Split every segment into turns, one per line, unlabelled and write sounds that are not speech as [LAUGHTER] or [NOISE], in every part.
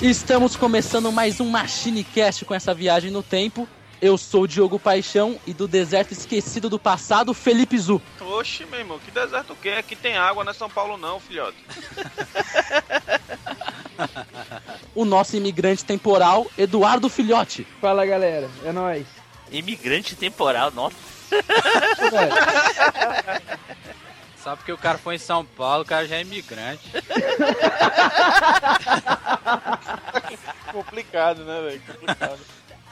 Estamos começando mais um Machine Cast com essa viagem no tempo. Eu sou o Diogo Paixão e do deserto esquecido do passado, Felipe Zu.
Oxe, meu irmão, que deserto o quê? Aqui tem água, não é São Paulo não, filhote.
O nosso imigrante temporal, Eduardo Filhote.
Fala galera, é nóis.
Imigrante temporal, nossa.
Só porque o cara foi em São Paulo, o cara já é imigrante.
[LAUGHS] Complicado, né, velho? Complicado.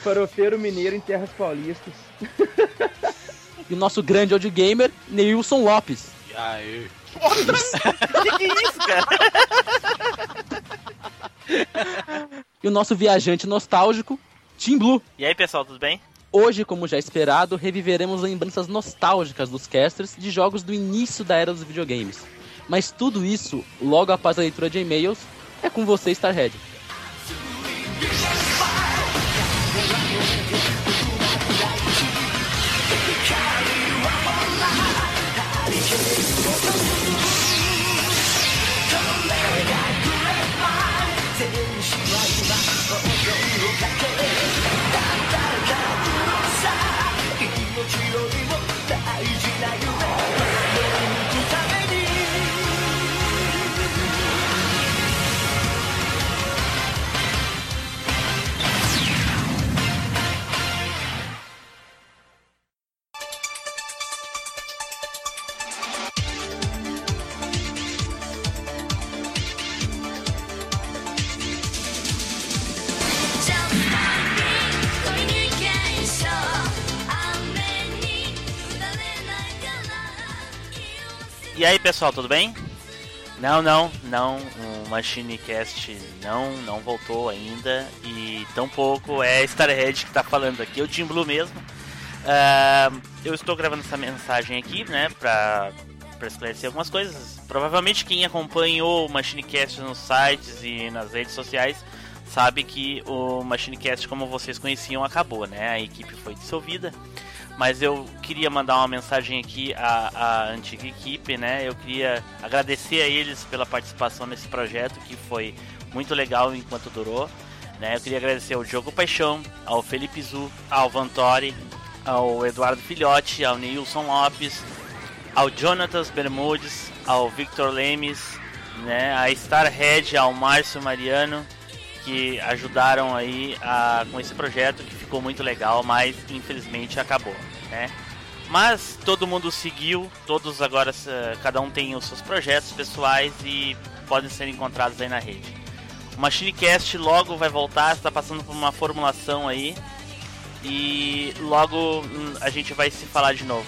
Farofeiro mineiro em terras paulistas.
E o nosso grande old gamer, Neilson Lopes.
E aí?
que que é isso, cara?
E o nosso viajante nostálgico, Tim Blue.
E aí, pessoal, tudo bem?
Hoje, como já esperado, reviveremos lembranças nostálgicas dos casters de jogos do início da era dos videogames. Mas tudo isso, logo após a leitura de e-mails, é com você, Starhead.
E aí, pessoal, tudo bem? Não, não, não, o MachineCast não, não voltou ainda e tampouco é Starhead que tá falando aqui, é o Tim Blue mesmo. Ah, eu estou gravando essa mensagem aqui, né, pra, pra esclarecer algumas coisas. Provavelmente quem acompanhou o MachineCast nos sites e nas redes sociais sabe que o MachineCast, como vocês conheciam, acabou, né, a equipe foi dissolvida mas eu queria mandar uma mensagem aqui à, à antiga equipe, né? Eu queria agradecer a eles pela participação nesse projeto que foi muito legal enquanto durou, né? Eu queria agradecer ao Diogo Paixão, ao Felipe Zu, ao Vantori, ao Eduardo Filhote, ao Nilson Lopes, ao Jonatas Bermudes, ao Victor Lemes, né? A Starhead, ao Márcio Mariano, que ajudaram aí a- com esse projeto que ficou muito legal, mas infelizmente acabou, né? Mas todo mundo seguiu, todos agora eh, cada um tem os seus projetos pessoais e podem ser encontrados aí na rede. O MachineCast logo vai voltar, está passando por uma formulação aí e logo hum, a gente vai se falar de novo.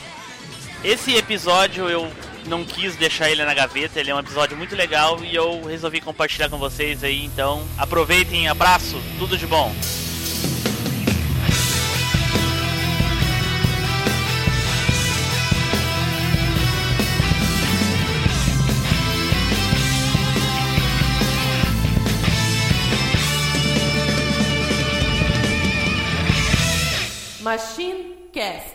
Esse episódio eu não quis deixar ele na gaveta, ele é um episódio muito legal e eu resolvi compartilhar com vocês aí, então aproveitem, abraço, tudo de bom.
Machine Cast,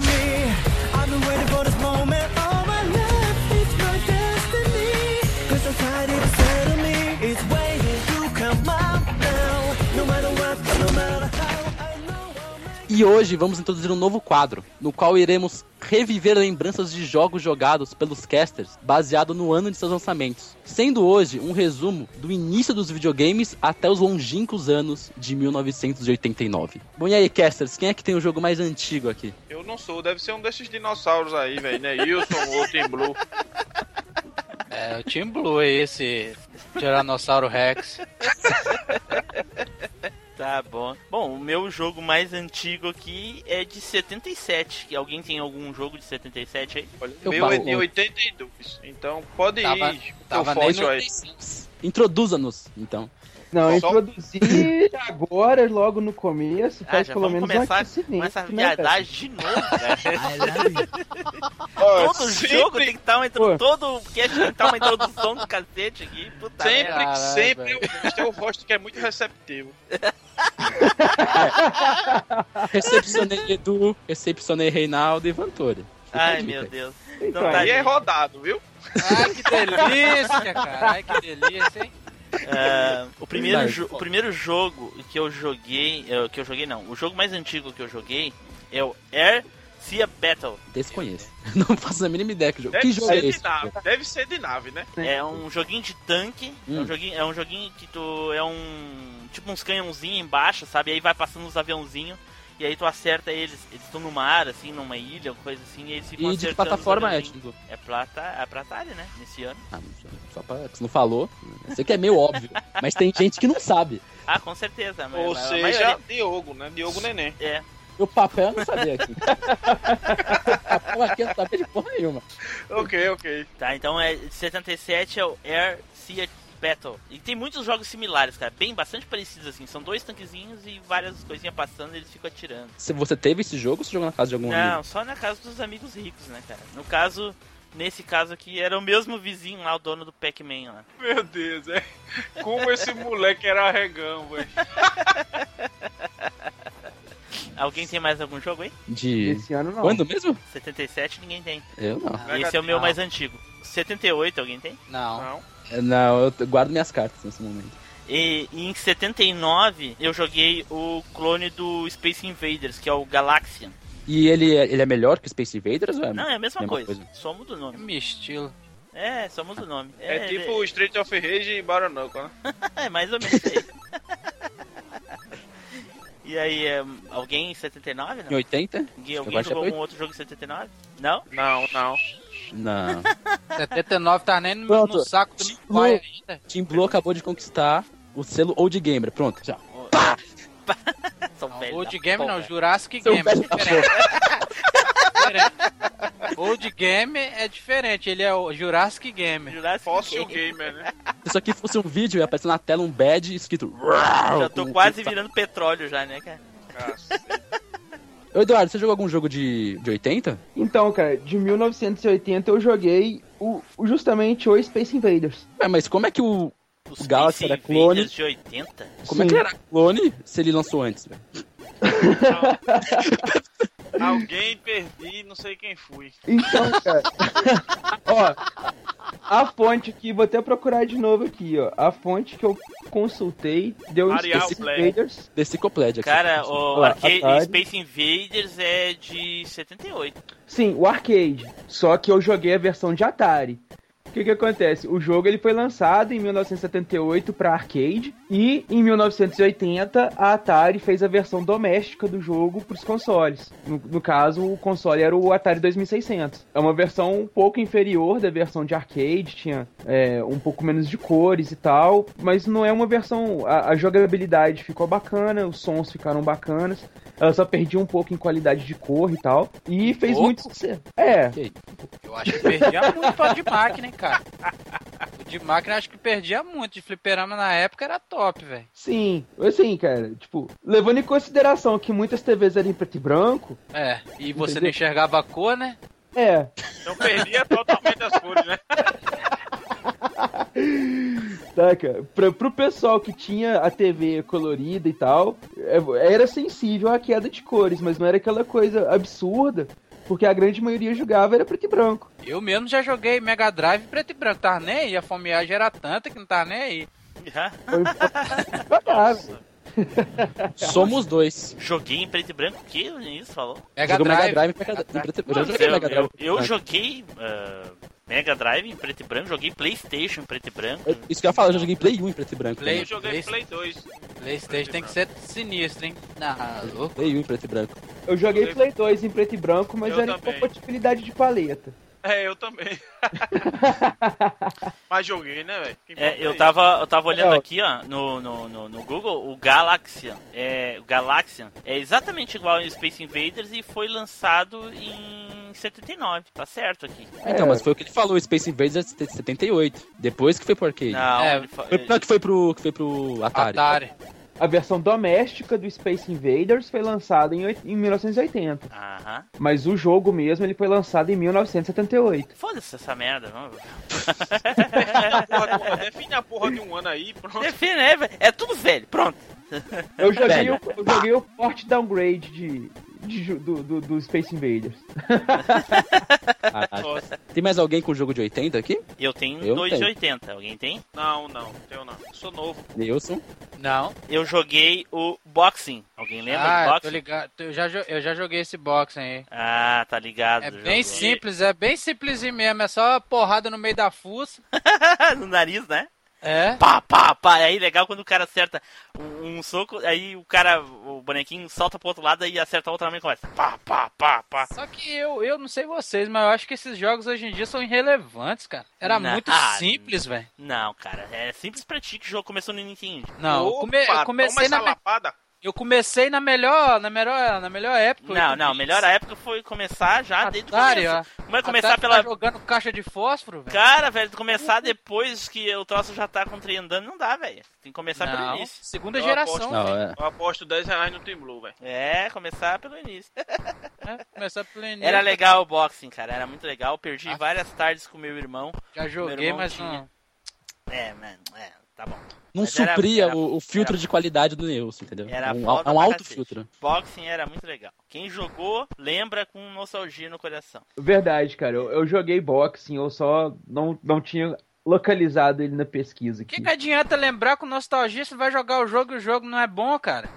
me. I've been waiting for this moment all my life. It's my destiny. Cause I'm tired of inside of me. It's waiting to come out now. No matter what, no matter how, I know I'm
E hoje vamos introduzir um novo quadro, no qual iremos reviver lembranças de jogos jogados pelos casters, baseado no ano de seus lançamentos. Sendo hoje um resumo do início dos videogames até os longínquos anos de 1989. Bom, e aí, casters, quem é que tem o jogo mais antigo aqui?
Eu não sou, deve ser um desses dinossauros aí, velho, né? Wilson ou Tim Blue.
É, o Team Blue aí, esse Tiranossauro Rex.
Tá bom. Bom, o meu jogo mais antigo aqui é de 77. Que Alguém tem algum jogo de 77 aí?
Olha,
Eu
meu é
pago.
de 82. Então pode ir.
Tava-
o
Tava nem
teu forte,
no
olha.
86. Introduza-nos, então.
Não,
Só-
introduzir [LAUGHS] agora, logo no começo,
Ah,
faz
já
pelo
vamos
menos um
começar
aquecimento,
com essa
né, cara?
viadagem de novo,
[LAUGHS]
cara.
Ó,
Todo jogo tem que estar uma
Pô.
introdução. Todo cast tem que estar uma introdução do cacete aqui.
tá
Puta
Sempre,
Ah,
merda.
Caralho,
sempre eu gosto, é o rosto que é muito receptivo.
[LAUGHS] Recepcionei Edu, recepcionei Reinaldo e Vantore.
Ai, meu Deus.
Então,
Tá,
Aí é
gente.
rodado, viu?
Ai, que delícia, cara. Ai, que delícia, hein?
Ah, o, primeiro
Verdade.
jo- o primeiro jogo que eu joguei. eh, Que eu joguei não. O jogo mais antigo que eu joguei é o Air Sea Battle.
Desconheço. Não faço a mínima ideia que jogo.
Deve
Que jogo é
ser de
esse?
nave. Deve ser de nave, né?
É um joguinho de tanque. É,
Hum.
um joguinho, é um joguinho que tu. É um. Tipo uns canhãozinhos embaixo, sabe? Aí vai passando uns aviãozinhos. E aí tu acerta eles. Eles estão no mar, assim, numa ilha, alguma coisa assim. E eles ficam
E de que
acertando os
plataforma é,
aviãozinhos.
Tito?
É plata, é platária, né? Nesse ano.
Ah, só pra, você não falou. Eu sei que é meio óbvio, mas tem gente que não sabe.
Ah, com certeza. mas-
Ou
mas a
seja,
maioria-
Diogo, né? Diogo Neném.
É.
Meu papel é não saber aqui. [LAUGHS] papel aqui eu não sabia de porra nenhuma.
Ok, ok.
Tá, então é 77 é o Air Sea Battle. E tem muitos jogos similares, cara. Bem, bastante parecidos, assim. São dois tanquezinhos e várias coisinhas passando e eles ficam atirando.
Se você teve esse jogo ou você jogou na casa de algum
Não,
amigo?
só na casa dos amigos ricos, né, cara? No caso, nesse caso aqui, era o mesmo vizinho lá, o dono do Pac-Man lá.
Meu Deus, é. Como esse moleque era regão, velho.
Alguém tem mais algum jogo aí?
De.
Esse ano não.
Quando mesmo?
77 ninguém tem.
Eu não.
E esse é o meu mais antigo. 78 alguém tem?
Não.
Não.
Eu É, Não, eu guardo minhas cartas nesse momento.
E, e em 79 eu joguei o clone do Space Invaders, que é o Galaxian.
E ele é, ele é melhor que o Space Invaders ou é?
Não, é a mesma
Mesma
coisa.
coisa.
Só muda o
Que
nome.
meu estilo.
É, né? só muda o nome.
É, tipo o Street of Rage e Baronoco, né?
É, mais ou menos
[LAUGHS]
isso. E aí, é, alguém em 79?
Em
Não?
80?
Alguém,
Eu
alguém
gosto de
jogou
oito.
algum outro jogo em 79? Não?
Não, não.
Não.
79 tá nem no,
Pronto.
no saco do meu pai ainda.
Team Blue acabou de conquistar o selo Old Gamer. Pronto, já.
São
Não,
velhos
Old
da
Game
porra.
não, Jurassic
Seu
Game. É
velho da
diferente. Diferente. [LAUGHS] Old Game é diferente, ele é o Jurassic Game.
Jurassic [LAUGHS]
Fossil
Game.
Gamer, né?
Se isso aqui fosse um vídeo, ia aparecer na tela um badge escrito.
Já tô quase virando petróleo já, né, cara?
Cacete.
Ô, Eduardo, você jogou algum jogo de, de 80?
Então, cara, de 1980 eu joguei o, o- justamente o Space Invaders.
Ué, mas como é que o.
Os
O Galaxy
Space
era clone.
Invaders de 80?
Como é
Sim.
que ele era clone se ele lançou antes, velho?
Alguém perdi, não sei quem fui.
Então,
[LAUGHS]
cara. ó, a fonte aqui, vou até procurar de novo aqui, ó. A fonte que eu consultei deu
Arial
Space
Black.
Invaders.
The Cyclopedia.
Cara, o
Olha lá,
Arcade
Atari.
Space Invaders é de 78.
Sim, o arcade. Só que eu joguei a versão de Atari. O que, que acontece? O jogo ele foi lançado em 1978 para arcade e em 1980 a Atari fez a versão doméstica do jogo para os consoles. No, no caso, o console era o Atari 2600. É uma versão um pouco inferior da versão de arcade, tinha é, um pouco menos de cores e tal, mas não é uma versão. A, a jogabilidade ficou bacana, os sons ficaram bacanas. Ela só perdia um pouco em qualidade de cor e tal. E fez
pouco?
muito sucesso. É,
Eu acho que perdia muito pra de máquina, hein, cara. O de máquina eu acho que perdia muito, de fliperama na época era top, velho.
Sim, assim, cara, tipo, levando em consideração que muitas TVs eram em preto e branco,
É, e você não
Entendeu?
enxergava a cor, né?
é.
Então perdia totalmente as cores, né?
Tá, cara, pra, pro pessoal que tinha a TV colorida e tal, é- era sensível à queda de cores, mas não era aquela coisa absurda, porque a grande maioria jogava era preto e branco.
Eu mesmo já joguei Mega Drive preto e branco, tava nem aí, a fomeagem era tanta que não tava nem aí.
Foi jogava.
Somos dois.
Joguei em preto e branco? O que o isso falou?
Mega
Jogou
Drive,
Mega Drive, Mega Drive. Mega Drive. Eu joguei
eu,
Mega Drive.
eu- eu
Ah,
joguei ah, Mega Drive em preto e branco, joguei Playstation em preto e branco.
eu- Isso que eu ia falar, eu joguei Play 1 em preto e branco. Play,
Play-
um
Eu joguei Play 2.
Playstation tem que ser sinistro, hein? Ah, louco.
Play 1 em preto e branco.
Eu joguei Play 2 em preto e branco, mas
Eu
era
também.
[LAUGHS]
incompatibilidade de paleta.
É, eu também. É, Mas mais joguei, né, velho? Quem
É,
importa
eu
isso.
tava, eu tava olhando
É, ó.
aqui, ó, no, no, no, no Google, o Galaxian. É, o Galaxian é exatamente igual ao Space Invaders e foi lançado em 79, tá certo aqui.
Então, mas foi o que ele falou, Space Invaders é de 78. Depois que foi pro arcade.
Não,
É,
ele fa-
Foi, não, que foi pro, que foi pro Atari.
Atari.
A versão doméstica do Space Invaders foi lançada em, oit- em 1980,
Aham.
mas o jogo mesmo ele foi lançado em 1978.
Foda-se essa merda, vamos.
Porra, porra, define a porra de um ano aí, pronto.
Enfim, né, velho? É tudo velho, pronto.
Eu joguei,
Velho.
o, eu joguei o forte downgrade de, de ju- do, do- do Space Invaders.
Caralho. Ah, Tem mais alguém com jogo de 80 aqui?
Eu tenho um
Eu
2,80. Alguém tem?
Não, não, teu não. Eu sou novo.
Nilson.
Não.
Eu joguei o Boxing. Alguém lembra do
ah, tô
Boxing?
ligado. Eu já, jo- eu já joguei esse boxing aí.
Ah, tá ligado.
É
o
bem
jogo.
simples, é bem simplesinho mesmo. É só porrada no meio da fuça.
[LAUGHS] no nariz, né?
É.
Pá, pá, pá. Aí é legal quando o cara acerta um, um soco, aí o cara, o bonequinho salta pro outro lado e acerta a outra mão e começa. Pá, pá, pá, pá.
Só que eu, eu não sei vocês, mas eu acho que esses jogos hoje em dia são irrelevantes, cara. Era
Não.
muito
Ah,
simples, velho.
Não, cara, é simples pra ti que o jogo começou no Nintendo.
Não, eu,
Opa,
come- eu
toma
comecei
essa
na, me-
lapada.
eu comecei na melhor, na melhor, na melhor época.
Não, não, melhor a época foi começar já desde o
Atari,
começo. Vai começar
Atari tá
pela.
jogando caixa de fósforo, velho.
Cara, velho, tu começar depois que o troço já tá contraiandando, não dá, velho. Tem que começar pelo
Não,
início.
segunda
Eu
geração.
Não,
velho.
é.
Eu aposto 10 reais no Team Blue, velho.
É, começar pelo início.
É, começar pelo início.
Era legal o boxing, cara, era muito legal. Perdi
Ah.
várias tardes com meu irmão.
Já
Meu
joguei,
irmão
mas
tinha.
não.
É, mano, é, tá bom.
Não
Mas era-
supria
era-
o, o filtro
era-
de qualidade do Nilson, entendeu?
Era
é um,
foda
é um
pra
alto
cacete.
filtro.
Boxing era muito legal. Quem jogou, lembra com nostalgia no coração.
Verdade, cara. Eu, eu joguei boxing, eu só não, não tinha localizado ele na pesquisa
O
aqui.
que, que adianta lembrar com nostalgia se vai jogar o jogo e o jogo não é bom, cara?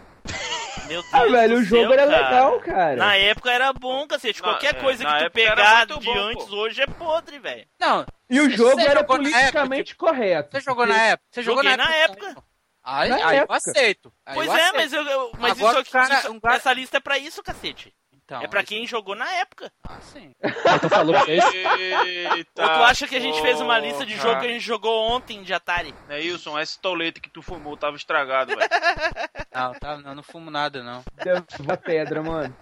Meu Deus
Ah,
do
velho, o
céu,
jogo era
cara.
legal, cara.
Na época era bom, cacete.
Na-
Qualquer
é,
coisa
na
que tu
época era
pegar
muito
de
bom,
antes
pô.
hoje é podre, velho.
Não,
E o
Cê-
jogo
cê
era
jogou na época,
politicamente correto.
você jogou na época? Você jogou
Joguei
na
na
época?
época.
Aí,
Na
aí eu
época.
aceito.
Ah,
Aí
pois
eu
é,
aceito.
mas, eu, eu- mas
Agora
isso
o
aqui,
cara-
isso-
um cara-
essa lista é pra isso, cacete.
Então,
é pra
isso-
quem jogou na época.
Ah, sim.
Então falou
[LAUGHS]
que é isso.
Eita.
Ou tu acha que a gente fez uma lista de
porra.
jogo que a gente jogou ontem de Atari?
Neilson, esse tolete um que tu fumou tava estragado, [LAUGHS] velho.
Não, tá, não, não fumo nada, não.
Devo a pedra, mano.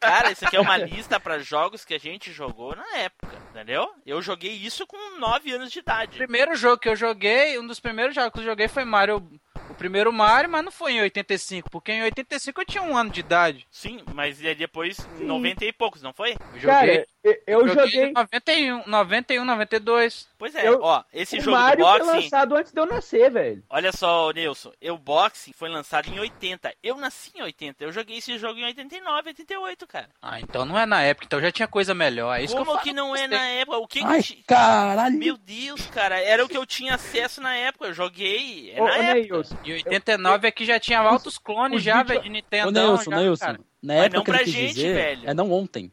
Cara, isso aqui é uma lista pra jogos que a gente jogou na época, entendeu? Eu joguei isso com 9 anos de
O
idade.
primeiro jogo que eu joguei, um dos primeiros jogos que eu joguei foi Mario. O primeiro Mario, mas não foi em 85, porque em 85 eu tinha um ano de idade.
Sim, mas e depois 90 e poucos, não foi?
Eu
Cara,
joguei,
eu- eu joguei.
em 91, 91, 92.
Pois é,
Eu-
ó, esse
O
jogo do
Mario foi
boxing.
lançado antes de eu nascer, velho.
Olha só, ô, Nilson, eu boxing foi lançado em 80. Eu nasci em 80. Eu joguei esse jogo em 89, 88, cara.
Ah, então não é na época, então já tinha coisa melhor. É isso
Como
que eu falo.
não é
gostei.
na época? O que que
Ai,
eu ti-
caralho.
Meu Deus, cara, era o que eu tinha acesso na época. Eu joguei. É
Ô,
na
ô,
época.
Neilson,
Em 89 aqui é já tinha altos clones
os
já,
vídeo-
velho, de Nintendo.
Ô, Nilson,
já,
Nilson.
cara.
Na
Mas
época
não
que ele
pra
quis
gente,
dizer,
velho.
É não ontem.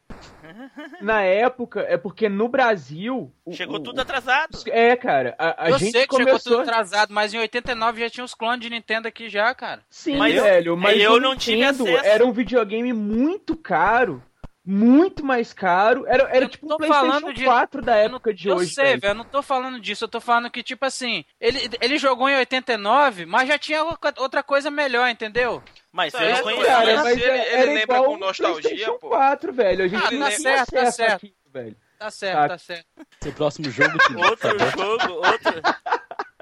na época, é porque no Brasil. o-
Chegou
o-
tudo atrasado.
É, cara. A, a
eu
gente
sei que chegou tudo
começou.
atrasado, mas em 89 já tinha os clones de Nintendo aqui já, cara.
Sim,
Mas eu-
velho. Mas
eu
o
não tive
Nintendo
acesso.
Era um videogame muito caro. Muito mais caro. Era, era
Eu
tipo
tô
um PlayStation
falando de-
4 da
eu não-
época de
eu
hoje.
sei,
velho.
velho. eu não tô falando disso, eu tô falando que, tipo assim, ele, ele jogou em 89, mas já tinha outra- outra coisa melhor, entendeu?
Mas
É,
eu
eu
conhecia.
conheço.
Cara, né?
Mas
mas
ele-
era,
ele
era
lembra
igual
com
um
nostalgia,
PlayStation
pô.
4, velho. A gente
Ah,
não
tá
tinha
certo, tá
acesso
certo.
àquilo, velho.
Tá certo,
Tá.
tá certo.
Seu próximo jogo, Tim.
Outro jogo, outro. [LAUGHS]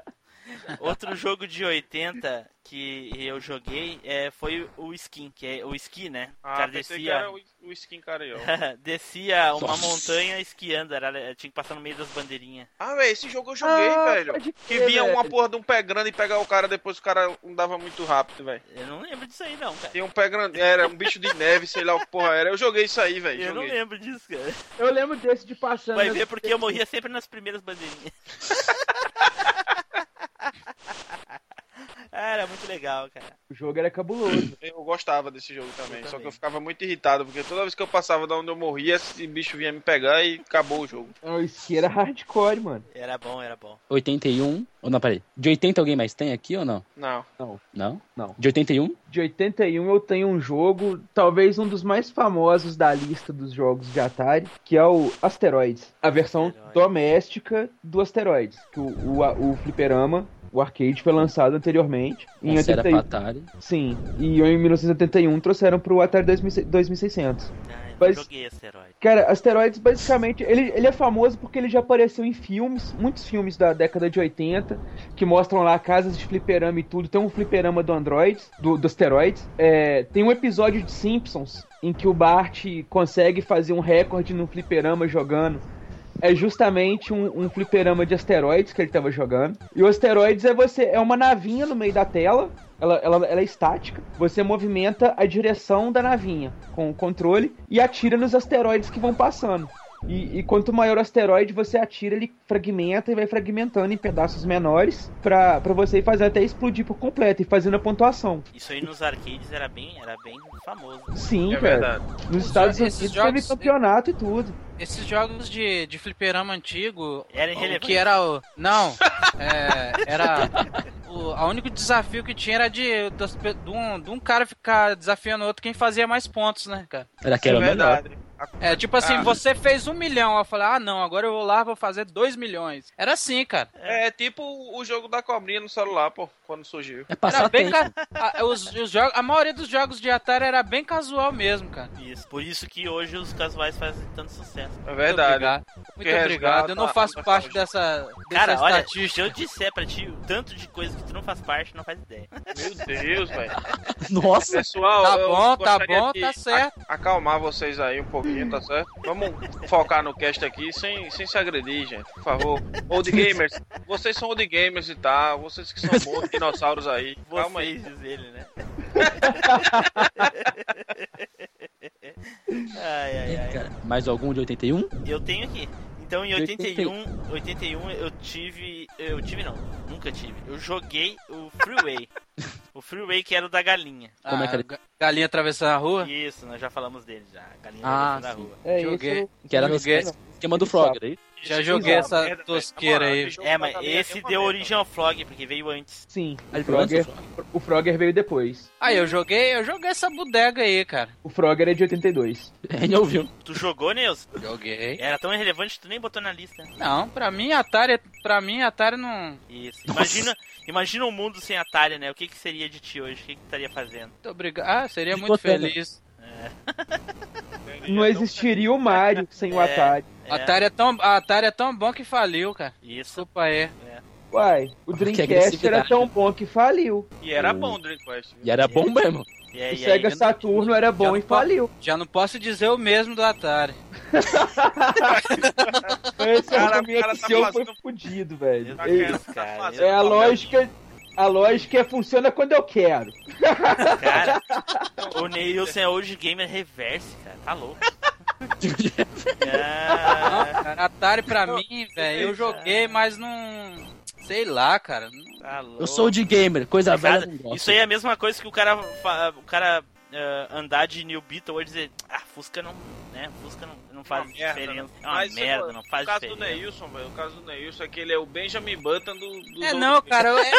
Outro jogo de 80 que eu joguei é, foi o Skin, que é o Ski, né? O
Ah,
cara
pensei que
descia-
era o, o skin carioca.
[LAUGHS] descia uma
Nossa.
montanha esquiando, era, eh, tinha que passar no meio das bandeirinhas.
Ah, velho, esse jogo eu joguei,
Ah,
velho.
pode
Que
crer,
vinha
velho.
uma porra de um pé grande e pegar o cara, depois o cara andava muito rápido, velho.
Eu não lembro disso aí, não, cara.
Tem um pé grande, era um bicho de neve, sei lá o que porra era. Eu joguei isso aí, velho.
Eu não
joguei.
lembro disso, cara.
Eu lembro desse de passando.
Vai
nas-
ver porque eu morria sempre nas primeiras bandeirinhas. Ah, [LAUGHS] Era era muito legal, cara.
O jogo era cabuloso.
Eu gostava desse jogo também, só
também.
que eu ficava muito irritado, porque toda vez que eu passava da onde eu morria, esse bicho vinha me pegar e acabou o jogo.
Não, Isso que era É hardcore, mano.
Era bom, era bom.
81. Ou não, peraí. De 80 alguém mais tem aqui ou não?
Não.
Não?
Não.
De 81?
De 81 eu tenho um jogo, talvez um dos mais famosos da lista dos jogos de Atari, que é o Asteroids. A versão
Asteroids.
doméstica do Asteroids. Que o, o, a- o fliperama, o arcade, foi lançado anteriormente. Em
Essa era
81.
pra Atari.
Sim, e em 1981 trouxeram pro Atari 2000 2600.
Ah, eu
Mas-
joguei asteroide.
Cara, Asteroids basicamente, ele, ele é famoso porque ele já apareceu em filmes, muitos filmes da década de 80, que mostram lá casas de fliperama e tudo. Tem um fliperama do Android, do, do Asteroids. É, tem um episódio de Simpsons em que o Bart consegue fazer um recorde no fliperama jogando. É justamente um, um fliperama de asteroides que ele tava jogando. E o asteroides é você, é uma navinha no meio da tela. Ela, ela, ela é estática. Você movimenta a direção da navinha com o controle e atira nos asteroides que vão passando. E, e quanto maior o asteroide você atira, ele fragmenta e vai fragmentando em pedaços menores pra pra você fazer até explodir por completo e fazendo a pontuação.
Isso aí nos arcades era bem, era bem famoso.
Sim,
é
cara.
verdade.
Nos
Os
Estados
jo- esses
Unidos
jogos-
teve campeonato e tudo.
Esses jogos de, de fliperama antigo,
Era
o
irrelevante.
que era o. Não, é, era. O a único desafio que tinha era de, das pe- de, um, de um cara ficar desafiando o outro quem fazia mais pontos, né, cara?
Era
É
que era o é melhor.
É tipo assim,
Ah.
você fez um milhão, eu falei, ah não, agora eu vou lá, vou fazer dois milhões. Era assim, cara.
É tipo o jogo da cobrinha no celular, pô, quando surgiu.
É
Era
passar
bem
tempo.
ca... a, os, os jogos, a maioria dos jogos de Atari era bem casual mesmo, cara.
Isso, por isso que hoje os casuais fazem tanto sucesso.
É verdade.
Muito obrigado. Muito
Que
obrigado. Eu não
resgata
faço
a
parte dessa, dessa
Cara, olha, se
estatística.
eu disser pra ti o tanto de coisa que tu não faz parte, não faz ideia.
Meu Deus, velho.
[LAUGHS] Nossa!
Pessoal,
Tá
eu
bom, tá
gostaria
bom,
de
tá certo.
a- Acalmar vocês aí um pouquinho, tá certo? Vamos focar no cast aqui sem, sem se agredir, gente, por favor. Old Gamers, vocês são old gamers e tal, vocês que são bons dinossauros aí. Calma aí.
Vocês, diz ele,
[LAUGHS]
né? ai, ai, ai.
Cara, mais algum de 81?
Eu tenho aqui. Então em
Eu
81, 81 eu tive, eu tive não, nunca tive. Eu joguei o Freeway. o Freeway que era o da galinha.
Como é que era?
Ah, ga- Galinha atravessando a rua?
Isso, nós já falamos dele já. A galinha
Ah,
da
sim.
rua.
É
Joguei.
isso.
Que era no
Joguei.
esquema do Frogger, aí?
Já joguei
Isso é uma
essa
merda, velho.
tosqueira
Na moral,
aí.
esse jogo
É,
pra
mas
galera é
esse
uma
deu
merda,
origem ao Frog, porque veio antes.
Sim.
Ah,
O
ele foi antes do
Frogger, o Frogger veio depois.
Aí eu joguei, eu joguei essa bodega aí, cara.
O Frogger é de 82.
[LAUGHS] Ele ouviu.
Tu jogou, Nilson?
Joguei.
Era tão irrelevante que tu nem botou na lista.
Não, pra mim Atari, é, pra mim Atari não.
Isso. Imagina, imagina um mundo sem Atari, né? O que que seria de ti hoje? O que que tu estaria fazendo?
Muito obrigado. Ah, seria muito
Discoteca.
feliz.
entendeu?
Não existiria o Mario sem o
É.
Atari.
É,
Atari é tão, a Atari é tão bom que faliu, cara.
Isso.
Desculpa aí.
Uai, o
Que
Dreamcast era
agressividade.
tão bom que faliu.
E era bom o Dreamcast. viu?
E era bom mesmo.
E aí,
o
e aí,
Sega
eu-
Saturno era bom
não
e
po-
faliu.
Já não posso dizer o mesmo do Atari.
Esse
Cara,
argumento
o cara tá
seu foi
fazendo-
fudido, velho.
Tá
Tá
Ele-
querendo, tá
Cara,
fazendo
É a
papel
lógica. A lógica é funciona quando eu quero.
Cara, o Neilson é hoje gamer reverse, cara. Tá louco.
Não,
[LAUGHS] Ah,
cara, Atari pra mim, velho, eu joguei, mas não. Sei lá, cara. não-
tá louco.
Eu sou de gamer, coisa
Cara,
velha. eu não gosto.
Isso aí é a mesma coisa que o cara, fa- o cara ah, andar de New Beetle hoje e dizer, ah, Fusca não, né? Fusca não, não
Uma
faz
merda,
diferença.
né?
É uma
Mas,
merda,
pô,
não faz
O caso do
diferença.
Neilson, velho, o caso do Neilson é que ele é o Benjamin Button do... do
É
do-
não, cara. eu- é-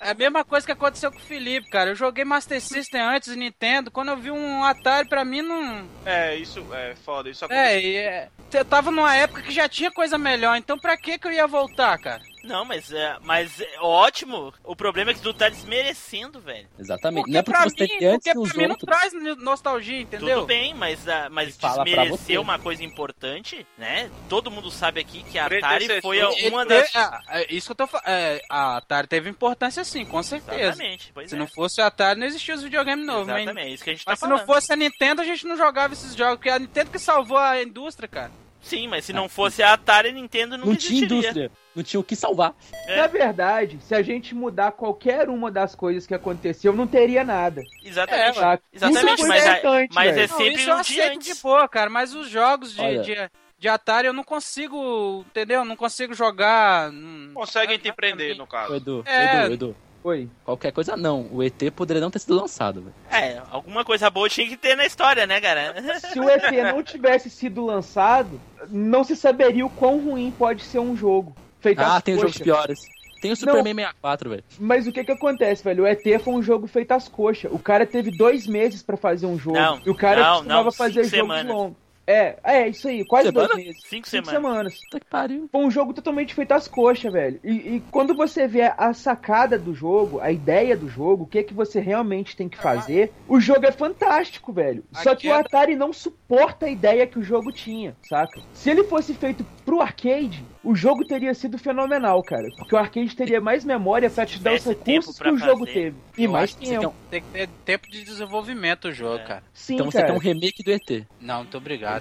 É a mesma coisa que aconteceu com o Felipe, cara. Eu joguei Master System antes, Nintendo. Quando eu vi um Atari, pra mim não.
É, isso é foda, isso
É,
acontece.
e é... Eu tava numa época que já tinha coisa melhor, então pra que que eu ia voltar, cara?
Não, mas, é, mas é ótimo. O problema é que tu tá desmerecendo, velho.
Exatamente.
Porque
não é porque
pra
você
mim,
tem antes
porque
que os
pra mim não
outros.
traz no- nostalgia, entendeu?
Tudo bem, mas, ah, mas
Ele fala pra você.
desmerecer uma coisa importante, né? Todo mundo sabe aqui que a Atari foi a-
Ele-
então, uma
ele-
das...
é, é, isso que eu tô falando. a Atari teve importância sim, com certeza.
Exatamente, pois
Se
é.
não fosse a Atari, não existia os videogames novos. mas-
Exatamente, é isso que a gente
Mas,
tá
se não
falando.
fosse a Nintendo, a gente não jogava esses jogos, porque a Nintendo que salvou a indústria, cara.
Sim, mas se não fosse a Atari, a Nintendo não,
Não tinha
existiria.
indústria. Não tinha o que salvar.
É.
Na verdade, se a gente mudar qualquer uma das coisas que aconteceu, não teria nada.
Exatamente.
Tá?
Exatamente,
Isso é
mas, a-
importante,
mas é
velho.
Não,
sempre
isso eu
um dia
aceito
antes.
de boa, cara, mas os jogos de,
Olha.
de- de Atari eu não consigo, entendeu? Não consigo jogar. hum,
Conseguem te
pra
prender,
mim.
no
Ô,
caso.
Edu,
É.
Edu, Edu.
Oi.
Qualquer coisa não. O ET poderia não ter sido lançado, velho.
É, alguma coisa boa tinha que ter na história, né, cara? [LAUGHS]
Se o ET não tivesse sido lançado, não se saberia o quão ruim pode ser um jogo. Feito
Ah,
às
tem os jogos
coxas.
piores. Tem o Superman 64, velho.
Mas o que que acontece, velho? O ET foi um jogo feito às coxas. O cara teve dois meses pra fazer um jogo.
Não,
e o cara
não,
costumava
não,
fazer
cinco
jogos
semanas.
longos. É, é isso aí, quase
Semana?
dois meses.
Cinco
Cinco
semanas.
semanas.
Puta que pariu.
Foi um jogo totalmente feito às coxas, velho. E, e quando você vê a sacada do jogo, a ideia do jogo, o que é que você realmente tem que fazer, o jogo é fantástico, velho.
A
Só que o
queda-
Atari não suporta a ideia que o jogo tinha, saca? Se ele fosse feito pro arcade, o jogo teria sido fenomenal, cara. Porque o arcade teria mais memória pra te dar os
tivesse tempo
recursos
pra
que o jogo
fazer.
teve. E
Eu
mais um,
acho que você
tempo.
Tem que ter tempo de desenvolvimento o jogo,
É.
cara.
Sim,
um- Então você
cara.
quer um remake do ET.
Não, muito
[LAUGHS]
obrigado.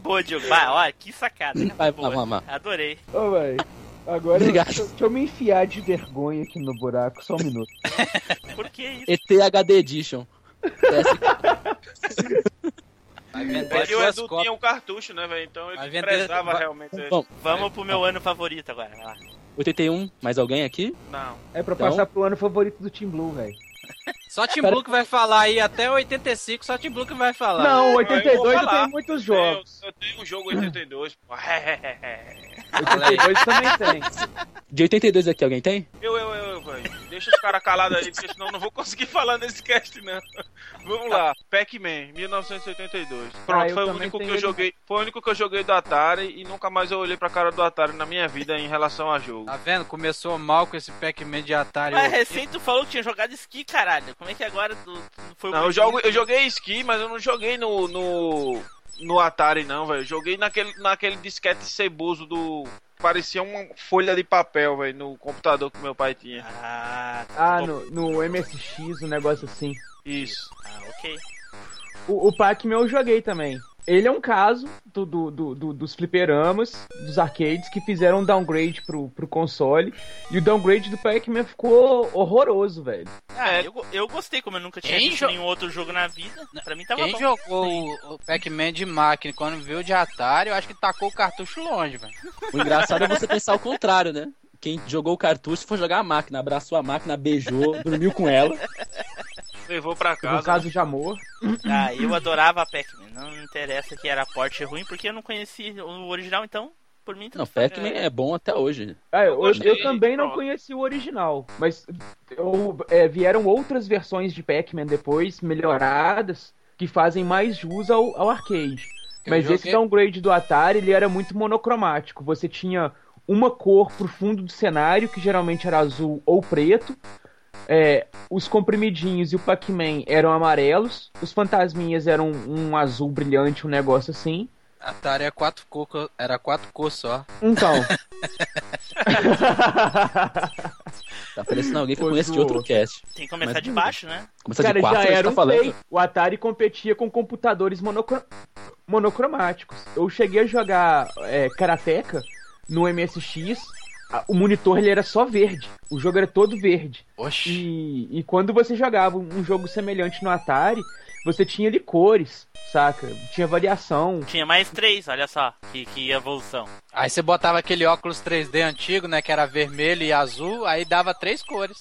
Boa, Diogo. Bah, ó, que sacada. cara.
Vai,
Boa.
vai, vai, vai.
Adorei.
Ô, velho. Agora,
Obrigado.
Deixa, eu- deixa eu me enfiar de vergonha aqui no buraco, só um minuto.
Por que isso?
ET HD Edition. PS4.
Vai
É
vender
que o
duas
Edu
cópias.
tinha um cartucho, né, velho? Então
Vai
ele
vender-
prezava
vai-
realmente.
Bom,
Vamos pro meu ano favorito agora. Vai lá.
81. Mais alguém aqui?
Não.
É pra
Então-
passar pro ano favorito do Team Blue, velho.
Só Tim Blue que vai falar aí, até 85, só Tim Blue que vai falar.
Não,
eu vou
82 eu
falar.
tenho muitos jogos.
Eu, eu tenho um jogo 82, pô.
Fala aí.
82 também tem.
De 82 aqui, alguém tem?
Eu, eu, eu, eu, velho. Deixa os caras calados aí, porque senão eu não vou conseguir falar nesse cast, não. Vamos lá. Pac-Man, 1982.
Ah,
Pronto,
eu
foi o
também
único que
tenho
eu
ele.
joguei. Foi o único que eu joguei do Atari e nunca mais eu olhei pra cara do Atari na minha vida em relação a jogo.
Tá vendo? Começou mal com esse Pac-Man de Atari.
Mas
é,
recém tu falou que tinha jogado esqui, caralho. Como é que agora tu, tu foi o
Não, eu,
primeiro?
jogo, eu joguei esqui, mas eu não joguei no. no, no Atari, não, velho. Eu Joguei naquele, naquele disquete ceboso do. Parecia uma folha de papel, velho, no computador que meu pai tinha.
Ah, tá
Ah,
bom.
no, no MSX, um negócio assim.
Isso.
Ah, ok.
O, o Pac-Man eu joguei também. Ele é um caso do, do, do- do- dos fliperamas, dos arcades, que fizeram um downgrade pro, pro console. E o downgrade do Pac-Man ficou horroroso, velho.
Ah,
É.
eu, go- eu gostei, como eu nunca tinha
Quem
visto
jo-
nenhum outro jogo na vida. Pra mim
tá
tava
Quem
bom.
jogou o, o Pac-Man de máquina e quando viu o de Atari, eu acho que tacou o cartucho longe, velho.
O engraçado é você pensar o contrário, né? Quem jogou o cartucho foi jogar a máquina, abraçou a máquina, beijou, dormiu com ela.
Levou pra
um
No
casa.
caso de amor.
Ah, eu adorava a Pac-Man. Não interessa que era porte ruim, porque eu não conheci o original, então, por mim... tudo
Não,
certo.
Pac-Man é bom até hoje.
Ah, eu, eu
gostei,
também não
pronto.
conheci o original, mas eu- é, vieram outras versões de Pac-Man depois, melhoradas, que fazem mais jus ao, ao arcade.
Eu
mas
joguei-
esse downgrade do Atari, ele era muito monocromático. Você tinha uma cor pro fundo do cenário, que geralmente era azul ou preto. É, os comprimidinhos e o Pac-Man eram amarelos. Os fantasminhas eram um azul brilhante, um negócio assim.
Atari é quatro cor, era quatro cor só.
Então.
Tá parecendo alguém que
Ô,
conhece de
Ju.
outro cast.
Tem que começar
Mas-
de baixo, né?
Começa
cara,
de quatro,
já
a gente
era
tá
um
falando.
play. O Atari competia com computadores monocro- monocromáticos. Eu cheguei a jogar é, Karateka no MSX. a- O monitor ele era só verde. O jogo era todo verde.
Oxi.
E, e quando você jogava um jogo semelhante no Atari, você tinha ali cores, saca? Tinha variação.
Tinha mais três, olha só. Que, que evolução.
Aí você botava aquele óculos 3D antigo, né? Que era vermelho e azul, aí dava três cores.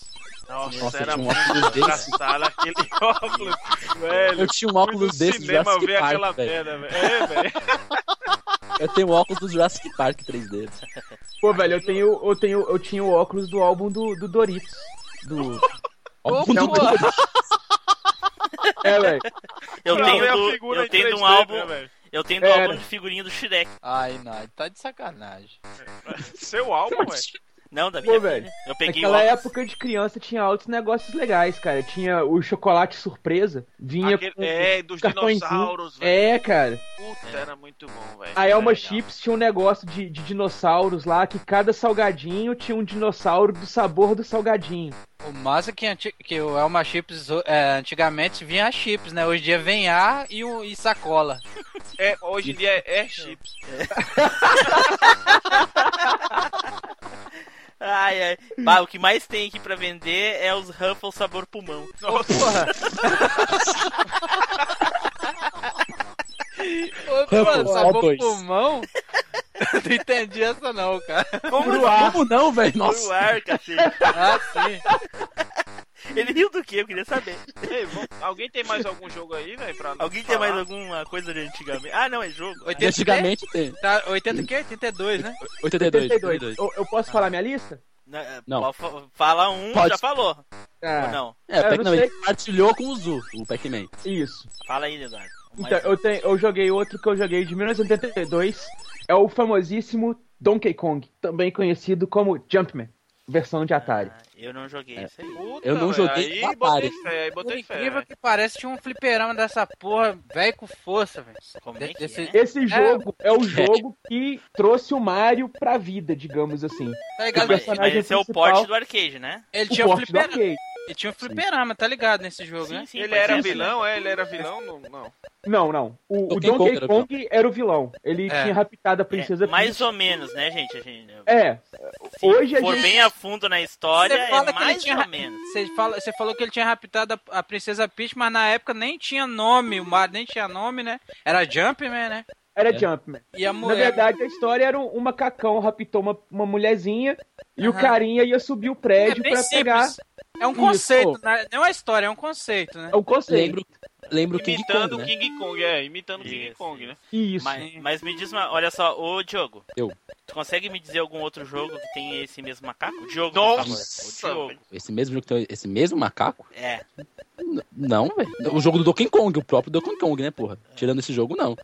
Nossa,
Nossa,
era
tinha um
muito
óculos desse.
engraçado aquele [LAUGHS] óculos, velho.
Eu tinha um óculos
Fui no
desse do Jurassic
ver aquela
Park, velho.
merda, velho. É, velho.
Eu tenho um óculos do Jurassic Park 3D.
Pô, velho, eu tenho, eu tenho, eu tinha o óculos do álbum do, do Doritos. Do...
Ó,
Opa!
mundo todo.
É, velho.
[LAUGHS] Eu
Pra ver a
tenho, do,
figura
eu
em
tenho de
3D,
um álbum...
né, velho?
Eu tenho do
Era.
álbum de figurinha do Shrek.
Ai, não, tá de sacanagem.
Seu álbum, velho.
Não, da
Pô,
minha filha.
velho,
Eu peguei um
Naquela
o álbum.
época de criança tinha altos negócios legais, cara. Tinha o chocolate surpresa, vinha
Aquele-
com...
É, dos
cartãozinho.
dinossauros, velho.
É, cara.
Puta, era muito bom, velho.
é
A Elma
legal.
Chips tinha um negócio de, de dinossauros lá, que cada salgadinho tinha um dinossauro do sabor do salgadinho.
O massa é que, anti- que o Elma Chips é, antigamente vinha chips, né? Hoje em dia vem ar e, o- e sacola.
É, hoje em dia é, é chips.
Ai, ai. Bah, o que mais tem aqui pra vender é os Ruffles sabor pulmão.
Ô,
tá
mano,
Pô, ó,
sabor
dois.
pulmão? Não entendi essa não, cara.
Como, como não, velho?
Pro
Nossa.
ar, cacete.
Ah, sim.
Ele riu do que? Eu queria saber.
[LAUGHS] Ei, vamos- alguém tem mais algum jogo aí, velho? pra
Alguém tem mais
falar?
alguma coisa de antigamente? Ah, não, é jogo.
Oitenta-
Antigamente tem.
Tá, 80 o quê? 82, né?
82. 82.
Eu, eu posso falar minha lista?
Na-
Não.
pa- fa- Fala um,
Pode.
já falou. Ou
Ah,
não?
É,
eu
o
não
Pac-Man
sei.
ele partilhou com o Zu, o Pac-Man.
isso.
Fala aí, Leonardo. Mais
Então, eu, tenho, eu joguei outro que eu joguei de 1982. É o famosíssimo Donkey Kong, também conhecido como Jumpman, versão de Atari.
Ah, eu não joguei isso aí.
Puta,
Eu não
velho,
joguei
Aí
Atari.
botei fé, aí
Por
botei fé.
incrível
velho.
que parece, tinha um fliperama dessa porra, velho com força, velho.
Como é que
Esse-
é?
Esse jogo é o jogo que trouxe o Mario pra vida, digamos assim.
Tá
Não,
ligado?
mas,
personagem
mas esse é o
principal-
porte do arcade, né?
Ele
O
tinha um
porte do
fliperama.
arcade.
Ele tinha um fliperama, tá ligado nesse jogo, né?
sim.
Ele
pode
era
ser.
vilão, é? Ele era vilão? Não. não.
Não, não. O, o
Donkey Kong
Donkey
era o
Kong era o vilão. Ele
É.
tinha raptado a
É,
princesa.
mais
Peach.
ou menos, né, gente? A gente
É.
se
Hoje a
for
gente-
bem a fundo na história,
Você fala
é
que ele
mais
tinha
ou
ra-
menos.
Você, fala, você falou que ele tinha raptado a, a princesa Peach, mas na época nem tinha nome, o Mario nem tinha nome, né? Era Jumpman, né?
Era
É.
Jumpman.
E a
Na
mulher.
verdade, a história era um, um macacão raptou uma, uma mulherzinha e o
Aham.
carinha ia subir o
é
prédio
bem
pra pegar.
simples. É um
Isso.
conceito, né? não é uma história, é um conceito, né?
É o conceito.
Lembro, lembro King
Imitando
Kong, né?
King Kong, é, imitando King
Isso.
Kong, né?
Isso.
Mas, mas me diz uma, olha só, ô Diogo.
Eu.
Tu consegue me dizer algum outro jogo que tem esse mesmo macaco? Diogo, por favor.
Nossa,
O Diogo.
Esse mesmo jogo que tem- esse mesmo macaco?
É.
N- Não, velho. O jogo do Donkey Kong, o próprio Donkey Kong, né, porra? Tirando esse jogo, não.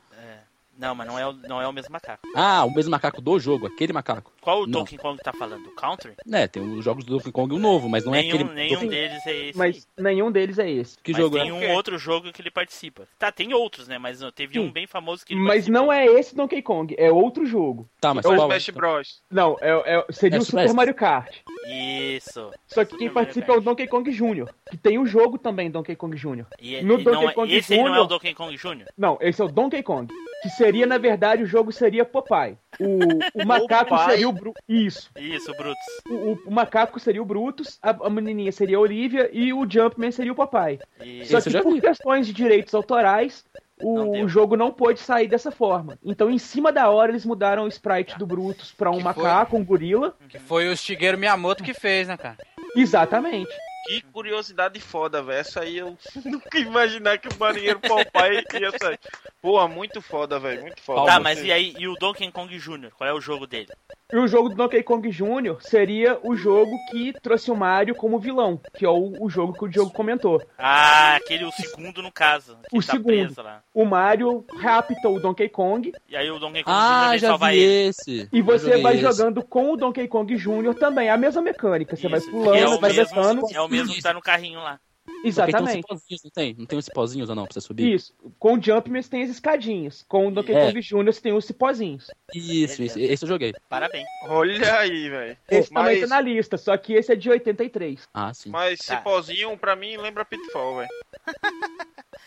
Não, mas não é, o- não é o mesmo macaco.
Ah, o mesmo macaco do jogo, aquele macaco.
Qual o
Não.
Donkey Kong tá falando? O Country?
Né, tem os jogos do Donkey Kong e o novo, mas não é
nenhum
aquele.
nenhum
Donkey-
deles é esse. aí.
Mas nenhum deles é esse.
Que
Mas
jogo
tem
é?
um outro jogo que ele participa. Tá, tem outros, né? Mas não, teve
Sim.
um bem famoso que ele
Mas não é esse Donkey Kong, é outro jogo.
Tá, mas
É o
qual?
Smash Bros.
Não, é, é- seria
É
o
Super
Super Mario Kart.
Isso.
Só que
Super
quem
Mario
participa é
Kart.
o Donkey Kong Jr., que tem o jogo também, Donkey Kong Jr.
E, e
No Donkey
não é-
Kong
esse aí não é o
Jr.
Donkey Kong Jr.
Não, esse é o Donkey Kong. Que seria, na verdade, o jogo seria Popeye. O, o macaco
Popeye.
seria o Bru Isso.
Isso, Brutus.
O, o- o macaco seria o Brutus, a, a menininha seria a Olivia e o Jumpman seria o Popeye.
Isso.
Só
Esse eu
que
já
por
vi.
questões de direitos autorais,
Não
o,
deu.
o jogo não pôde sair dessa forma. Então, em cima da hora, eles mudaram o sprite do Brutus pra um
Que foi?
macaco, um gorila.
Que foi o Shigeru Miyamoto que fez, né, cara?
Exatamente.
Que curiosidade foda, velho. Essa aí eu [LAUGHS] nunca ia imaginar que o marinheiro Popeye ia sair. Porra, muito foda, velho. Muito foda.
Tá, mas e aí? E o Donkey Kong Jr.? Qual é o jogo dele?
E o jogo do Donkey Kong Jr. seria o jogo que trouxe o Mario como vilão, que é o, o jogo que o Diogo comentou.
Ah, aquele, o segundo no caso. Que
O
tá
segundo.
preso lá.
O Mario rapta o Donkey Kong
E aí o Donkey Kong Jr.
Ah,
vem
já
salvar
vi
ele.
esse.
e
Eu
você
joguei
vai
esse.
jogando com o Donkey Kong Jr. também. É a mesma mecânica. Você vai
Isso, que é
pulando,
o
vai
mesmo-
descendo.
É o mesmo que tá no carrinho lá.
Só que
Exatamente.
Tem uns pozinhos, não tem? Não tem uns pozinhos ou não pra você subir?
Isso. Com o Jumpman você tem as escadinhas. Com o Donkey
É.
Kong Jr. você tem os cipózinhos.
Isso, isso. Esse eu joguei.
Parabéns.
Olha aí, velho.
Esse também
Mas,
tá na lista, só que esse é de 83.
Ah, sim.
mas
Tá.
Cipózinho, pra mim, lembra Pitfall, velho.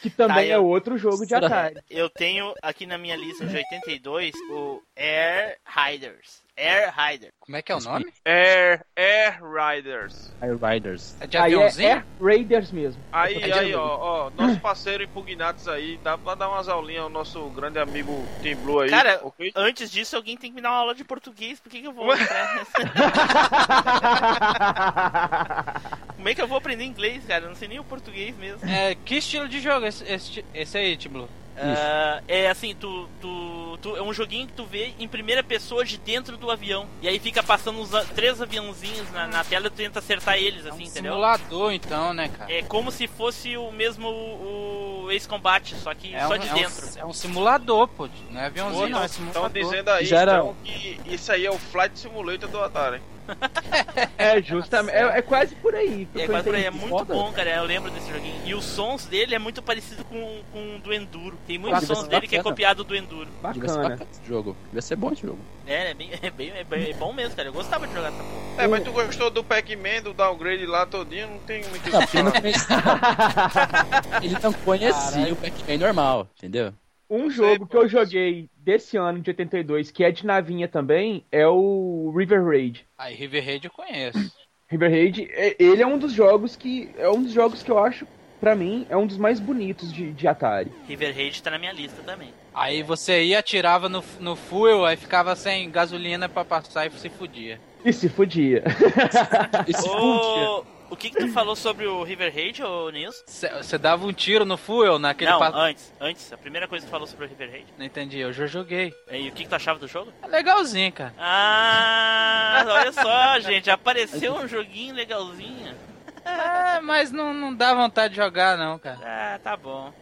Que também
eu-
é outro jogo de
Será?
Atari.
Eu tenho aqui na minha lista de 82 o Air Riders. Air Rider.
Como é que é o nome?
Air, Air Riders.
Air Riders.
É de
Aí é
aviãozinho?
Air Raiders mesmo.
Aí,
É de
aí,
novo.
ó, ó, nosso parceiro Impugnados aí, dá pra dar umas aulinhas ao nosso grande amigo Tim Blue aí.
Cara, tá
ok?
Antes disso, alguém tem que me dar uma aula de português. Por que, que eu vou entrar nessa? Como é que eu vou aprender inglês, cara? Eu não sei nem o português mesmo.
É, que estilo de jogo esse, esse, esse aí, Tiblu?
Ah, é assim, tu, tu, tu- É um joguinho que tu vê em primeira pessoa de dentro do avião. E aí fica passando uns a- três aviãozinhos na, na tela e tu tenta acertar
É um
eles, assim, entendeu?
Simulador, então, né, cara?
É como se fosse o mesmo o ex-combate, só que
É
só
um-
de
é um-
dentro. Tipo, então
é um simulador, pô. Não é aviãozinho, não. É
Estão
tá
simulador.
dizendo aí
Já era-
então, que isso aí é o Flight Simulator do Atari.
É justamente. É, é quase por aí. que
É,
eu
quase por aí,
entendi.
é muito
Foda.
bom, cara. Eu lembro desse joguinho. E os sons dele é muito parecido com, com o do Enduro. Tem muitos
Ah,
sons
deve ser
dele que é
bacana.
copiado do Enduro.
Devia ser
Bacana.
bacana esse jogo. Devia ser bom esse jogo.
É, é bem, é bem é bem- é bom mesmo, cara. Eu gostava de jogar essa porra.
É, mas tu gostou do Pac-Man, do downgrade lá todinho, não tem muito o que
Não, porque ele não
falar.
[LAUGHS]
conhecia. ele não conhecia o Pac-Man normal, entendeu?
O, Um
Não sei,
jogo que eu
pô.
joguei desse ano de 82, que é de navinha também, é o River Raid.
Aí River Raid eu conheço.
River Raid, é- ele é um dos jogos que. É um dos jogos que eu acho, pra mim, é um dos mais bonitos de, de Atari.
River Raid tá na minha lista também.
Aí você ia, atirava no, no fuel, aí ficava sem gasolina pra passar e se fudia.
E se fudia. [LAUGHS]
Esse fudia.
Ô, o que que tu falou sobre o River Raid, ô Nils?
Você dava um tiro no fuel naquele
Não,
pa-
antes, antes. A primeira coisa que tu falou sobre o River Raid.
Não entendi, eu já joguei.
E o que que tu achava do jogo?
É legalzinho, cara.
Ah, olha só, gente. Apareceu um joguinho legalzinho.
É, mas não, não dá vontade de jogar, não, cara.
Ah, tá bom.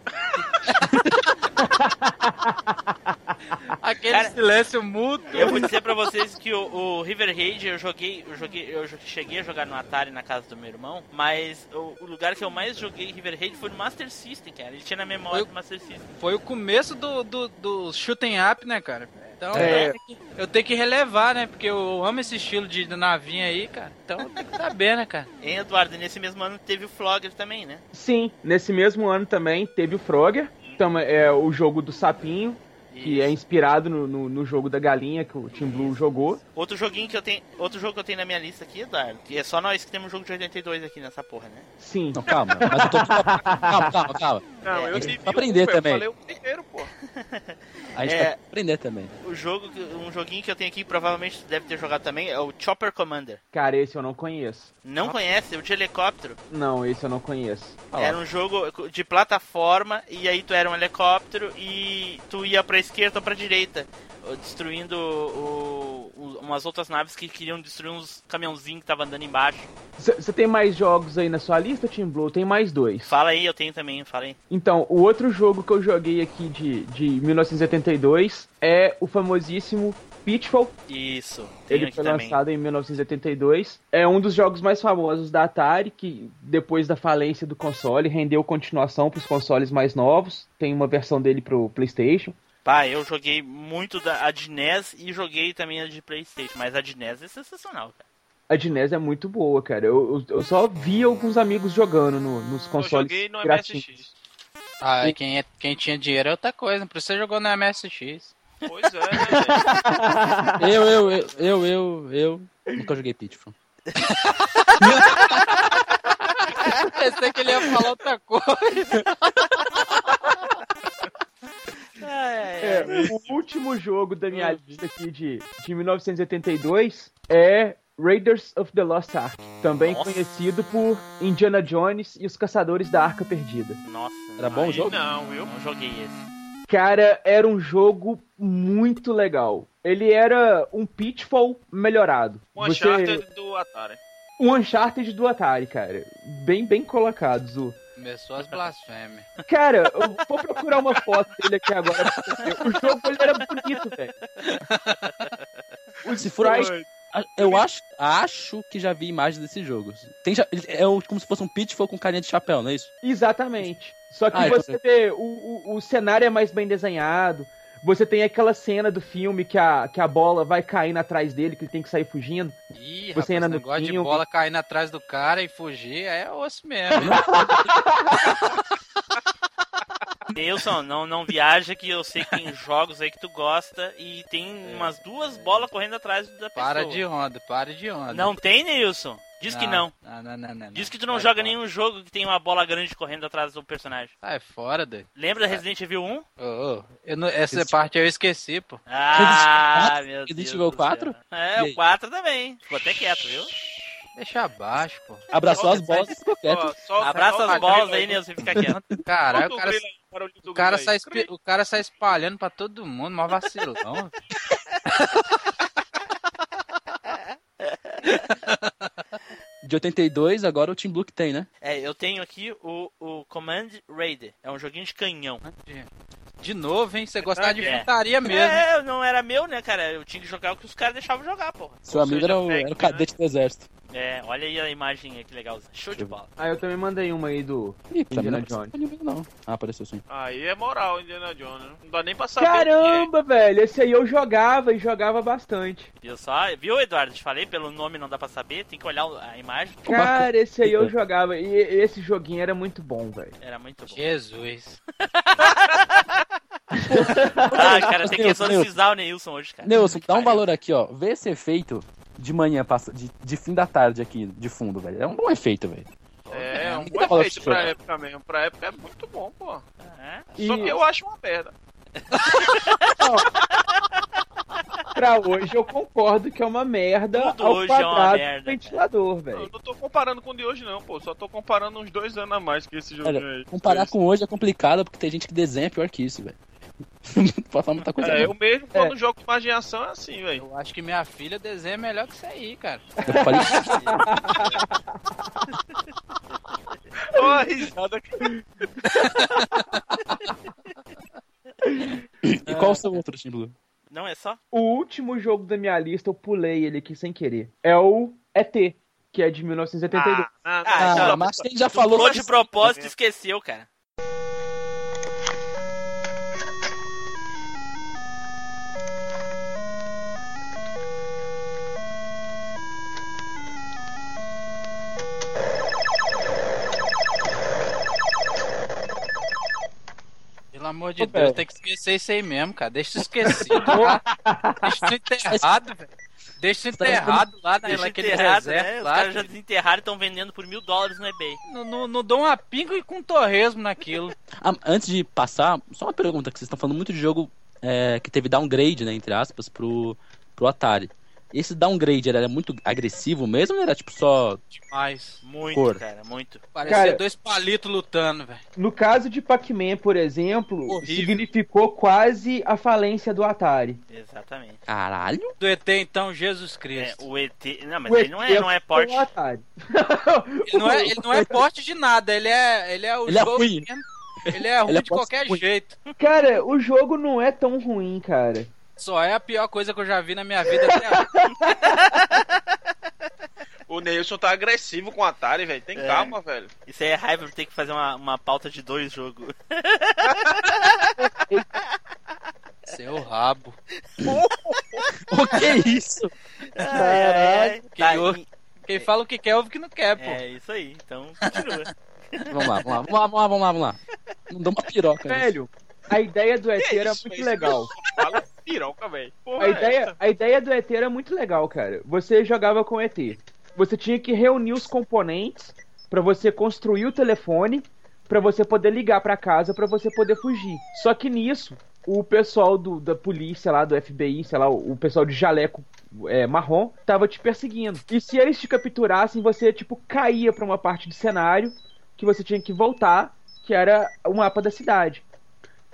Aquele
Cara,
silêncio mútuo.
Eu vou dizer pra vocês que o, o River Raid eu joguei, eu joguei, eu jo- cheguei a jogar no Atari na casa do meu irmão, mas o, o lugar que eu mais joguei River Raid foi no Master System, cara. Ele tinha na memória
Eu-
do Master System.
Foi o começo do, do, do shooting up, né, cara? Então
É.
eu tenho que- eu tenho que relevar, né? Porque eu amo esse estilo de navinha aí, cara. Então tem que saber, né, cara?
Hein, Eduardo, nesse mesmo ano teve o Flogger também, né?
Sim, nesse mesmo ano também teve o Frogger, tam- é o jogo do sapinho, que é inspirado no, no, no jogo da galinha que o Team Blue jogou.
Outro joguinho que eu tenho, outro jogo que eu tenho na minha lista aqui, Eduardo, que é só nós que temos um jogo de 82 aqui nessa porra, né?
Sim.
Não, calma. Mas eu tô... Calma, calma, calma.
Não,
tem
eu devia
que aprender também.
Eu falei o primeiro, pô.
A gente
É.
vai aprender também.
O jogo, que- um joguinho que eu tenho aqui, provavelmente tu deve ter jogado também, é o Chopper Commander.
Cara, esse eu não conheço.
Não conhece? É o de helicóptero.
Não, esse eu não conheço.
Era um jogo de plataforma e aí tu era um helicóptero e tu ia pra esquerda ou pra direita, ó, destruindo o- o- umas outras naves que queriam destruir uns caminhãozinhos que tava andando embaixo.
Você tem mais jogos aí na sua lista, Team Blue? Tem mais dois.
Fala aí, eu tenho também, fala aí.
Então, o outro jogo que eu joguei aqui de, de 1982 é o famosíssimo Pitfall.
Isso, tenho
Ele
aqui
foi
também.
lançado em 1982. É um dos jogos mais famosos da Atari, que depois da falência do console, rendeu continuação para os consoles mais novos. Tem uma versão dele pro PlayStation.
Pá, eu joguei muito da a de NES e joguei também a de Playstation, mas a de NES é sensacional, cara.
A de NES é muito boa, cara. Eu, eu- eu só vi alguns amigos jogando no- nos
Eu
consoles.
joguei
é
no
gratuitos.
MSX.
Ah, e quem, é- quem tinha dinheiro é outra coisa. Por isso você jogou na MSX.
Pois é, né,
Eu, eu, eu, eu, eu, eu. Nunca joguei Pitfall.
Pensei que ele ia falar outra coisa.
É, o último jogo da minha lista aqui de, de 1982 é Raiders of the Lost Ark, também
Nossa.
conhecido por Indiana Jones e os Caçadores da Arca Perdida.
Nossa.
Era bom o
velho?
jogo?
Não, viu?
Não joguei esse.
Cara, era um jogo muito legal. Ele era um Pitfall melhorado.
O Um Uncharted do Atari.
Um Uncharted do Atari, cara. Bem, bem colocado, Zu.
Começou as blasfêmias.
Cara, eu vou procurar uma foto dele aqui agora. pra você ver. O jogo ele era bonito, velho.
Se for, a- eu acho, acho que já vi imagens desse jogo. Tem, já- ele- é um- como se fosse um Pitfall com carinha de chapéu, não é isso?
Exatamente. Só que
Ah, então-
você vê, o, o, o cenário é mais bem desenhado. Você tem aquela cena do filme que a, que a bola vai caindo atrás dele, que ele tem que sair fugindo.
Ih,
Você
rapaz,
ainda no
esse negócio de
fim, eu-
bola caindo atrás do cara e fugir é osso mesmo. hein?
Nilson, não, não viaja que eu sei que tem jogos aí que tu gosta e tem umas duas bolas correndo atrás da pessoa.
Para de onda, para de onda.
Não tem, Nilson? Diz que não.
Não, não, não, não, não.
Diz que tu não
Sai
joga
fora.
nenhum jogo que tem uma bola grande correndo atrás do personagem.
Sai fora, doido.
Lembra da Resident Evil 1?
Ô, ô, eu não- essa
Existe-
parte eu esqueci, pô.
Ah,
Resident-
meu Deus.
Resident
do
Evil
céu.
4?
É,
E aí?
o 4 também. Ficou até quieto, viu?
Deixa abaixo, pô.
Abraçou as bolas e ficou
Ó,
quieto.
solta-
Abraça
solta
as
o
bolas
grilo
aí, né? Nilson, e fica quieto.
Caralho,
é
Solta
o
o
cara,
grilo aí, barulhinho do
o cara
grilo
sai,
aí.
espe- o cara sai espalhando pra todo mundo, mó vacilão. [LAUGHS]
De 82, agora o Team Blue que tem, né?
[LAUGHS] É, eu tenho aqui o, o Command Raider. É um joguinho de canhão.
de novo, hein? Você gostava de
É.
frutaria mesmo.
É, não era meu, né, cara? Eu tinha que jogar o que os caras deixavam jogar, porra.
Seu
Ou
amigo
seja,
era o,
fake,
era o cadete do exército.
É, olha aí a imagem aí, que legal. Show de bola.
Ah, eu também mandei uma aí do.
Ih, pra mim não
Indiana
apareceu inimigo, não. Ah, apareceu sim.
Aí é moral, Indiana Jones. né? Não dá nem pra
Tá
saber. o
Caramba, velho, esse aí eu jogava e jogava bastante.
Viu só? Viu, Eduardo? Te falei, pelo nome não dá pra saber, tem que olhar o- a imagem.
Cara, esse aí eu jogava. E esse joguinho era muito bom, velho.
Era muito bom.
Jesus.
Ah, cara, tem que
Nilson,
exorcizar o Neilson hoje, cara.
Neilson,
Que
dá um
pariu.
valor aqui, ó. Vê esse efeito de manhã, passa- de, de fim da tarde aqui, de fundo, velho. É um bom efeito, velho.
É, é um
tá
bom
falando
efeito
isso,
pra
cara?
época mesmo. Pra época é muito bom, pô.
É.
Só que eu acho uma merda.
Pra hoje eu concordo que é uma merda
Tudo
ao
hoje é uma
quadrado
merda,
do
cara.
ventilador,
Eu
velho.
não tô comparando com o de hoje, não, pô. Só tô comparando uns dois anos a mais que esse joguinho aí.
Olha, comparar com hoje é complicado, porque tem gente que desenha pior que isso, velho. [LAUGHS] Não pode falar muita coisa.
É,
não.
eu mesmo quando jogo mais de ação é assim, velho.
Eu acho que minha filha desenha melhor que isso aí, cara.
Eu falei-
Ó a risada que
E qual o seu outro, Tim Blue?
Não é só?
O último jogo da minha lista, eu pulei ele aqui sem querer. É o ET, que é de 1972.
Ah,
Ah,
Ah,
já-
mas quem já
Tu
falou... um
pulou de propósito e esqueceu, cara.
Pelo amor de
Ô,
Deus,
velho.
tem que esquecer isso aí mesmo, cara. Deixa isso esquecido. Deixa isso enterrado, velho. Deixa isso enterrado lá
é
na,
Deixa
naquele
enterrado,
deserto
né? Os
lá.
caras já desenterraram e estão vendendo por mil dólares no eBay.
Não, não, não dou uma pinga e com um torresmo naquilo.
Ah, antes de passar, só uma pergunta, que vocês estão falando muito de jogo é, que teve downgrade, né, entre aspas, pro, pro Atari. Esse downgrade, ele era muito agressivo mesmo ou era tipo só...
Demais.
Muito,
Cor.
cara, muito.
Parecia
Cara-
dois palitos lutando, velho.
No caso de Pac-Man, por exemplo,
Horrível.
significou quase a falência do Atari.
Exatamente.
Caralho? [LAUGHS]
Do ET, então, Jesus
É,
Cristo.
o ET. Não, mas
O
ele não
ET
é, não é
foi
porte.
o Atari.
Ele não é, ele não é porte de nada, ele é, ele é o
Ele é
jogo
ruim.
mesmo. Ele é ruim
Ele é
de
bosta
qualquer
ruim.
jeito.
[LAUGHS] Cara, o jogo não é tão ruim, cara.
Só é a pior coisa que eu já vi na minha vida até
[LAUGHS]
agora.
O Neilson tá agressivo com o Atari, velho. Tem
É.
calma, velho.
Isso aí é raiva de ter que fazer uma, uma pauta de dois jogos.
Seu rabo.
O que é isso?
[LAUGHS] Caralho,
que horror. Quem fala o que quer, ouve o que não quer, pô.
Tá É isso aí, então continua.
Vamos lá, vamos lá, vamos lá, vamos lá, vamos lá. Não dá uma piroca. nisso.
Velho, a ideia do ET era
isso,
muito
velho?
legal.
Fala piroca, velho. Porra,
A
é essa?
ideia, a ideia do ET era muito legal, cara. Você jogava com o ET. Você tinha que reunir os componentes pra você construir o telefone, pra você poder ligar pra casa, pra você poder fugir. Só que nisso, o pessoal do- da polícia lá, do FBI, sei lá, o, o pessoal de jaleco é, marrom, tava te perseguindo. E se eles te capturassem, você, tipo, caía pra uma parte do cenário que você tinha que voltar, que era o mapa da cidade.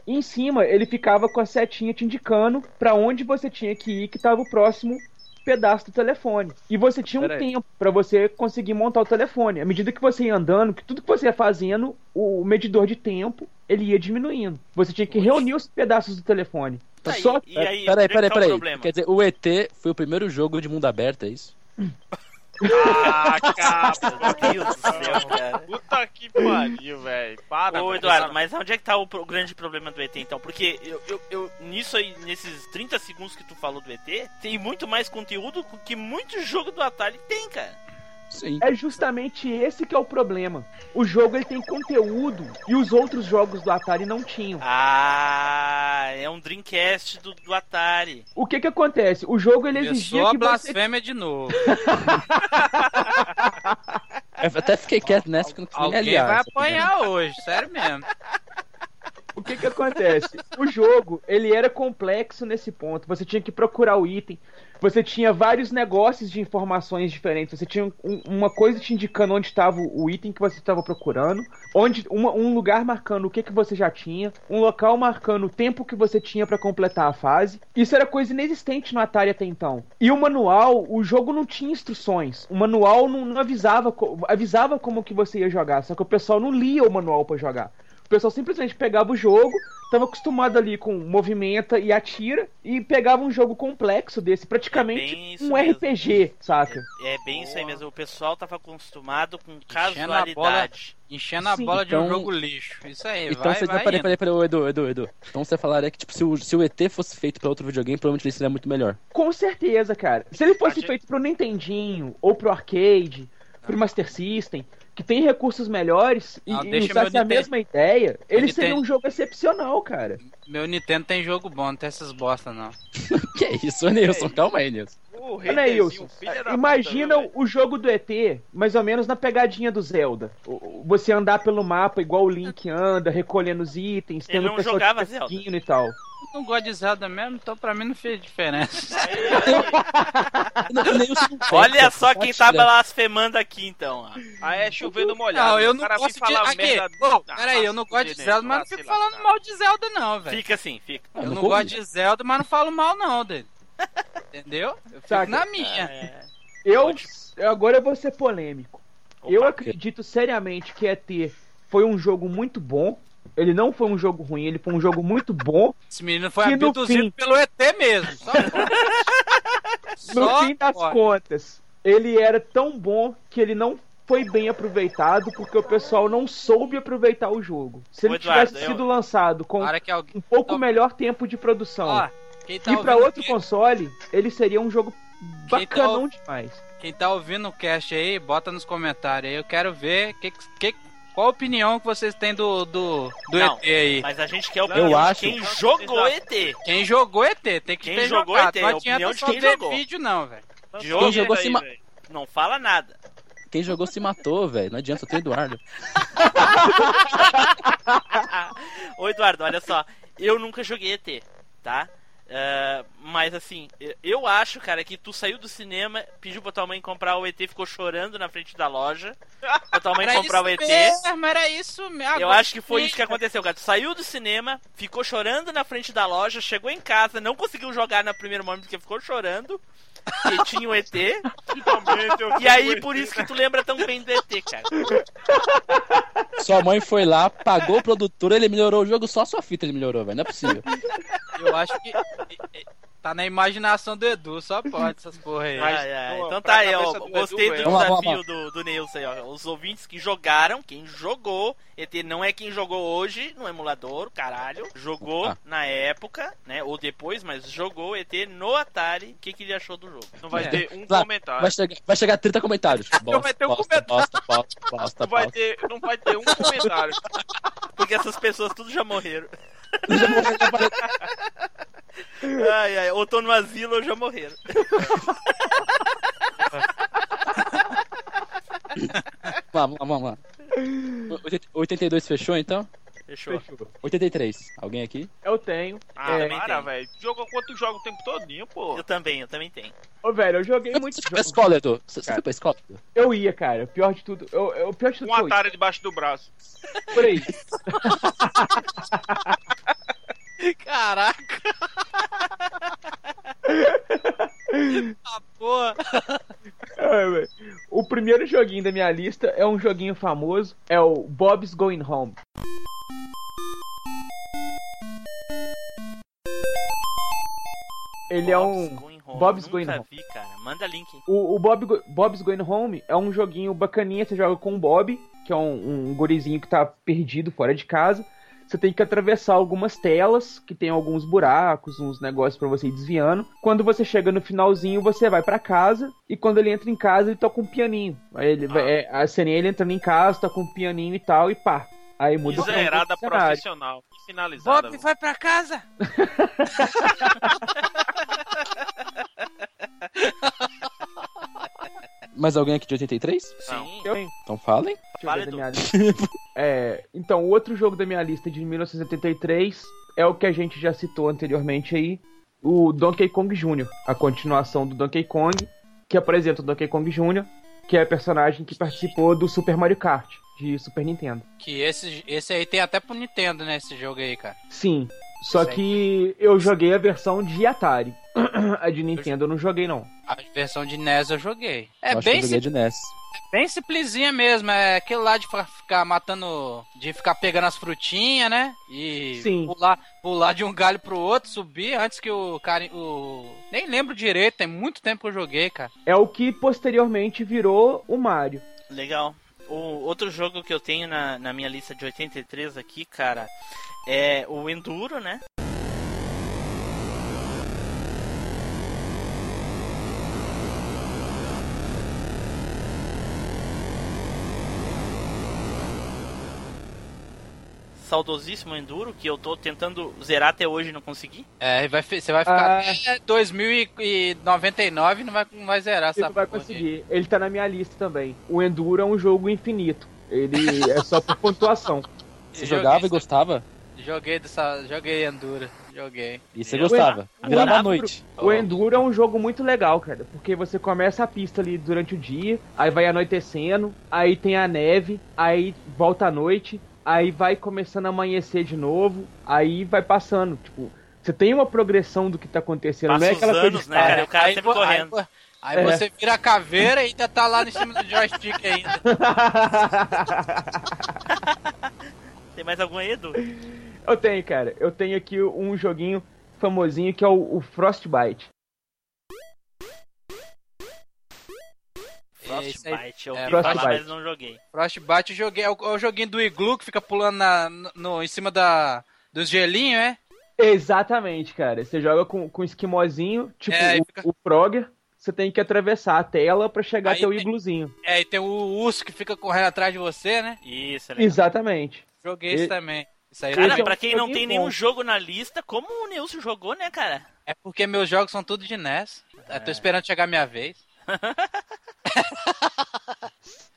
E em cima, ele ficava com a setinha te indicando pra onde você tinha que ir, que tava o próximo pedaço do telefone. E você tinha um
Pera aí.
tempo pra você conseguir montar o telefone. À medida que você ia andando, que tudo que você ia fazendo, o o medidor de tempo, ele ia diminuindo. Você tinha que reunir os pedaços do telefone.
Tá, e-
Só
e, aí,
peraí,
onde é que
peraí,
tá o
peraí.
problema?
Quer dizer, o ET foi o primeiro jogo de mundo aberto, é isso?
Ah, [LAUGHS] cara.
[LAUGHS] Meu Deus do céu, cara.
Puta que pariu, velho. Para,
Ô,
velho.
Eduardo, mas onde é que tá o, pro- grande problema do ET, então? Porque eu, eu, eu- nisso aí, nesses 30 segundos que tu falou do ET, tem muito mais conteúdo que muito jogo do Atari tem, cara.
Sim.
É justamente esse que é o problema. O jogo ele tem conteúdo e os outros jogos do Atari não tinham.
Ah, é um Dreamcast do, do Atari.
O que que acontece? O jogo ele
é
exigia
Começou a
que você
blasfêmia de novo.
Eu até fiquei quieto nessa que eu não quis nem tá
Alguém
aliar.
vai apanhar hoje, sério mesmo.
O que que acontece? O jogo, ele era complexo nesse ponto. Você tinha que procurar o item. Você tinha vários negócios de informações diferentes. Você tinha um- uma coisa te indicando onde estava o item que você estava procurando, onde uma- um lugar marcando o que, que você já tinha, um local marcando o tempo que você tinha para completar a fase. Isso era coisa inexistente no Atari até então. E o manual, o jogo não tinha instruções. O manual não, não avisava, co- avisava como que você ia jogar, só que o pessoal não lia o manual para jogar. O pessoal simplesmente pegava o jogo, tava acostumado ali com movimenta e atira, e pegava um jogo complexo desse,
É bem
praticamente
isso
um
mesmo.
RPG, saca?
É bem isso aí mesmo. O pessoal tava acostumado com
Enchendo a bola.
casualidade.
Enchendo a
Sim,
bola de um
então-
jogo lixo. Isso aí,
Então
vai,
você.
vai
Não, peraí,
indo.
peraí, peraí, ô, Edu, Edu, Edu. Então você falaria que, tipo, se o, se o ET fosse feito pra outro videogame, provavelmente ele seria muito melhor. [LAUGHS]
Com certeza, cara. Se ele fosse
Gente-
feito pro Nintendinho, ou pro arcade, pro Master System, que tem recursos melhores e,
Ah,
e
deixa
usasse
meu
a
Nintendo.
mesma ideia, ele
Nintendo.
seria um jogo excepcional, cara.
Meu Nintendo tem jogo bom, não tem essas bosta não.
Que isso,
É.
Nilson? Calma aí,
[LAUGHS]
Nilson.
O rei
Olha aí, Wilson. Imagina o jogo do ET, mais ou menos na pegadinha do Zelda. O- o- Você andar pelo mapa igual o Link anda, recolhendo os itens,
Ele
tendo
não
pessoas
jogava
te perseguindo e tal.
Não gosto de Zelda mesmo, então pra mim não fez
[LAUGHS]
diferença.
Não, o Nilson não pensa,
Olha só
tá
quem tá
tirando.
blasfemando aqui então. ó.
Ah, é chovendo molhado.
Não, eu
O
não
cara vem
gosto de.
falar
Aqui,
merda-
ô,
Ah,
peraí, eu não
se
gosto de
fuder,
Zelda,
né?
mas
Vai
não fico
se lascar.
falando mal de Zelda, não, velho.
Fica assim, fica.
Eu
não
não
vou
gosto de Zelda, mas não falo mal, não, dele. Entendeu? Eu fico
Saca.
na minha.
É.
Eu, agora eu vou ser polêmico.
Opa.
eu acredito seriamente que ET foi um jogo muito bom. Ele não foi um jogo ruim, ele foi um jogo muito bom.
Esse menino foi
Que no fim-
abduzido pelo ET mesmo. Só
[LAUGHS] No
Só
fim das
pode.
contas, ele era tão bom que ele não foi bem aproveitado porque o pessoal não soube aproveitar o jogo. Se ele
Ô, Eduardo,
tivesse
eu-
sido lançado com
Para que alguém.
um pouco
Então-
melhor tempo de produção
Ó, quem tá
e pra
ouvindo
outro
o ca-
console, ele seria um jogo
tá
bacanão demais.
Quem tá ouvindo o cast aí, bota nos comentários aí. Eu quero ver que, que- qual a opinião que vocês têm do, do, do
Não,
ET aí.
Mas a gente quer o
Eu acho-
quem jogou ET.
Quem jogou ET, tem que
Quem
ter
jogou
jogado.
ET, é a
Não adianta
opinião de
só
quem
ver
jogou.
vídeo, não, velho.
Jogou
Quem jogou
daí,
se ma-
velho. Não fala nada.
Quem jogou se matou, velho. Não adianta, só tem o Eduardo.
Ah, Ô Eduardo, olha só, eu nunca joguei ET, tá? Ah, mas assim, eu- eu acho, cara, que tu saiu do cinema, pediu pra tua mãe comprar o ET, ficou chorando na frente da loja. Pra
[LAUGHS]
tua mãe
Era
comprar
isso
o ET.
mesmo, era isso mesmo.
Eu
Agora
acho que foi
sim,
isso que aconteceu, cara. Tu saiu do cinema, ficou chorando na frente da loja, chegou em casa, não conseguiu jogar na primeira momento porque ficou chorando. Porque tinha o ET. E aí, por isso que tu lembra tão bem do ET, cara.
Sua mãe foi lá, pagou o produtor, ele melhorou o jogo, só a sua fita ele melhorou, velho. Não é possível.
[LAUGHS] Eu acho que eh, eh, tá na imaginação do Edu, só pode essas porra aí.
Mas,
Ai, ai.
pô,
Então
pra
tá aí, ó.
cabeça do
Gostei
Edu,
do
velho.
Vamos lá, vamos
desafio do, do Nilson aí, ó. Os ouvintes que jogaram, quem jogou, ET não é quem jogou hoje no emulador, caralho. Jogou
Ah.
na época, né? Ou depois, mas jogou ET no Atari. O que, que ele achou do jogo? Então,
Não vai
É.
ter um
Vai-
comentário.
Vai chegar, vai chegar 30 comentários. Bosta,
Ah. [LAUGHS] vai ter um
bosta, bosta, bosta, bosta,
Não vai
bosta.
ter, não vai ter um comentário.
Porque essas pessoas tudo já morreram. Ai, ai, ou tô no asilo ou já morreram.
Vamos lá, vamos lá. vamos lá. Oitenta- 82 fechou, então?
[LAUGHS]
Fechou.
Fechou.
83. Alguém aqui?
Eu tenho.
Ah,
É.
para, velho. Jogou quanto joga o tempo todinho, pô.
Eu também, eu também tenho.
Ô, velho, eu joguei muito
Você foi pra
jogo.
escola, Edu? Você você
Cara.
foi pra escola? Edu?
Eu ia, cara. O pior de tudo. Eu, eu, o pior de tudo
Um
foi
Atari debaixo do braço.
isso, por aí.
[LAUGHS] Caraca!
[LAUGHS]
ah, porra!
Ai, velho. o primeiro joguinho da minha lista é um joguinho famoso, é o Bob's Going Home. Ele é um.
Going Home.
Bob's
Nunca
Going Home.
vi, cara. Manda link.
O, o Bob, Go- Bob's Going Home é um joguinho bacaninha, você joga com o Bob, que é um, um gurizinho que tá perdido fora de casa. Você tem que atravessar algumas telas, que tem alguns buracos, uns negócios pra você ir desviando. Quando você chega no finalzinho, você vai pra casa, e quando ele entra em casa, ele toca um pianinho. Aí ele, vai- é, a cena é ele entrando em casa, toca um pianinho e tal, e pá. Aí muda o tom do
Zerada
cenário.
profissional. E finalizada.
Bob vai pra casa!
Mais alguém aqui de 83?
Sim.
Eu-
Então falem.
Deixa eu ver
Fala,
da minha lista. É, então, o outro jogo da minha lista de 1973 é o que a gente já citou anteriormente aí, o Donkey Kong Jr., a continuação do Donkey Kong, que apresenta o Donkey Kong Jr., que é a personagem que participou do Super Mario Kart de Super Nintendo.
Que esse, esse aí tem até pro Nintendo, né? Esse jogo aí, cara.
Sim, só
Sei.
que eu joguei a versão de Atari. [CLEARS THROAT] A de Nintendo eu não joguei, não.
A versão de NES eu joguei. É
Eu acho que
bem,
eu joguei
si-
de NES.
bem simplesinha mesmo. É aquilo lá de fa- ficar matando. De ficar pegando as frutinhas, né? E
Sim.
pular, pular de um galho pro outro, subir antes que o cara. O... Nem lembro direito, tem muito tempo que eu joguei, cara.
É o que posteriormente virou o Mario.
Legal. O outro jogo que eu tenho na, na minha lista de 83 aqui, cara, é o Enduro, né? saudosíssimo Enduro, que eu tô tentando zerar até hoje e não consegui.
É, e vai, fi- você vai ficar
Ah.
até 2099 e não vai, não vai zerar
Você
essa
não vai
porra de-
conseguir. Ele tá na minha lista também. O Enduro é um jogo infinito. Ele é só por
[LAUGHS]
pontuação.
Você
Eu
jogava e
joguei-
gostava?
Joguei dessa. Joguei Enduro. Joguei.
E você
Eu-
gostava.
Eu-
um
Virava
Eu-
à noite.
O Enduro é um jogo muito legal, cara. Porque você começa a pista ali durante o dia, aí vai anoitecendo, aí tem a neve, aí volta à noite, aí vai começando a amanhecer de novo, aí vai passando. Tipo, você tem uma progressão do que tá acontecendo, não é
Passa os
aquela
anos,
coisa. de-
né? o cara
aí,
sempre
vo- aí
correndo.
vo- aí
É.
você vira a caveira e ainda tá lá no cima do joystick ainda.
né? Tem mais algum aí, Edu?
[LAUGHS]
É,
Eu tenho, cara. Eu tenho aqui um joguinho famosinho que é o, o Frostbite.
Esse aí,
Frostbite, eu
é,
ouvi
Frostbite.
falar, mas não joguei.
Frostbite, eu joguei. É o, é o joguinho do iglu que fica pulando na, no, em cima da, dos gelinhos, é?
Exatamente, cara. Você joga com, com um esquimozinho, tipo
É, aí
o,
fica-
o Frogger. Você tem que atravessar a tela pra chegar
Aí
até o
tem-
igluzinho.
É, e tem o urso que fica correndo atrás de você, né?
Isso, é legal.
Exatamente.
Joguei esse
E-
também. Isso aí
Esse é
Cara,
um
pra quem não
joguinho
tem
bom.
nenhum jogo na lista, como o Nilson jogou, né, cara?
é porque meus jogos são tudo de NES. Eu tô esperando chegar a minha vez.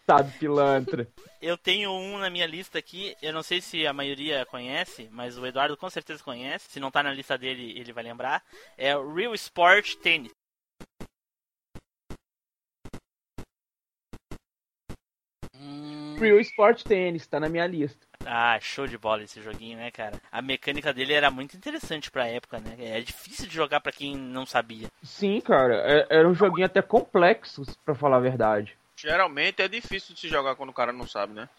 Sabe, pilantra.
Eu tenho um na minha lista aqui, eu não sei se a maioria conhece, mas o Eduardo com certeza conhece. Se não tá na lista dele, ele vai lembrar. É o Real Sport Tennis.
Real Sport Tennis tá na minha lista.
Ah, show de bola esse joguinho, né, cara? A mecânica dele era muito interessante pra época, né? É difícil de jogar pra quem não sabia.
Sim, cara. é- Era um joguinho até complexo, pra falar a verdade.
Geralmente é difícil de se jogar quando o cara não sabe, né?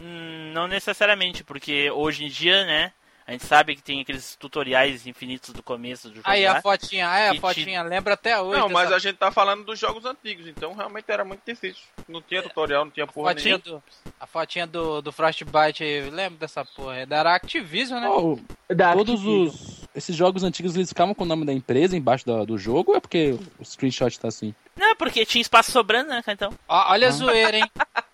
Hum, não necessariamente, porque hoje em dia, né? A gente sabe que tem aqueles tutoriais infinitos do começo do jogo.
Aí
lá.
a fotinha, aí
E
a
te-
fotinha, lembra até hoje.
Não, mas
dessa
a gente tá falando dos jogos antigos, então realmente era muito difícil. Não
É.
tinha tutorial, não tinha porra
fotinha
nenhuma.
do, a fotinha do, do Frostbite, eu lembro dessa porra. É da Activision, né?
Ó,
Da
todos
Activision.
os. Esses jogos antigos eles ficavam com o nome da empresa embaixo da- do jogo ou é porque o screenshot tá assim?
Não, porque tinha espaço sobrando, né, cara? Então.
Ó, olha a zoeira, hein?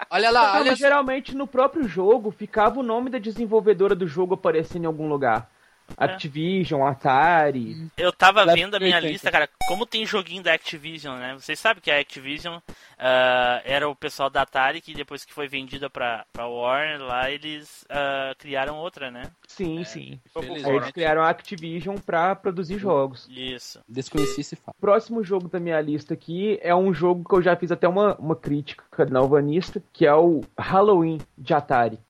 Olha lá,
Não,
olha
mas geralmente no próprio jogo ficava o nome da desenvolvedora do jogo aparecendo em algum lugar. Activision, Atari.
Eu tava
Left
vendo a minha
80.
lista, cara, como tem joguinho da Activision, né? Vocês sabem que a Activision ah, era o pessoal da Atari que depois que foi vendida pra, pra Warner lá, eles ah, criaram outra, né?
Sim, sim.
Tô por
Beleza.
Aí eles
fora.
criaram a Activision pra produzir jogos.
Isso.
Desconheci esse fato.
O próximo jogo da minha lista aqui é um jogo que eu já fiz até uma, uma crítica na Alvanista, que é o Halloween de Atari.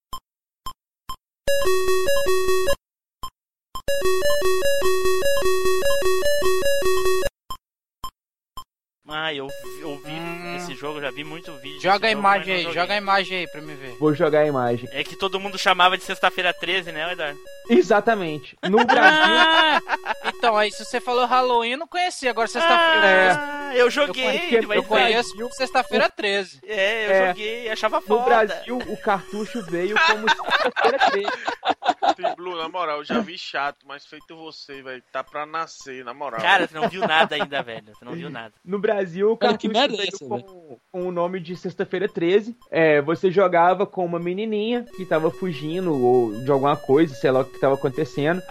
Ah, eu vi- eu vi
Hum.
esse jogo, já vi muito vídeo.
Joga a
desse jogo, mas
imagem
não
aí,
joguei.
joga a imagem aí pra me ver.
Vou jogar a imagem.
É que todo mundo chamava de sexta-feira 13, né, Eduardo?
Exatamente. [LAUGHS] No Brasil.
Ah, [LAUGHS] então, aí se você falou Halloween, eu não conhecia. Agora sexta-feira. é.
Ah, eu
eu
joguei,
conheço-
ele vai
eu
dizer.
conheço sexta-feira 13.
É, eu
É.
joguei, achava
No
foda.
Brasil, o cartucho veio como sexta-feira 13.
Blue, na moral, já vi chato, mas feito você, velho. Tá pra nascer, na moral.
Cara, tu não viu nada ainda, velho. Tu não
[LAUGHS]
viu nada.
No Brasil, o
Cara, que
cartucho
merda é
veio
essa,
com, com o nome de Sexta-feira 13. É, você jogava com uma menininha que tava fugindo ou de alguma coisa, sei lá o que tava acontecendo.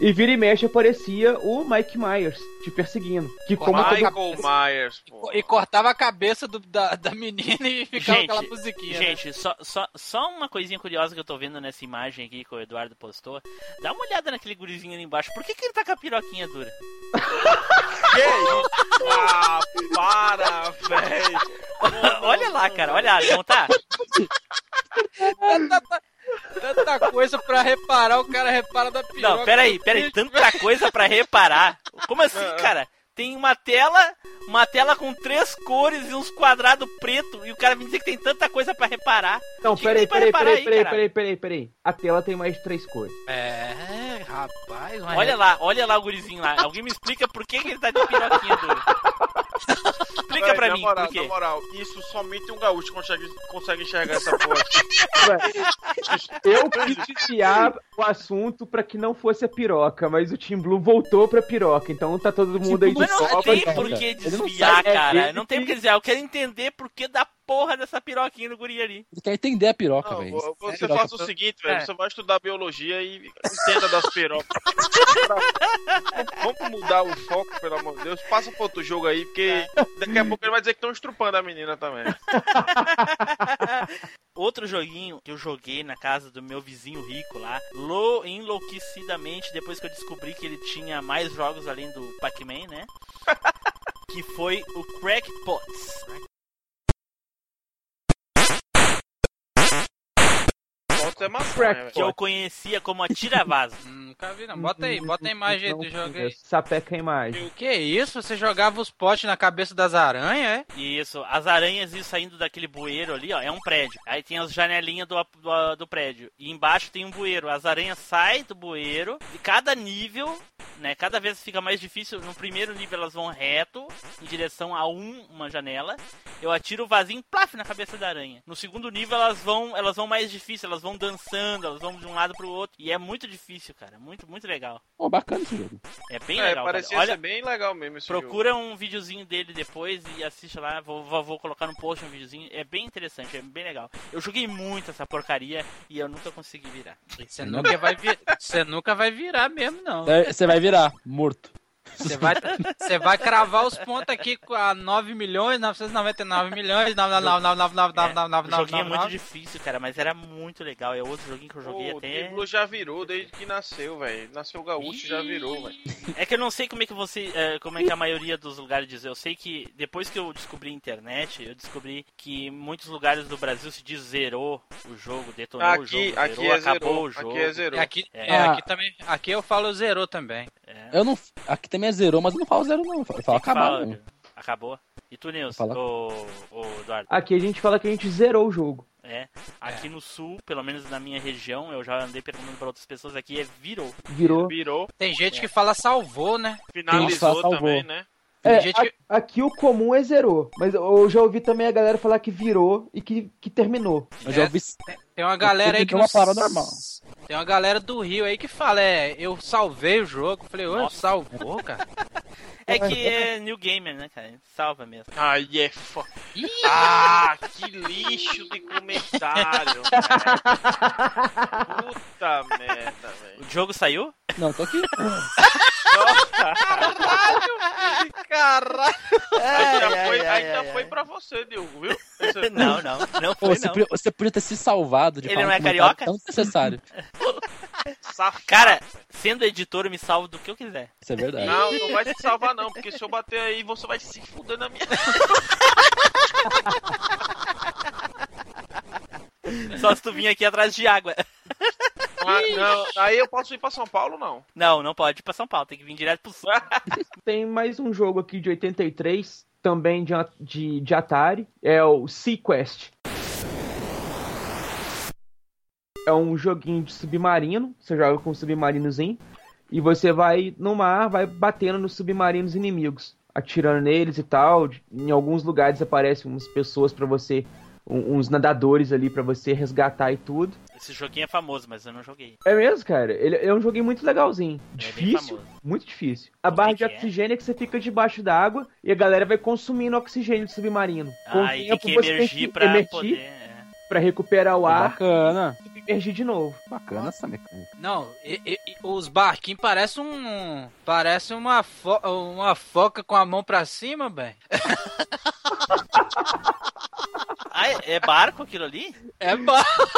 E vira e mexe aparecia o Mike Myers te perseguindo. Que como
Mas-
Michael
cabeça.
Myers, pô.
E cortava a cabeça do- da, da menina e [LAUGHS] ficava
Gente,
aquela musiquinha. né?
Gente, só, só, só uma coisinha curiosa que eu tô vendo nessa imagem aqui que o Eduardo postou. Dá uma olhada naquele gurizinho ali embaixo. Por que, que ele tá com a piroquinha dura?
Que
é
isso? Ah, para, velho.
[LAUGHS] olha lá, cara, olha lá, não tá?
É Tanta coisa pra reparar, o cara repara da piroca.
Não, peraí, peraí, tanta coisa pra reparar. Como assim, cara? Tem uma tela, uma tela com três cores e uns quadrados preto e o cara me dizer que tem tanta coisa pra reparar.
Não,
Tinha
peraí,
que parar
peraí,
para
peraí,
aí,
peraí,
caralho.
peraí, peraí, peraí. A tela tem mais três cores.
É, rapaz, mas...
Olha lá, olha lá o gurizinho lá. Alguém me explica por que, que ele tá de piroquinha dura. Explica
Véi,
pra
na
mim,
moral,
por quê?
Na moral, isso somente um gaúcho consegue, consegue enxergar essa porra.
Eu critiquei o assunto pra que não fosse a piroca, mas o Tim Blue voltou pra piroca, então tá todo mundo aí de
Mas não
sobra.
tem
cara.
por que
Ele não
desviar,
sabe- é,
cara.
ele
Não tem por
que-
que desviar. Eu quero entender por que da porra dessa piroquinha do guri ali.
Ele quer entender a piroca,
Não,
velho.
vo- você
Piroca.
assim.
faz o seguinte, velho.
É.
Você vai estudar biologia e entenda das pirocas. [LAUGHS] Vamos mudar o foco, pelo amor de Deus. Passa pro outro jogo aí, porque daqui a pouco ele vai dizer que estão estrupando a menina também.
Outro joguinho que eu joguei na casa do meu vizinho rico lá, lo enlouquecidamente, depois que eu descobri que ele tinha mais jogos além do Pac-Man, né? que foi o Crackpots.
Foto é maconha,
Que
velho.
eu conhecia como Atiravaso.
Hum, Nunca vi, não. Bota aí, bota a imagem aí do jogo aí.
Sapeca a imagem.
O que é isso? Você jogava os potes na cabeça das aranhas, é?
Isso, as aranhas iam saindo daquele bueiro ali, ó, é um prédio. Aí tem as janelinhas do, do, do prédio. E embaixo tem um bueiro. As aranhas saem do bueiro e cada nível, né? Cada vez fica mais difícil. No primeiro nível elas vão reto, em direção a um, uma janela. Eu atiro o vasinho, plaf, na cabeça da aranha. No segundo nível elas vão, elas vão mais difícil, elas vão dançando, elas vão de um lado pro outro. E é muito difícil, cara. Muito, muito legal.
Pô, bacana esse jogo.
É bem
É,
legal. cara.
parecia
Olha,
ser bem legal mesmo esse jogo.
Procura um videozinho dele depois e assiste lá. Vou, vou, vou colocar no post um videozinho. É bem interessante, é bem legal. Eu joguei muito essa porcaria e eu nunca consegui virar.
Você nunca vai, vi- você nunca vai virar mesmo, não.
É, Você vai virar morto.
Você vai, você vai cravar os pontos aqui com a 9 milhões, 999 milhões, 999999999.
O joguinho é muito difícil, cara, mas era muito legal. É outro joguinho que eu joguei
Pô, O
até.
Triblo já virou desde que nasceu, velho. Nasceu gaúcho, já virou, velho.
É que eu não sei como é que você. é, como é que a maioria dos lugares diz. Eu sei que depois que eu descobri a internet, eu descobri que muitos lugares do Brasil se diz zerou o jogo, detonou o
Aqui,
jogo,
aqui
zerou,
é
acabou
zerou.
o jogo.
Aqui é zerou.
Aqui, é,
Ah.
aqui também. Aqui eu falo zerou também.
É.
Eu não. Aqui também é zerou, mas eu não falo zero, não. Eu falo, eu falo acabar,
Fala,
não.
Gabriel. Acabou. E tu, Nils?
Fala.
Ô, ô, Eduardo.
Aqui a gente fala que a gente zerou o jogo.
É. Aqui no sul, pelo menos na minha região, eu já andei perguntando pra outras pessoas aqui, é virou.
Virou.
Virou,
Tem gente que fala salvou, né?
Nossa,
finalizou também,
salvou.
né?
Tem
É,
gente
a-
que-
aqui o comum é zerou. Mas eu já ouvi também a galera falar que virou e que, que terminou.
Eu já ouvi.
é, Tem uma galera aí que
Tem
não-
uma parada normal.
Tem uma galera do Rio aí que fala, é, eu salvei o jogo. Falei, ô,
Nossa.
salvou, cara?
É que é New Gamer, né, cara? Salva mesmo.
Ai, é fo... Ah, que lixo de
[LAUGHS]
comentário, velho. Puta merda, velho.
O jogo saiu?
Não,
[LAUGHS]
tô aqui.
Caralho!
É,
Ainda foi, ainda foi pra você, Diogo, viu?
[LAUGHS]
Esse-
Não, não.
[LAUGHS]
Não
Pô,
foi,
você,
não.
podia- você podia ter se salvado de
Ele
falar
não é
um comentário
carioca?
Tão necessário.
Safado.
Cara, sendo editor, eu me salvo do que eu quiser.
Isso é
Ah,
verdade.
Não, não vai se salvar não, porque se eu bater aí, você vai se fuder na minha...
Só se tu vir aqui atrás de água.
Ah, não, aí eu posso ir pra São Paulo, não.
Não, não pode ir pra São Paulo, tem que vir direto [LAUGHS] pro sul.
Tem mais um jogo aqui de 83, também de, de, de Atari. É o Sequest. É um joguinho de submarino. Você joga com um submarinozinho. E você vai no mar, vai batendo nos submarinos inimigos. Atirando neles e tal. Em alguns lugares aparecem umas pessoas pra você. um- Uns nadadores ali pra você resgatar e tudo.
Esse joguinho é famoso, mas eu não joguei.
É mesmo, cara. Ele ele é um joguinho muito legalzinho.
É bem
Difícil,
famoso.
muito difícil. A
Como
barra
é
de
que é?
oxigênio é que você fica debaixo da água e a galera vai consumindo oxigênio do submarino. Com o
Ah, e tem
tempo,
que
você
emergir
que
pra
emergir
poder. é.
pra recuperar o
Pô,
ar
Bacana.
e emergir de novo.
Bacana essa mecânica.
Não, e- e- e os barquinhos parecem um. Parece uma, fo- uma foca com a mão pra cima, bem.
Ah, é é barco aquilo ali?
É barco,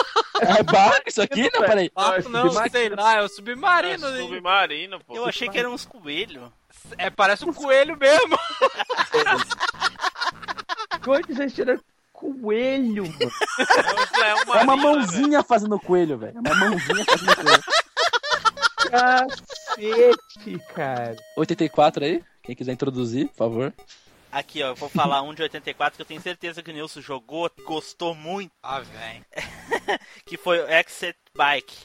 É [LAUGHS] barco isso aqui? Não, peraí.
Nossa,
não,
submarino.
sei lá, é o
É
submarino. né?
submarino, pô.
Eu achei que eram uns coelhos.
É, parece um coelho mesmo.
Quanto vocês tiraram coelho, mano?
É
É uma
marina,
mãozinha fazendo coelho, velho. É uma mãozinha fazendo coelho.
Cacete, cara.
84 aí? Quem quiser introduzir, por favor.
Aqui, ó, eu vou falar um de 84 que eu tenho certeza que o Nilson jogou, gostou muito,
Ah, velho.
[LAUGHS] que foi o Exit Bike.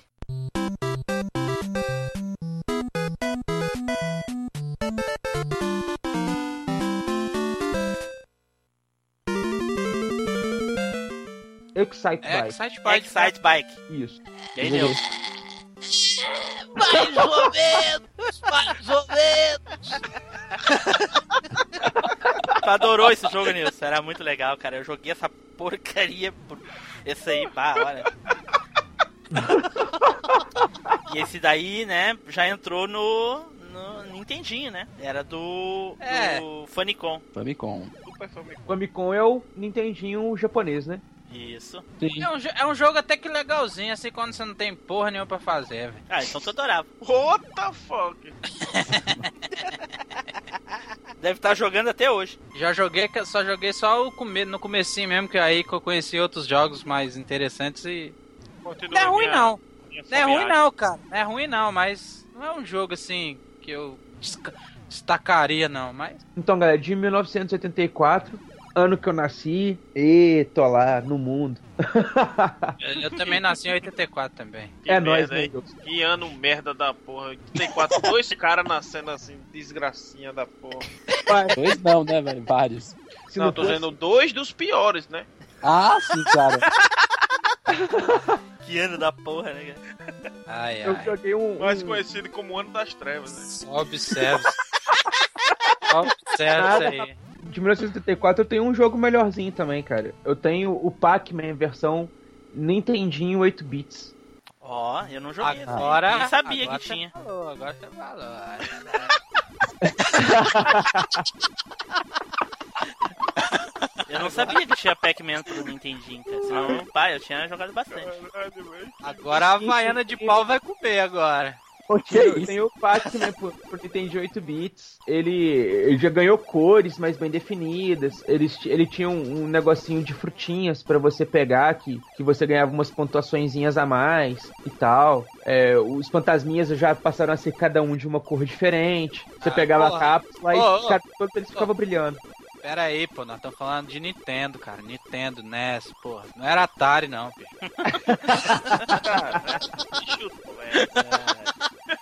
Excite
É
Bike.
Excite Bike.
Exit Bike.
Isso.
E aí, Nilson? Tu adorou esse jogo, Nilson. Era muito legal, cara. Eu joguei essa porcaria. Por... Esse aí, pá, olha. e esse daí, né, já entrou no, no Nintendinho, né? Era do,
É.
do Famicom.
Famicom.
Super Famicom.
Famicom é o Nintendinho japonês, né?
Isso.
Sim.
É um, jo- é um jogo até que legalzinho, assim, quando você não tem porra nenhuma pra fazer, velho.
Ah, então tu adorava.
What the fuck?
Deve estar jogando até hoje.
Já joguei, que- só joguei só o come, no comecinho mesmo, que aí que eu conheci outros jogos mais interessantes e... Não
Continua
é ruim
minha-
não,
minha
não é
viagem.
ruim não, cara. Não é ruim não, mas não é um jogo, assim, que eu desca- destacaria não, mas...
Então, galera, de 1984, ano que eu nasci, e tô lá no mundo. [LAUGHS]
Eu, eu também nasci em 84 também.
Que
é
merda,
nóis,
hein?
né? Deus?
Que ano merda da porra. 84, dois caras nascendo assim, desgracinha da porra.
Vai,
Dois não, né, velho? Vários.
se
Não, tô
fosse-
dizendo dois dos piores, né?
Ah, sim, cara.
Que ano da porra, né, cara?
Ai,
Eu
ai.
joguei um.
Mais
um-
conhecido como Ano das Trevas, né?
Só observa. Só observa
Nada.
isso aí.
De 1984 eu tenho um jogo melhorzinho também, cara. Eu tenho o Pac-Man versão Nintendinho 8 bits.
Ó, eu não joguei. esse aí.
Agora...
Nem sabia
agora tá-
que
você
tinha.
Falou, agora você falou.
Eu não sabia que tinha Pac-Man pro Nintendinho, cara. Senão, pai, eu tinha jogado
[LAUGHS]
bastante.
Agora a Havaiana de pau vai comer agora.
Eu tenho o Pac-Man pro, pro Nintendinho 8 bits. Ele, ele já ganhou cores mais bem definidas. Ele, ti- ele tinha um, um negocinho de frutinhas pra você pegar que, que você ganhava umas pontuaçõezinhas a mais e tal. É, os fantasminhas já passaram a ser cada um de uma cor diferente. Você
Ah,
pegava
porra.
a cápsula e
Ô, ô.
cada todos eles ficavam brilhando.
Pera aí, pô, nós estamos falando de Nintendo, cara. Nintendo, NES, porra. Não era Atari, não, bicho.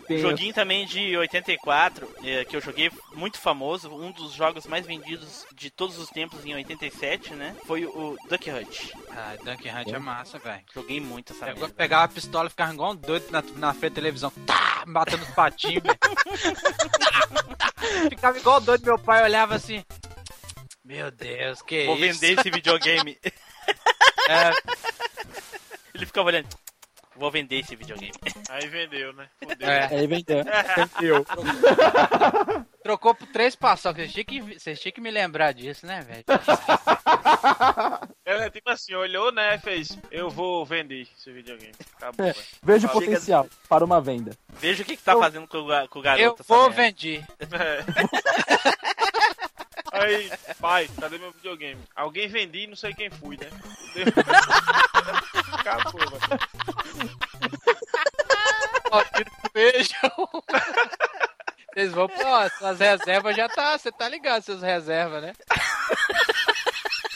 Tem-
Joguinho também de 84, eh, que eu joguei muito famoso, um dos jogos mais vendidos de todos os tempos em 87, né? Foi o Duck Hunt.
Ah, Dunkin' Hunt é massa, velho.
Joguei muito essa
Eu
merda.
pegava a pistola e ficava igual um doido na, na frente da televisão. Tá, batendo os patinhos, velho. Tá, Ficava igual doido, meu pai olhava assim. Meu Deus, que
Vou
isso?
vender esse videogame.
É,
Ele ficava olhando. Vou vender esse videogame.
Aí vendeu, né? Fudeu.
é.
Aí vendeu.
Trocou por três paçoca. Vocês tinham que, vocês tinham que me lembrar disso, né, velho?
É tipo assim, olhou, né? Fez, eu vou vender esse videogame. Acabou, velho.
Veja o
Chega-
potencial para uma venda.
Veja o que, que tá fazendo com o, ga- com o garoto.
Eu
essa
vou
merda.
vender.
É. Aí, pai, cadê meu videogame? Alguém vendi e não sei quem fui, né? Fudeu. Acabou, velho.
Vejam. [LAUGHS] Vocês vão, ó, suas reservas já tá, você tá ligado, suas reservas, né?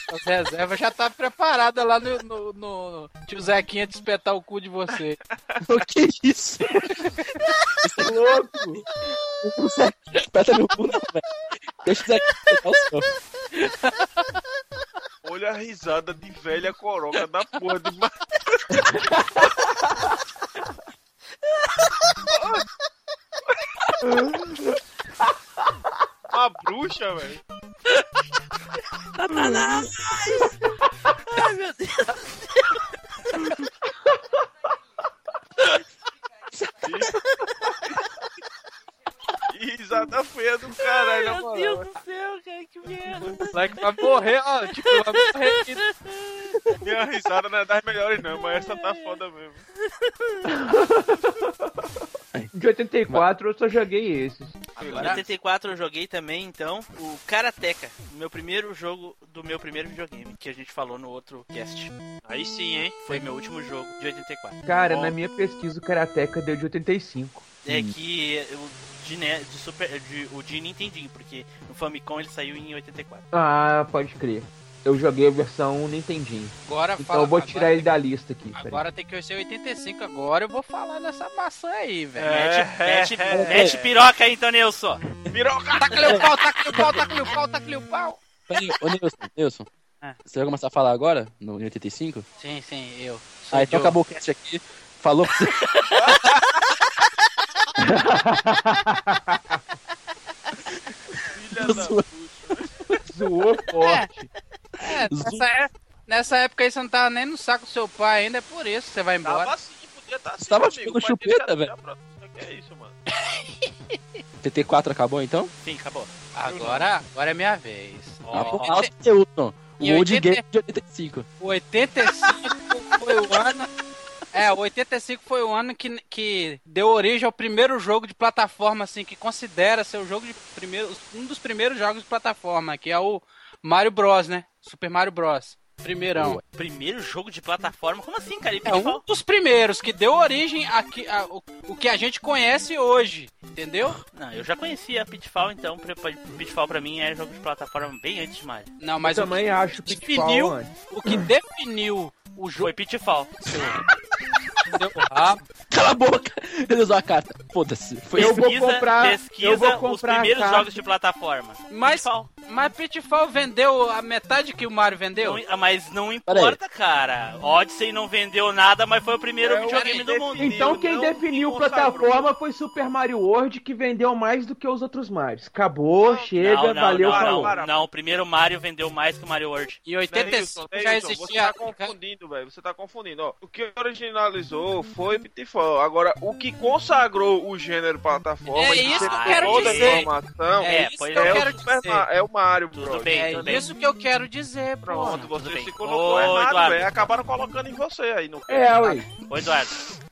Suas reservas já tá preparada lá no, no, no- no tio Zequinha de espetar o cu de você.
[LAUGHS] O que é isso? Isso é louco! O Zequinha espeta meu cu, não, velho. Deixa o Zequinha pegar o seu.
Olha a risada de velha coroca da porra de ma- [LAUGHS] Uma bruxa, velho. Ih, Risada feia do caralho, na moral.
O moleque vai morrer, ó, tipo, vai morrer aqui.
Minha risada não é das melhores, não, mas essa tá foda mesmo.
um De 84 eu só joguei esses.
Em 84 eu joguei também, então, o Karateka. Meu primeiro jogo do meu primeiro videogame, que a gente falou no outro cast.
Aí sim, hein?
Foi meu último jogo de 84.
Cara,
Bom.
na minha pesquisa o Karateka deu de 85.
É que o de, ne- de Super, de, o de Nintendinho, porque no Famicom ele saiu em 84.
Ah, pode crer. Eu joguei a versão Nintendinho.
Agora
Então
fala.
eu vou
agora-
tirar ele da lista aqui. [LAUGHS] peraí.
Agora tem que ser 85, agora eu vou falar dessa maçã aí, velho.
É.
É. [LAUGHS]
Mete, mete, mete piroca aí, então, Nilson.
Piroca!
Taca-lhe o pau, taca-lhe o pau, taca-lhe o pau, taca-lhe o pau.
Peraí, ô Nilson, Nilson.
Ah.
Você vai começar a falar agora? No em 85?
Sim, sim, eu. Sou
Ah, então
idiota.
acabou o cast aqui. Falou [LAUGHS] pra você.
Filha da puta.
Zoou forte.
É,
Zu-
nessa, é- Nessa época aí você não tava nem no saco do seu pai ainda, é por isso que você vai embora.
Tava assim, podia estar assim.
Tava
meu amigo.
chupando
O pai dele
chupeta,
já-
velho.
já pro- Que é isso, mano?
TT4 acabou então?
Sim, acabou.
Agora, agora é minha vez.
Ah,
Ó,
pô, fala do seu, não.
Em
O Old
80
Game de 85.
O 85 foi o ano. É, o 85 foi o ano que, que deu origem ao primeiro jogo de plataforma, assim, que considera ser o jogo de primeiro, um dos primeiros jogos de plataforma, que é o Mario Bros, né? Super Mario Bros. Primeirão.
primeiro jogo de plataforma? Como assim, cara? Ele
É
me
um
falou-
dos primeiros que deu origem a, que- a- o, o que a gente conhece hoje, entendeu?
Não, eu já conhecia Pitfall, então pra- pra- Pitfall pra mim é jogo de plataforma bem antes de Mario.
Não, mas
eu
o
também
que,
acho que
definiu-
Pitfall antes.
o que definiu o
Foi
jogo
Pitfall.
deu rabo
Cala a boca! [LAUGHS] Ele usou a carta. Foda-se. Foi
Eu
eu.
vou comprar-
pesquisa
eu vou
os
comprar a
primeiros
carta.
jogos de plataforma.
Mas-
Pitfall.
Mas Pitfall vendeu a metade que o Mario vendeu?
Não, ah, mas não
Pera aí.
importa, cara. Odyssey não vendeu nada, mas foi o primeiro
É o
videogame do
Odyssey.
mundo.
Então
Não
quem
se
definiu
consagrou.
plataforma foi Super Mario World, que vendeu mais do que os outros Marios. Acabou, chega,
não, não,
é valeu,
não,
falou.
Não, não, o primeiro Mario vendeu mais que o Mario World.
Em
Né, Wilson?
85
Né,
já
Wilson?
existia.
Você tá confundindo, velho. Você tá confundindo, ó. O que originalizou foi Pitfall. Agora, o que consagrou o gênero plataforma
É
e
isso que eu
destacou
quero
toda a
dizer.
informação
É,
É,
isso
pois
que eu
é,
o
quero
Super
dizer.
Ma- é o Mario,
Tudo
bro.
bem, tudo
É
bem.
isso que eu quero dizer, pô.
Pronto,
tudo
você
bem.
se colocou
Ô,
errado,
Eduardo.
velho. Acabaram colocando em você aí no
É, ué.
Ô, Eduardo.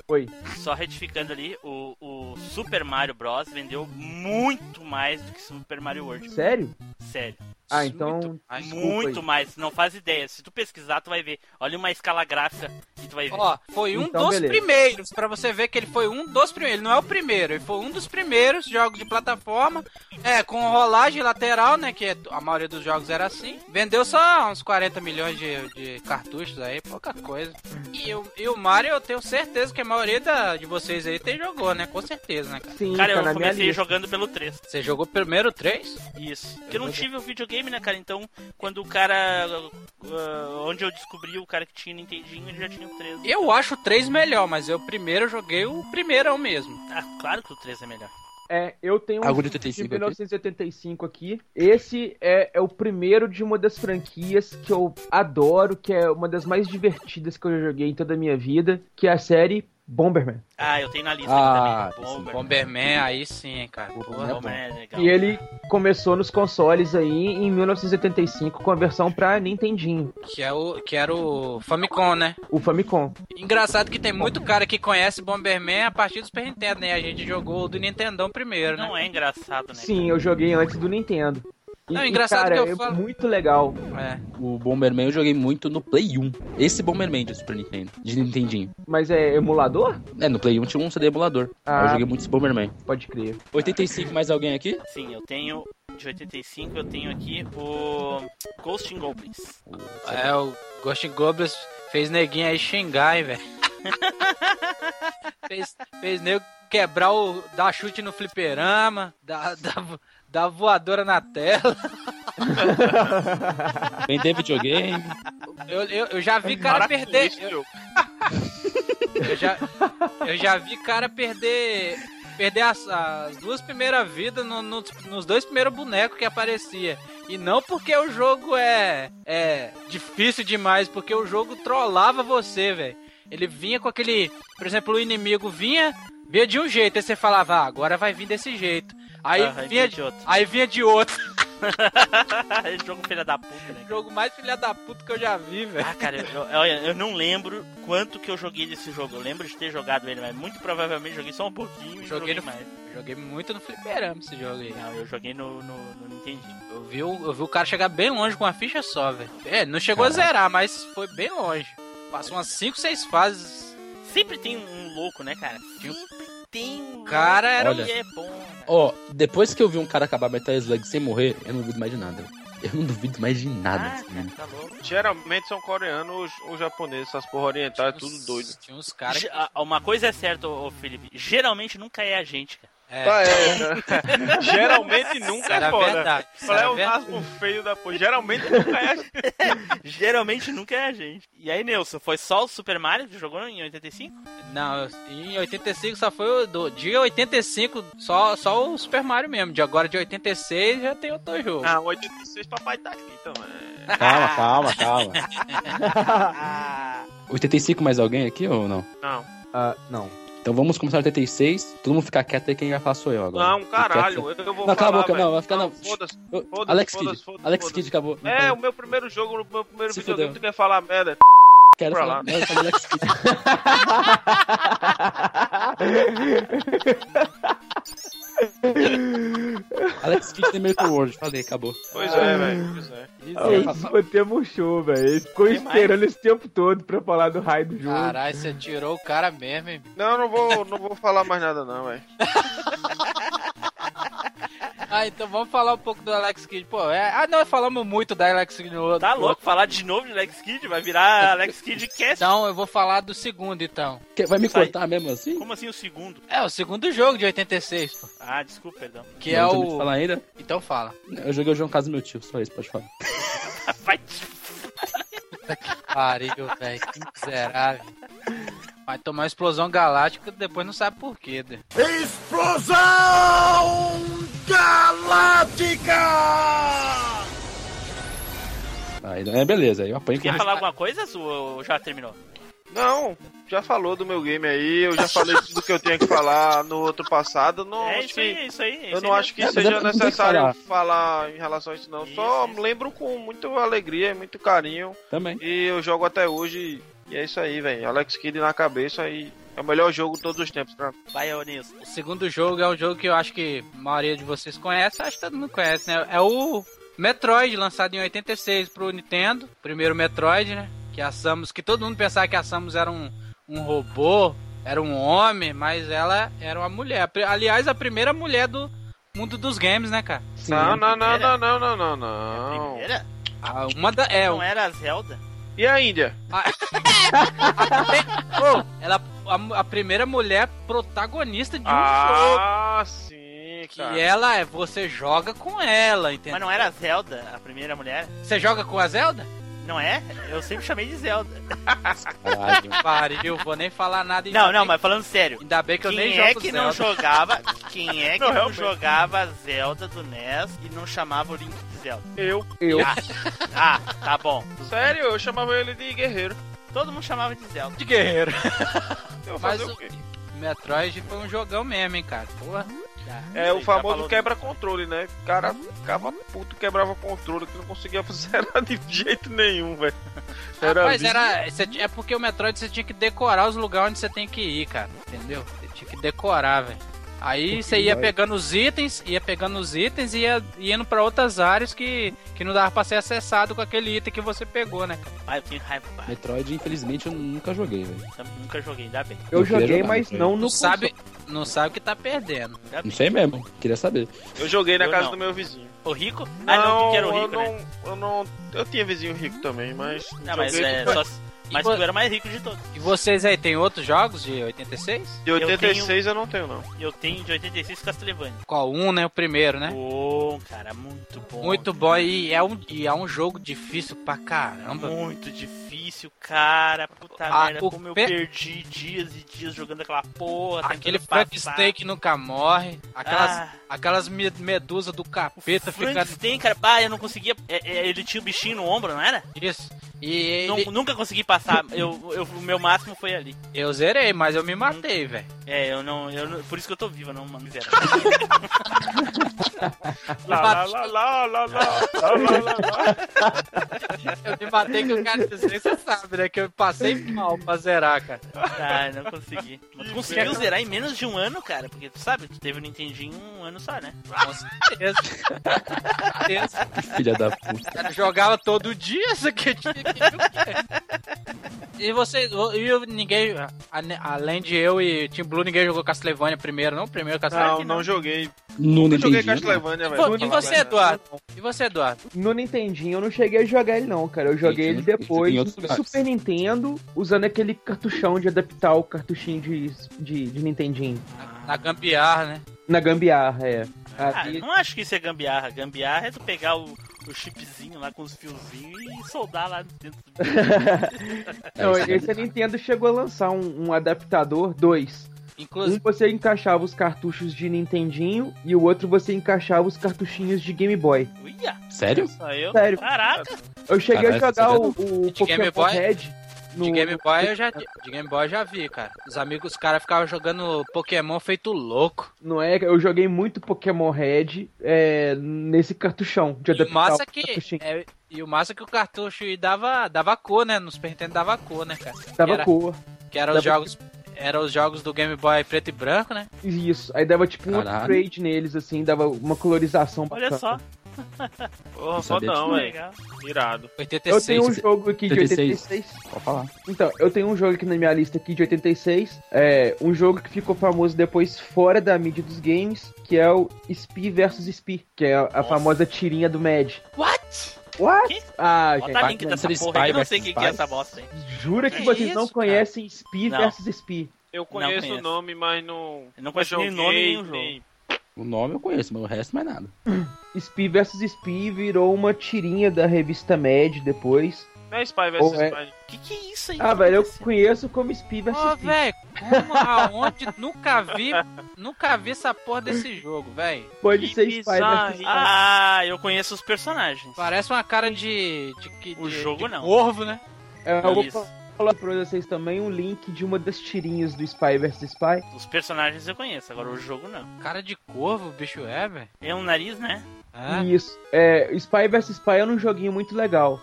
Oi.
Só retificando ali, o, o Super Mario Bros. vendeu muito mais do que Super Mario World.
Sério?
Sério.
Ah, então.
Ai,
desculpa aí.
muito mais. Não faz ideia. Se tu pesquisar, tu vai ver. Olha uma escala gráfica e tu vai ver.
Ó, foi um
Então,
dos
beleza.
primeiros, pra você ver que ele foi um dos primeiros, ele não é o primeiro, ele foi um dos primeiros jogos de plataforma, é, com rolagem lateral, né, que a maioria dos jogos era assim, vendeu só uns 40 milhões de, de cartuchos aí, pouca coisa. E, o- e o Mario, eu tenho certeza que a maioria da- de vocês aí tem jogou, né, com certeza, né, cara.
Sim, tá
cara, eu
na minha
comecei
lista.
jogando pelo 3.
Você jogou primeiro três?
Isso. Porque eu não tive o videogame, né, cara? Então, quando o cara. ah, onde eu descobri o cara que tinha Nintendinho, ele já tinha o 3.
Eu acho o 3 melhor, mas eu primeiro joguei o primeirão mesmo.
Ah, claro que o 3 é melhor.
É, eu tenho
Algum de
de
85 aqui?
1985 aqui. Esse é, é o primeiro de uma das franquias que eu adoro, que é uma das mais divertidas que eu já joguei em toda a minha vida, que é a série Bomberman.
Ah, eu tenho na lista
Ah,
aqui também. tá
esse
Bomber.
Bomberman, aí sim, cara. Porra.
Né,
Bomber é legal.
E ele começou nos consoles aí em 1985 com a versão pra Nintendinho,
Que, é o, que era o Famicom, né?
o Famicom.
Engraçado que tem muito cara que conhece Bomberman a partir do Super Nintendo, né? A gente jogou o do Nintendão primeiro, né?
Não é engraçado, né?
Sim, eu joguei antes do Nintendo. E,
Não,
e,
engraçado
cara,
que eu
é
falo-
muito legal.
É.
O Bomberman eu joguei muito no Play 1. Esse Bomberman de Super Nintendo. De Nintendinho.
Mas é emulador?
É, no Play 1 tinha um CD emulador.
Ah.
Aí eu joguei muito esse Bomberman.
Pode crer.
85, mais alguém aqui?
cara? Sim, eu tenho. De 85 eu tenho aqui o. Ghost in Goblins. [LAUGHS]
É, o Ghost Goblins fez neguinho aí xingar, hein, velho. [LAUGHS] fez, fez nego quebrar o. dar chute no fliperama, dar dar vo- dar voadora na tela.
Vender videogame.
Eu, eu, eu já vi cara
Para com
perder.
isso,
eu-
meu.
Eu já, eu já vi cara perder perder as, as duas primeiras vidas no- no- nos dois primeiros bonecos que aparecia. E não porque o jogo é, é difícil demais, porque o jogo trollava você, velho. Ele vinha com aquele. Por exemplo, o inimigo vinha, vinha de um jeito, aí você falava, ah, agora vai vir desse jeito. Aí,
Aham,
vinha, de,
de outro.
aí vinha de outro. [LAUGHS]
Jogo filha da puta, né?
jogo mais filha da puta que eu já vi, velho.
Ah, cara, eu, eu- olha, eu não lembro quanto que eu joguei desse jogo. Eu lembro de ter jogado ele, mas muito provavelmente joguei só um pouquinho e
Joguei
joguei,
no-
mais.
Joguei muito no fliperama esse jogo aí.
Não, eu joguei no, no, no Nintendinho.
Eu vi, o, eu vi o cara chegar bem longe com uma ficha só, velho. É, não chegou a zerar, mas foi bem longe. Passou umas 5, 6 fases.
Sempre tem um louco, né, cara? Sempre tem um
O cara era.
Olha.
louco que é bom. cara.
Ó, depois que eu vi um cara acabar Metal Slug sem morrer, eu não duvido mais de nada. Eu não duvido mais de nada.
Ah,
desse menino.
cara, tá louco.
Geralmente são coreanos ou japoneses, essas porra orientais, tudo doido.
Tinha uns caras.
Ge- ah, Uma coisa é certa, ô ô, Felipe. Geralmente nunca é a gente, cara.
Tá, é, né?
Geralmente nunca
Era
é foda.
verdade.
Qual é
era
o
verdade.
rasgo feio da porra? Geralmente nunca é.
[LAUGHS] Geralmente nunca é a gente. E aí, Nilson, foi só o Super Mario que jogou em 85?
Não, eu- em 85 só foi o do, de 85, só, só o Super Mario mesmo. De agora de 86 já tem outro jogo.
Ah, 86 papai tá aqui, então. é.
Calma, calma,
[LAUGHS]
calma. 85 mais alguém aqui ou não?
Não.
Ah, não.
Então vamos começar 86. Todo mundo fica quieto aí, quem vai falar sou eu agora.
Não, caralho, eu, eu vou
Não, cala
falar,
a boca,
velho.
não, vai ficar- não.
Foda-se,
Eu-
foda-se,
Alex
foda-se,
Kidd.
foda-se,
Alex
foda-se.
Kidd acabou. Então,
É, o meu primeiro jogo, o meu primeiro
Se
videogame,
fudeu.
tu quer falar merda?
Quero
pra
falar.
lá.
Não, eu falo Alex
[LAUGHS]
Kidd. Alex Kidd tem Miracle World. Falei, acabou.
Pois
Ah.
é, velho, pois é.
O tempo show, velho. Ele ficou
Tem mais?
esperando esse tempo todo pra falar do raio do jogo.
Caralho, você tirou o cara mesmo, hein?
Não, não vou, não vou falar mais nada não, velho.
Ah, então vamos falar um pouco do Alex Kidd. Pô, é... ah, não, falamos muito da Alex Kidd no outro.
Tá louco? Falar de novo de Alex Kidd? Vai virar Alex Kidd Cast?
Então eu vou falar do segundo, então.
Que- Vai me
Sai.
cortar mesmo assim?
Como assim o segundo?
É, o segundo jogo de 86, pô.
Ah, desculpa, perdão.
Que
não,
é
terminei de
o.
falar ainda?
Então fala.
Eu joguei o jogo em casa do meu tio, só isso, pode falar.
[LAUGHS] Vai te
Pariu, velho. Que miserável. Vai tomar uma explosão galáctica depois não sabe por quê. né?
Aí, é, beleza, aí eu apanho com
Quer falar alguma coisa, Su, ou já terminou?
Não, já falou do meu game aí, eu já falei tudo que eu tinha que falar no outro passado. Não,
é
acho
isso
que-
aí, é isso aí. é
Eu
isso
não
aí
acho que
Não, mas
seja
eu não tenho que
necessário
falar.
falar. em relação a isso, não.
Isso,
Só
isso.
me lembro com muita alegria, muito carinho.
também.
E eu jogo até hoje. E é isso aí, velho. Alex Kidd na cabeça e é o melhor jogo de todos os tempos. né? Pra...
mesmo. Vai, ô Nilson.
O segundo jogo é um jogo que eu acho que a maioria de vocês conhece, acho que todo mundo conhece, né? É o Metroid, lançado em 86 pro Nintendo. Primeiro Metroid, né? Que a Samus, que todo mundo pensava que a Samus era um, um robô, era um homem, mas ela era uma mulher. Pri- Aliás, a primeira mulher do mundo dos games, né, cara?
Sim. é
Não, não, não,
primeira?
não, não, não, não,
É
não.
Primeira?
A- Uma da, é,
Não era a Zelda?
E a Índia?
[LAUGHS] Pô, ela a, a primeira mulher protagonista de um jogo.
Ah, sim,
Que
cara.
ela é, você joga com ela, entendeu?
Mas não era a Zelda, a primeira mulher?
Você joga com a Zelda?
Não é? Eu sempre chamei de Zelda.
Caralho.
Pariu, vou nem falar nada. ainda
Não,
bem-
não, mas falando sério.
Ainda bem que eu nem
Quem
jogo
é que não
Zelda.
jogava... Quem é que
Não,
não,
realmente.
jogava Zelda do NES e não chamava o Link de Zelda?
Eu.
Eu.
Ah, tá bom.
Sério, eu chamava ele de guerreiro.
Todo mundo chamava de Zelda.
de guerreiro.
Eu
Mas
fazer
o-
o quê?
Metroid foi um jogão mesmo, hein, cara. Porra.
É o
já
famoso
falou.
quebra-controle, né? O cara ficava puto, quebrava controle, que não conseguia fazer [LAUGHS] nada de jeito nenhum, velho. Era
Mas
ali.
era. cê t- é porque o Metroid você tinha que decorar os lugares onde você tem que ir, cara. Entendeu? Você tinha que decorar, velho. Aí você ia pegando os itens, ia pegando os itens e ia ia indo pra outras áreas que, que não dava pra ser acessado com aquele item que você pegou, né, cara?
Ai, Ah, eu tenho raiva. Ai,
Metroid, infelizmente, eu nunca joguei, velho.
eu Nunca joguei, ainda bem.
Eu
Eu queria
joguei,
jogar,
mas
né?
não
Não
no
sabe, não sabe o que tá perdendo.
Ainda
Não
bem.
sei mesmo, queria saber. [LAUGHS]
Eu joguei na
Eu
casa
não.
do meu vizinho.
O Rico? Ah, não, tu que era o
eu
Rico, né?
não, eu não. Eu tinha vizinho rico também, mas.
Não, mas
joguei
é
com-
só... Mas
vo-
tu era mais rico de todos.
E vocês aí, tem outros jogos de 86?
De 86 eu, não tenho, não.
Eu tenho de 86 Castlevania.
Qual um, né? O primeiro, né?
Bom, cara, muito bom.
Muito bom. E é um, e é um jogo difícil pra caramba.
Muito difícil, cara. Puta
Ah,
merda,
o
como eu
pe-
perdi dias e dias jogando aquela porra.
Aquele
tentando
Frank
passar.
Steak nunca morre. Aquelas,
Ah.
aquelas me- medusas do
O
capeta tá ficando
Frankenstein, cara, bah, eu não conseguia. é, é, ele tinha o bichinho no ombro, não era?
disso. E ele-
Não- nunca consegui passar. Eu, eu, o meu máximo foi ali.
eu zerei, mas eu me matei, velho.
É, eu não, eu não- Por isso que eu tô viva, não, mano. Zero.
[LAUGHS]
Lá, lá, lá, lá, lá, lá, lá, lá, lá,
[LAUGHS]
lá.
Eu me matei que o cara dizer, você sabe, né? Que eu passei mal pra zerar, cara.
Ah, não consegui. Mas tu conseguiu zerar em menos de um ano, cara? Porque tu sabe, tu teve o Nintendinho um ano só, né?
Com certeza. Com certeza.
Filha da puta.
cara jogava todo dia, isso aqui tinha que ver o que é. E vocês, e eu- ninguém, a- além de eu e Team Blue, ninguém jogou Castlevania primeiro, não? Primeiro Castlevania.
Não, não, joguei.
Não, não
Eu joguei
entendi.
né?
Castlevania,
E
velho.
vo-
pra
E
falar
você,
a verdade.
Eduardo?
assim,
E você, Eduardo?
No Nintendinho eu não cheguei a jogar ele não, cara. Eu joguei
Gente,
ele
eu-
depois
em outros
no
lugares.
Super Nintendo, usando aquele cartuchão de adaptar o cartuchinho de, de, de Nintendinho.
Na gambiarra, né?
Na gambiarra, é.
Ah,
Aqui,
não acho que isso é gambiarra. Gambiarra é tu pegar o, o chipzinho lá com os fiozinhos e soldar lá dentro.
[LAUGHS] não,
isso é
esse a Nintendo chegou a lançar um, um adaptador, dois. Um
Inclusive,
você encaixava os cartuchos de Nintendinho e o outro você encaixava os cartuchinhos de Game Boy.
Uia,
é-
Sério?
só eu.
Sério.
Caraca,
Eu cheguei
Caraca,
a jogar
você tá
o, o
De
Pokémon
Game Boy?
Red. No,
de Game Boy
[LAUGHS]
eu já de Game Boy eu já vi, cara. Os amigos, os caras ficavam jogando Pokémon feito louco.
Não é? Eu joguei muito Pokémon Red é, nesse cartuchão de
E o
adaptar
massa
o
que
cartuchinho.
é, e o massa que o cartucho aí dava dava cor, né? Nos Super Nintendo dava cor, né, cara?
Dava
era-
cor.
Que era os jogos era os jogos do Game Boy preto e branco, né?
Isso. Aí dava tipo um
Caralho.
upgrade neles, assim, dava uma colorização
[LAUGHS]
olha só.
bacana.
Porra,
sabia
fodão, velho.
Legal.
Irado.
Eu tenho
86.
um jogo aqui de
86.
86.
Pode falar.
Então, eu tenho um jogo aqui na minha lista aqui de 86, é um jogo que ficou famoso depois fora da mídia dos games, que é o Spy vs Spy, que é a famosa tirinha do Mad.
What?
What?
Que?
Ah,
Bota link
Batman
dessa
vs
porra aí, eu não
Spy
sei o que,
vs
que é
Spies.
essa bosta aí.
gente, jura que,
Que
vocês
isso,
não
cara?
conhecem Spy
Não.
vs Spy.
Eu conheço,
conheço.
o nome, mas não.
Eu não conheço nem o nome
joguei,
nem o jogo.
O nome eu conheço, mas o resto mais nada.
Spy vs Spy virou uma tirinha da revista Mad depois.
Não é Spy vs
Ou é-
Spy.
Que que é isso aí?
Ah, velho, eu conheço como Spy vs
Ô,
Spy.
velho, como aonde nunca vi, nunca vi essa porra desse jogo, velho.
Pode
que
ser Spy vs Spy.
bizarro.
Ah, eu conheço os personagens.
Parece uma cara de de, que-
O
de-
jogo
de
não.
Corvo, né?
É, Eu vou
Isso.
falar pra vocês também um link de uma das tirinhas do Spy vs Spy.
Os personagens eu conheço, agora o jogo não.
Cara de corvo, o bicho é, velho.
É um nariz, né?
Ah,
Isso. É, Spy vs Spy era um joguinho muito legal.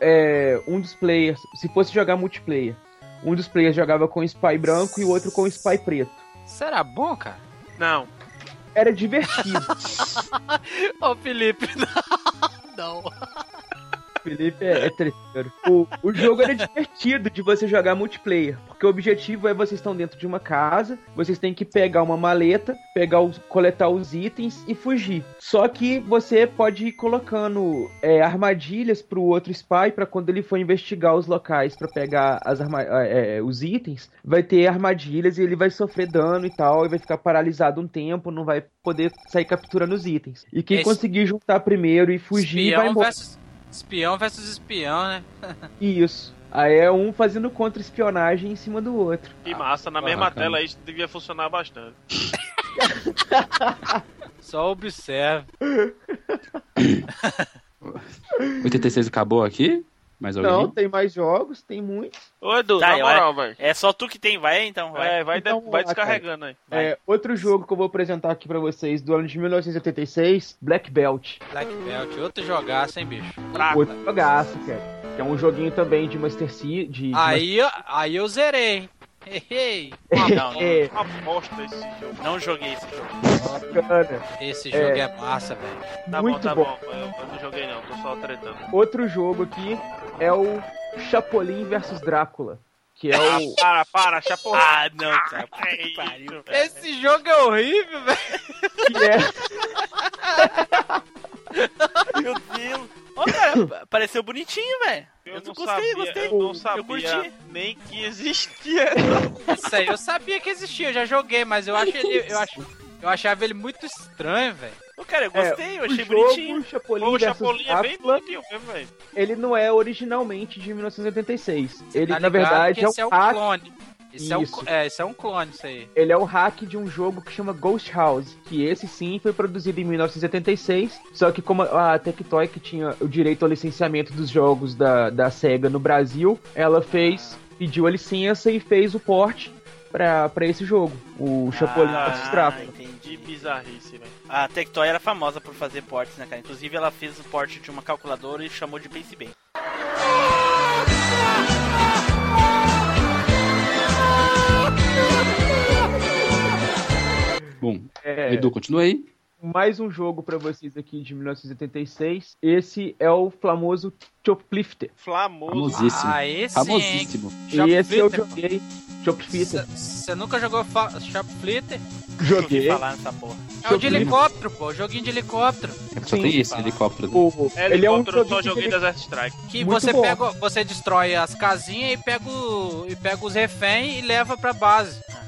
É, um dos players, se fosse jogar multiplayer, um dos players jogava com o Spy branco e o outro com o Spy preto.
será bom, cara? [LAUGHS]
Não.
Era divertido.
Ô, Felipe, [LAUGHS] não. não.
O Felipe é, é treteiro. O, o jogo era divertido de você jogar multiplayer. Porque o objetivo é vocês estão dentro de uma casa, vocês têm que pegar uma maleta, pegar os, coletar os itens e fugir. Só que você pode ir colocando é, armadilhas pro outro spy pra quando ele for investigar os locais pra pegar as arma- é, é, os itens, vai ter armadilhas e ele vai sofrer dano e tal, e vai ficar paralisado um tempo, não vai poder sair capturando os itens. E quem
Esse-
conseguir juntar primeiro e fugir vai
espião
embora.
versus espião versus espião, né?
Isso. Aí é um fazendo contra-espionagem em cima do outro.
Que massa. Na mesma
bacana.
tela isso devia funcionar bastante.
Só observa.
86 acabou aqui? Mais alguém?
Não, tem mais jogos, tem muitos.
Ô, Edu,
Tá,
na
eu-
moral, velho.
É só tu que tem, vai então, vai.
É, vai, de-
Então,
vai
lá, cara.
descarregando aí.
Vai.
É, outro jogo que eu vou apresentar aqui pra vocês do ano de 1986, Black Belt.
Black Belt, outro jogaço, hein, bicho?
Outro jogaço, cara. Que é um joguinho também de Master System. De, de
Aí, eu- aí eu zerei, hein? Ei, ei.
Não, [LAUGHS] não,
Master-
Uma bosta esse jogo.
não joguei esse jogo.
É, bacana.
Esse jogo é, massa, velho.
Tá
Muito
bom, tá
bom.
bom. Eu, eu não joguei não, tô só tretando.
Outro jogo aqui é o Chapolin versus Drácula. Que é o.
Para, para, chaporra.
Ah, não, cara. Puta que pariu.
Esse jogo é horrível, velho.
que é-
Meu Deus. Ô, cara, [LAUGHS] pareceu bonitinho, velho.
Eu,
Eu
não
gostei,
sabia,
gostei.
eu não sabia
curti.
nem que existia.
Isso aí eu sabia que existia, eu já joguei, mas eu acho ele. Eu, acho, eu achava ele muito estranho, velho.
Ô, cara, eu gostei, eu
É, o
achei
jogo
bonitinho.
Chapolin
Pô, o
versus
Chapolin é bem
Drácula.
doidinho mesmo, velho.
ele não é originalmente de 1986. Ele,
Tá
na
ligado
verdade,
que
é
esse é
um
um
hack
clone. Esse é, um,
Isso.
é, esse é um clone, isso aí.
Ele é o hack de um jogo que chama Ghost House, que esse sim foi produzido em 1976, só que como a Tectoy que tinha o direito ao licenciamento dos jogos da, da SEGA no Brasil, ela fez, pediu a licença e fez o port pra pra esse jogo, o Chapolin tá versus
Ah,
Drácula.
Que
entendi.
bizarrice, velho.
A Tectoy era famosa por fazer portes, né, cara? Inclusive, ela fez o porte de uma calculadora e chamou de Pense Bem.
Bom,
É,
Edu, continua aí.
mais um jogo pra vocês aqui de 1986. Esse é o famoso Choplifter.
Flamoso.
Famosíssimo.
Ah, esse hein?
Famosíssimo.
E esse é eu
Choplifter.
joguei Choplifter.
Você nunca jogou fa- Shop Flitter?
Eu ouvi
Joguei.
falar nessa porra.
É o de
Choplifter.
helicóptero, pô. Joguinho de helicóptero.
É que Só
Sim.
tem esse helicóptero.
O-
É, ele contra, só
joguinho de
joguei Desert Strike.
Que
Muito
você
bom.
pega, você destrói as casinhas e pega, o- e pega os reféns e leva pra base.
E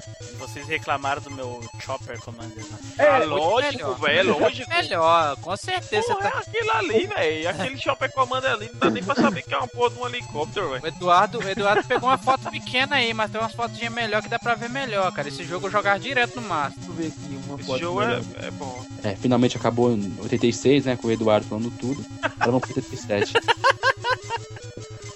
Você
vocês reclamaram do meu Chopper Commander. né?
Ah,
É,
lógico,
melhor.
velho, é lógico.
Melhor, com certeza.
Porra,
Você
é aquilo
tá...
ali, velho. Aquele Chopper Commander ali não dá nem pra saber que é uma porra de um helicóptero, velho.
O Eduardo, o Eduardo pegou uma foto pequena aí, mas tem umas fotinhas melhor que dá pra ver melhor, cara. Esse jogo eu jogava direto no Master.
Deixa eu ver aqui uma
Esse
foto.
jogo
melhor.
é, é bom.
É, finalmente acabou em 86, né? Com o Eduardo falando tudo. Agora vamos pro
[LAUGHS]
87.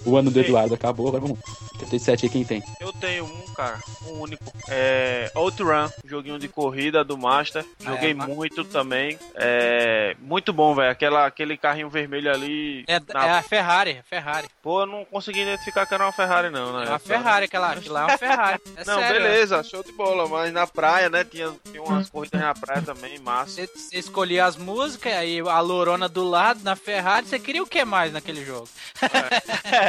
o ano do Eduardo acabou, agora vamos. 87 aí quem tem.
Eu tenho um, cara, um único. É. Outrun, joguinho de corrida do Master. Joguei
mas-
muito também. É. Muito bom, velho. Aquela- Aquele carrinho vermelho ali.
É,
na-
é a Ferrari, Ferrari.
Pô, eu não consegui identificar que era uma Ferrari, não, né?
É uma Ferrari, aquela aquilo lá é uma Ferrari. É
Não,
sério.
beleza, show de bola, mas na praia, né? Tinha, tinha umas corridas na praia também, massa.
Você você escolhia as músicas, aí a lorona do lado, na Ferrari, você queria o que mais naquele jogo?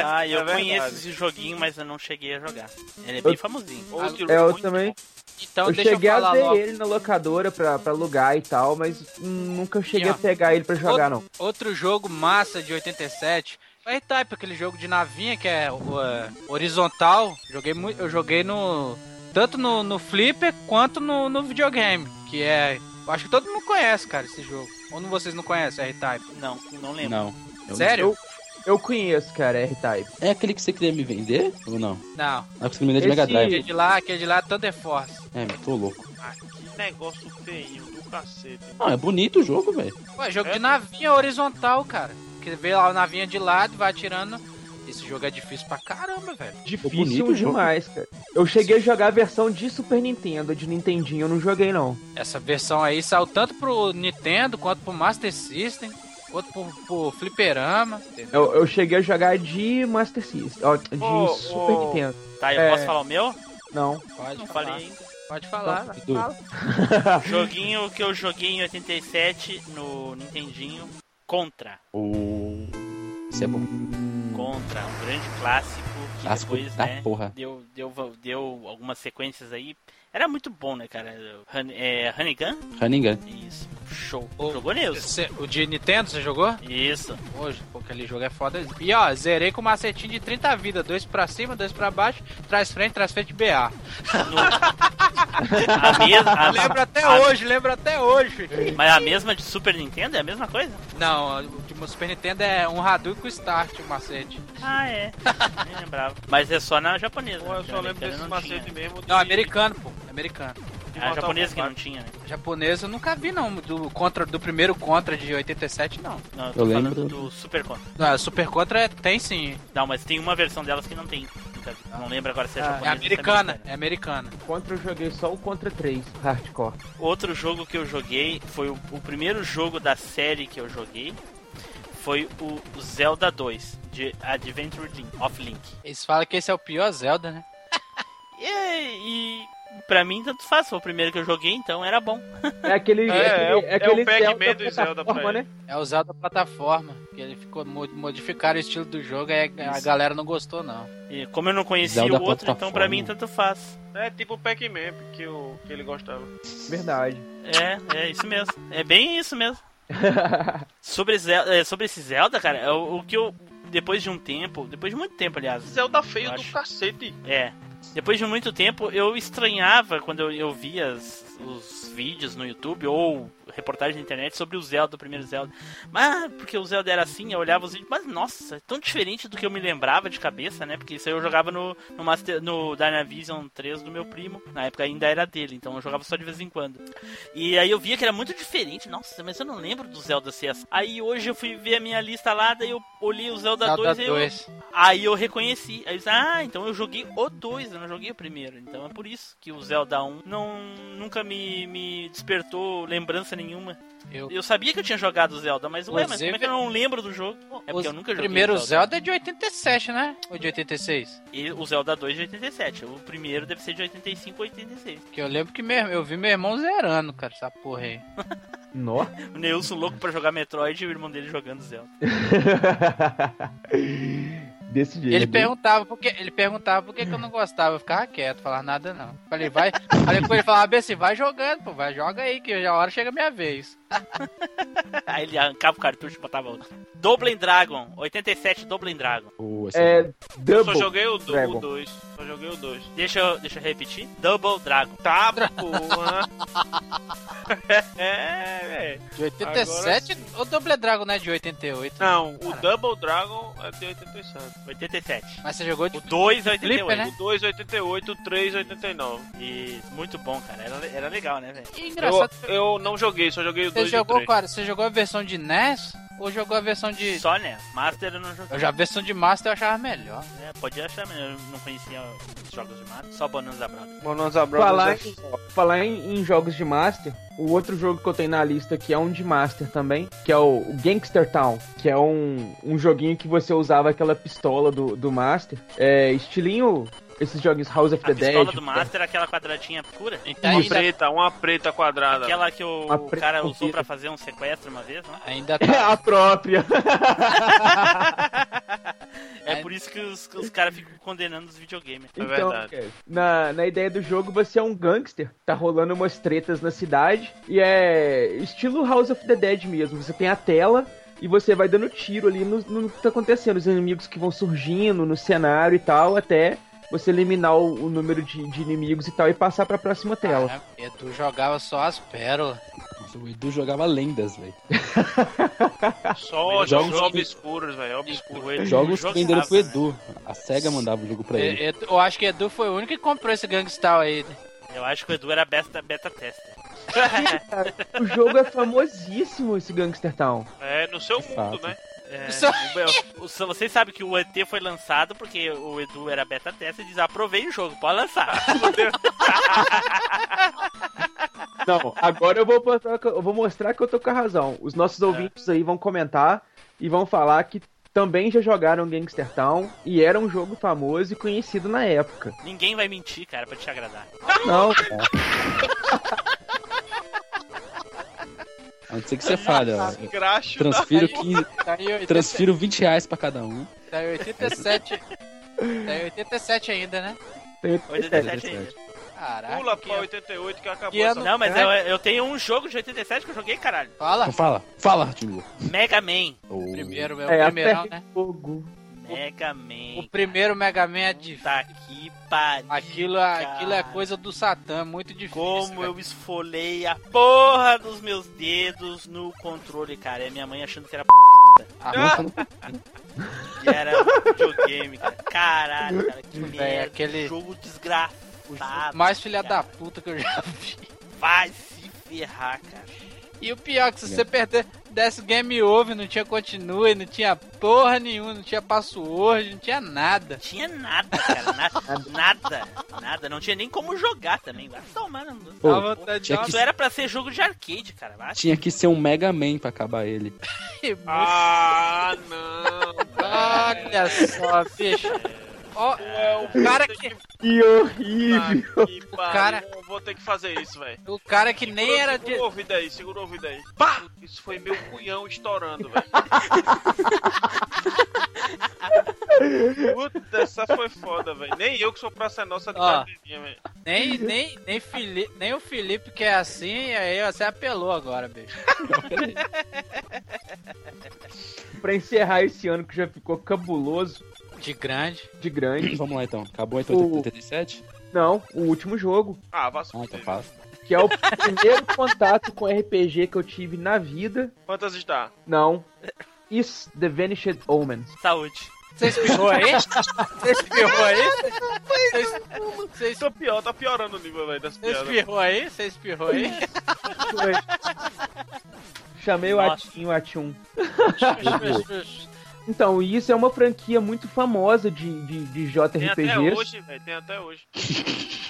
Ah,
[LAUGHS]
eu
é verdade.
conheço esse joguinho, mas eu não cheguei a jogar. Ele é bem famosinho.
Outrun,
É, eu
muito
também.
bom.
Então
eu
deixa eu
cheguei a
falar
ver
logo.
ele na locadora pra, pra alugar e tal, mas hum, nunca cheguei
Aqui,
a pegar ele pra jogar, não.
Outro jogo massa de 87 foi R-Type, aquele jogo de navinha que é o, é, horizontal. Joguei muito, eu joguei no tanto no, no flipper quanto no, no videogame, que é, eu acho que todo mundo conhece, cara, esse jogo. Ou não, vocês não conhecem R-Type?
Não, não lembro.
Não. Eu-
Sério?
Eu conheço, cara, R-Type.
É aquele que você queria me vender? Ou não?
Não.
É o que você me vendeu de
Esse-
Mega Drive.
Aquele de lá, aquele de lá, tanto é força.
É, tô louco.
Ah, que negócio feio do cacete.
Não, é bonito o jogo, velho.
Ué,
É,
jogo de navinha horizontal, cara. Que vê lá a navinha de lado, vai atirando. Esse jogo é difícil pra caramba, velho.
Difícil
bonito o jogo.
demais, cara. Eu cheguei a jogar a versão de Super Nintendo, de Nintendinho, eu não joguei, não.
Essa versão aí saiu tanto pro Nintendo, quanto pro Master System, quanto pro, pro Fliperama. entendeu?
Eu, eu cheguei a jogar de Master System, ó, de
Ô,
Super
ô.
Nintendo.
Tá, eu
É.
posso falar o meu?
Não.
Pode
Não falei Então,
falar.
ainda.
Pode falar.
Edu.
fala.
Joguinho que eu joguei em 87 no Nintendinho. Contra.
O... Isso é bom.
Hum,
Contra. Um grande clássico. Que
Clássico
depois,
da
né,
porra.
Deu, deu, deu algumas sequências aí. Era muito bom, né, cara? Han, é, Hannigan?
Hannigan.
Isso. Show.
Oh.
Ô,
Jogou neles?
Cê- o de Nintendo você jogou?
[LAUGHS]
Isso.
Hoje, pô, aquele jogo é foda. E ó, zerei com um macetinho de 30 vida. Dois pra cima, dois pra baixo, trás frente, trás frente, BA.
A mesma, a-
Lembra até
a-
hoje, lembra até hoje.
Mas a mesma de Super Nintendo é a mesma coisa?
Não, o de Super Nintendo é um Hadouken com Start, o macete.
Ah, é. [LAUGHS] Nem lembrava. Mas é só na japonesa.
Pô, eu
né?
só lembro
Americana
desse
não
macete
tinha.
mesmo. de-
Não, americano, pô. Americano.
de
É a
Mortal
japonesa que
Kombat.
não tinha, né?
Japonês eu nunca vi, não. Do, contra, do primeiro contra de 87, não.
Não, eu
Eu
tô
lembro.
falando do Super Contra.
Ah, Super Contra é- tem sim.
Não, mas tem uma versão delas que não tem. Nunca vi. Não lembro agora se é
Ah,
japonesa.
É
ou se
americana, é americana.
Contra eu joguei só o Contra 3, Hardcore.
Outro jogo que eu joguei foi o, o primeiro jogo da série que eu joguei. Foi o Zelda 2, de Adventure Link, of Link.
Eles falam que esse é o pior Zelda, né?
E, e pra mim, tanto faz, foi o primeiro que eu joguei, então era bom.
É aquele.
É,
aquele-
é o- é
aquele
o Pac-Man
Zelda
do Zelda
plataforma,
pra ele.
né?
É o Zelda plataforma. Que ele ficou. mo- Modificaram o estilo do jogo, aí a- a
Isso.
galera não gostou, não.
E como eu não conhecia
Zelda
o outro, então pra
plataforma.
mim tanto faz.
É tipo o Pac-Man, que, o- que ele gostava.
Verdade.
É, é isso mesmo. É bem
[LAUGHS]
isso mesmo. Sobre, Zel- é, sobre esse Zelda, cara, é o, o que eu. Depois de um tempo, depois de muito tempo, aliás.
Zelda feio
eu
do
acho.
cacete.
É. Depois de muito tempo, eu estranhava quando eu, eu via as- os vídeos no YouTube ou reportagens na internet sobre o Zelda, o primeiro Zelda. Mas, ah, porque o Zelda era assim, eu olhava os vídeos, mas nossa, é tão diferente do que eu me lembrava de cabeça, né? Porque isso aí eu jogava no, no, Master, no Dynavision 3 do meu primo, na época ainda era dele, então eu jogava só de vez em quando. E aí eu via que era muito diferente, nossa, mas eu não lembro do Zelda ser assim. Aí hoje eu fui ver a minha lista lá, daí eu olhei o Zelda,
Zelda
2 e eu
2.
Aí eu reconheci. Aí eu disse, ah, então eu joguei o 2, eu não joguei o primeiro. Então é por isso que o Zelda 1 não, nunca me, me despertou lembrança nenhuma.
Eu-
Eu sabia que eu tinha jogado o Zelda, mas ué, mas como é que eu não lembro do jogo? É porque eu nunca
o
joguei
primeiro
o
Zelda é de 87, né? Ou de 86?
E o Zelda 2 de 87. O primeiro deve ser de 85 ou 86.
Que eu lembro que meu, eu vi meu irmão zerando, cara, essa porra aí.
Nó. [LAUGHS]
O Neilson louco pra jogar Metroid e o irmão dele jogando Zelda. [LAUGHS]
Desse jeito.
Ele perguntava por que, ele perguntava por que, que eu não gostava, eu ficava quieto, falava "Ah, nada não. Falei, vai, falei com ele, falava assim, vai jogando, pô, vai, joga aí, que já a hora chega a minha vez.
Aí ele arrancava o cartucho e botava outro. Dublin Dragon, 87 Dublin Dragon.
Oh, esse
É.
Eu só
Double.
joguei o
Dragon.
2. Só joguei o 2. Deixa eu, deixa eu repetir. Double Dragon.
Tá, porra.
É, velho.
De 87? O Double Dragon não é de 88.
Não, o Double Dragon é de 87.
87.
Mas você jogou de.
O 2 é
Flipper,
88.
né?
O 2, 88, o 3, 89.
E muito bom, cara. Era, era legal, né, velho?
E
Eu,
engraçado.
eu não joguei, só joguei o
Você
2 e o
jogou,
3.
cara, você jogou a versão de NES ou jogou a versão de.
Só né? Master eu não joguei.
Eu já a versão de Master eu achava melhor.
É, podia achar, mas eu não conhecia os jogos de Master. Só Bonanza Brothers.
Bonanza Brothers
Falar
é
em, falar em- em jogos de Master, o outro jogo que eu tenho na lista que é um de Master também, que é o Gangster Town, que é um, um joguinho que você usava aquela pistola do, do Master. É, estilinho esses jogos House of
A
the
pistola
Dead. tipo,
do Master, é aquela quadradinha pura.
Então,
Uma
ainda,
preta, uma preta quadrada.
Aquela que o
Uma preta
cara
com
usou
vidro.
pra fazer um sequestro uma vez, né?
ainda
É
[LAUGHS]
[LAUGHS]
tá.
a própria.
É por isso que os, que os caras ficam condenando os videogames.
É
Então,
verdade.
cara, na, na ideia do jogo, você é um gangster, tá rolando umas tretas na cidade, e é estilo House of the Dead mesmo. Você tem a tela e você vai dando tiro ali no, no que tá acontecendo, os inimigos que vão surgindo no cenário e tal, até você eliminar o, o número de, de inimigos e tal e passar pra próxima tela.
Caramba, né? Edu jogava só as pérolas.
Nossa, o Edu jogava lendas, velho.
Só
Jogos
jogos
que-
obscuros, velho. Obscuros.
Jogos que venderam pro
né?
pro
Edu. A SEGA mandava o jogo pra ele.
E- Edu- Eu acho que Edu foi o único que comprou esse Gangstar aí. né?
Eu acho que o Edu era beta, beta tester.
O jogo é famosíssimo, esse Gangster Town.
É, no seu
De
mundo,
fato.
né?
É,
Só-
o- o- só- vocês sabem que o ET foi lançado porque o Edu era beta tester e diz: aprovei o jogo, pode lançar.
Não, agora eu vou, botar- eu vou mostrar que eu tô com a razão. Os nossos ouvintes aí vão comentar e vão falar que também já jogaram Gangster Town e era um jogo famoso e conhecido na época.
Ninguém vai mentir, cara, pra te agradar.
Não,
A não ser que você fale,
[LAUGHS]
ó. eu
Graxo.
Transfiro, 15,
Tá em 87,
transfiro 20 reais pra cada um.
Tá em 87. Tá em 87 ainda, né?
tem-
87 ainda.
Caraca.
Pula
que-
pra 88 que acabou
que
essa
ano-
É
é?
Não, mas eu, eu tenho um jogo de 87 que eu joguei, caralho.
Fala.
Então fala, fala, Timbu.
Mega Man.
Oh.
Primeiro, meu,
É,
o primeirão,
até
né?
fogo.
Mega Man.
O primeiro Mega Man é de.
Tá que pariu.
Aquilo,
Tá. cara.
aquilo é coisa do Satã, muito difícil.
Como
cara.
eu esfolei a porra dos meus dedos no controle, cara. E a minha mãe achando que era [LAUGHS] p...
Ah,
que era videogame, cara. Caralho, cara, que merda.
aquele-
Jogo desgraçado. tá.
mais filha da
cara.
puta que eu já vi.
Vai se ferrar, cara.
E o pior é que se você perder, desse game over, não tinha continue, não tinha porra nenhuma, não tinha password, não tinha nada.
Tinha nada, cara. Nada. nada. Nada. Não tinha nem como jogar também. Vai tomar, não.
Pô,
Dá vontade de
É
tinha
dar
que-
Isso era pra ser jogo de arcade, cara. Vai
Tinha que ser um Mega Man pra acabar ele.
uma-
Ah, não.
[LAUGHS] Olha só, bicho. Ó, o cara que,
Que horrível.
Puta que pariu,
cara-
eu Vou ter que fazer isso, velho.
o cara que nem
Segura-
era de.
Segura o ouvido aí, segura o ouvido aí. Pá! Isso foi meu cunhão estourando, velho. Puta, essa foi foda, velho. Nem eu que sou praça nossa de
Ó.
cadeirinha, velho.
Nem, nem, nem, Fili- nem o Felipe que é assim, aí você apelou agora, bicho.
Pra encerrar esse ano que já ficou cabuloso
De grande.
de grande.
Vamos lá então. Acabou então
O-
87?
Não, o último jogo,
Ah, vá se
tá
Ah, então
fuder.
fala.
que é o primeiro contato com RPG que eu tive na vida.
Quantas está?
Não. Is the Vanished Omen.
Saúde.
Você espirrou aí? Você espirrou aí? Você- Você
Tô pior, tá piorando o nível, velho, das
você
piadas.
espirrou aí? Você espirrou aí?
Foi. Chamei o
Nossa.
Atinho, Atium.
[LAUGHS]
Então, isso é uma franquia muito famosa de, de, de
Tem até
JRPGs.
hoje, velho. Tem até hoje.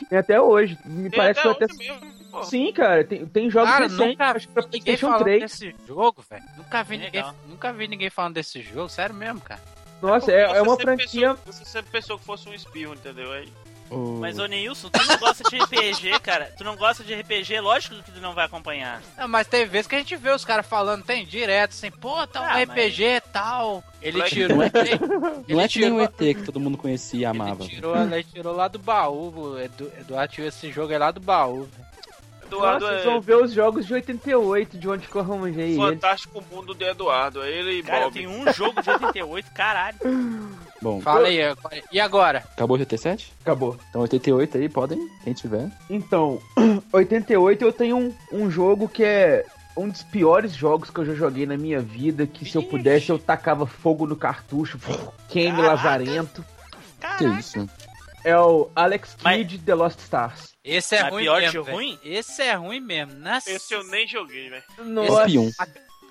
Tem até hoje. Me
Tem
parece
até
que eu
hoje
até.
mesmo, pô.
Sim, cara, tem, tem jogos
Cara,
recentes,
nunca
acho que pra
Ninguém
PlayStation
falando
3.
desse jogo, velho. Nunca vi ninguém,
Legal.
nunca vi ninguém falando desse jogo, sério mesmo, cara.
Nossa, é,
Você
é uma
sempre
franquia.
pensou- você sempre pensou que fosse um espirro, entendeu? Aí,
O-
Mas, ô Neilson, tu não gosta de
[LAUGHS]
RPG, cara. Tu não gosta de RPG, lógico que tu não vai acompanhar.
Não, mas tem vezes que a gente vê os caras falando, tem direto, assim, pô, tá um
Ah, mas-
RPG e tal. Ele
Black-
tirou.
Não
[LAUGHS] ele
é que nem
um
tirou-
o ET que todo mundo conhecia e amava.
Ele tirou, ele tirou lá do é baú, o Edu, Eduardo tirou esse jogo aí lá do baú.
Eduardo
Nossa,
é
vocês vão ver os jogos de 88, de onde que eu arranjei ele.
fantástico mundo de Eduardo. É ele e
Cara,
Bob.
tem um jogo de 88, caralho.
Bom,
Fala aí, agora. e agora?
acabou 87?
Acabou.
Então 88 aí, podem, quem tiver.
Então, [CLEARS THROAT] 88 eu tenho um, um jogo que é um dos piores jogos que eu já joguei na minha vida, que se eu pudesse eu tacava fogo no cartucho, [LAUGHS] queime lazarento.
Que isso?
É o Alex
Mas-
Kidd The Lost Stars.
Esse é
Mas
ruim
pior
mesmo.
que
velho.
ruim?
Esse é ruim mesmo. Nossa.
Esse eu nem joguei, velho.
Nossa.
Espion.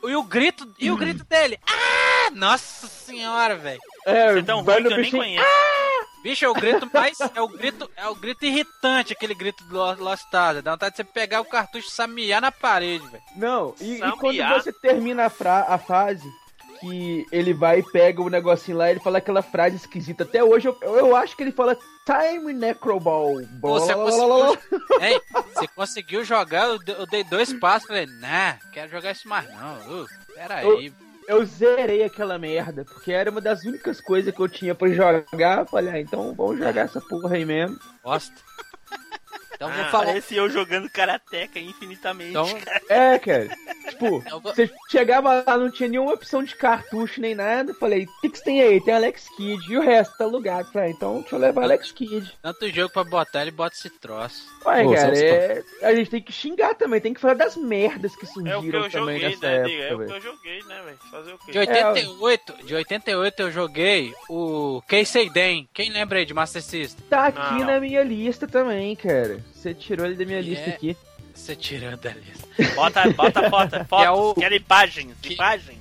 E o grito, e
Hum.
o grito dele? Ah! Nossa senhora, velho.
É,
É tão
vai
ruim
no
que eu nem
bichinho- Ah,
conheço.
Bicho, é o grito mais. É o grito, é o grito irritante, aquele grito do Lo- Lost Stars. Dá vontade de você pegar o cartucho e samiar na parede, velho.
Não,
é
e, e
Sambiá.
quando você termina a, fra- a fase, que ele vai e pega o negocinho lá, ele fala aquela frase esquisita. Até hoje eu, eu acho que ele fala Time Necroball.
Pô,
é
você
blá, blá, blá, blá, blá.
conseguiu. [LAUGHS] Hein? Você conseguiu jogar, eu de- eu dei dois passos, falei, nah, quero jogar isso mais não. Uh, pera aí.
Eu zerei aquela merda, porque era uma das únicas coisas que eu tinha pra jogar. Eu Falei, ah, então vamos jogar essa porra aí mesmo.
Bosta. Então vou
Ah,
falar.
Parece eu jogando Karateka infinitamente.
Então,
É, cara. Tipo,
Eu vou-
você chegava lá, não tinha nenhuma opção de cartucho nem nada. Eu Falei, o que, que você tem aí? Tem Alex Kidd e o resto tá alugado. Eu Falei, ah, então deixa eu levar Alex Kidd.
tanto jogo pra botar, ele bota esse troço.
Ué,
Ô,
cara,
Celso,
é- a gente tem que xingar também, tem que falar das merdas que
É o que
surgiram
eu
também
joguei,
nessa
né,
época,
Diga? É o que
velho.
eu joguei, né, velho? Fazer o
É,
De
quê?
88, de 88 eu joguei o Keisei Den. Quem lembra aí de Master System?
Tá aqui
Não.
na minha lista também, cara. Você tirou ele da minha
Que
lista
é-
aqui.
Você tirando da lista.
Bota, bota
[LAUGHS]
foto, foto.
É o-
Quero imagens,
Que-
imagens.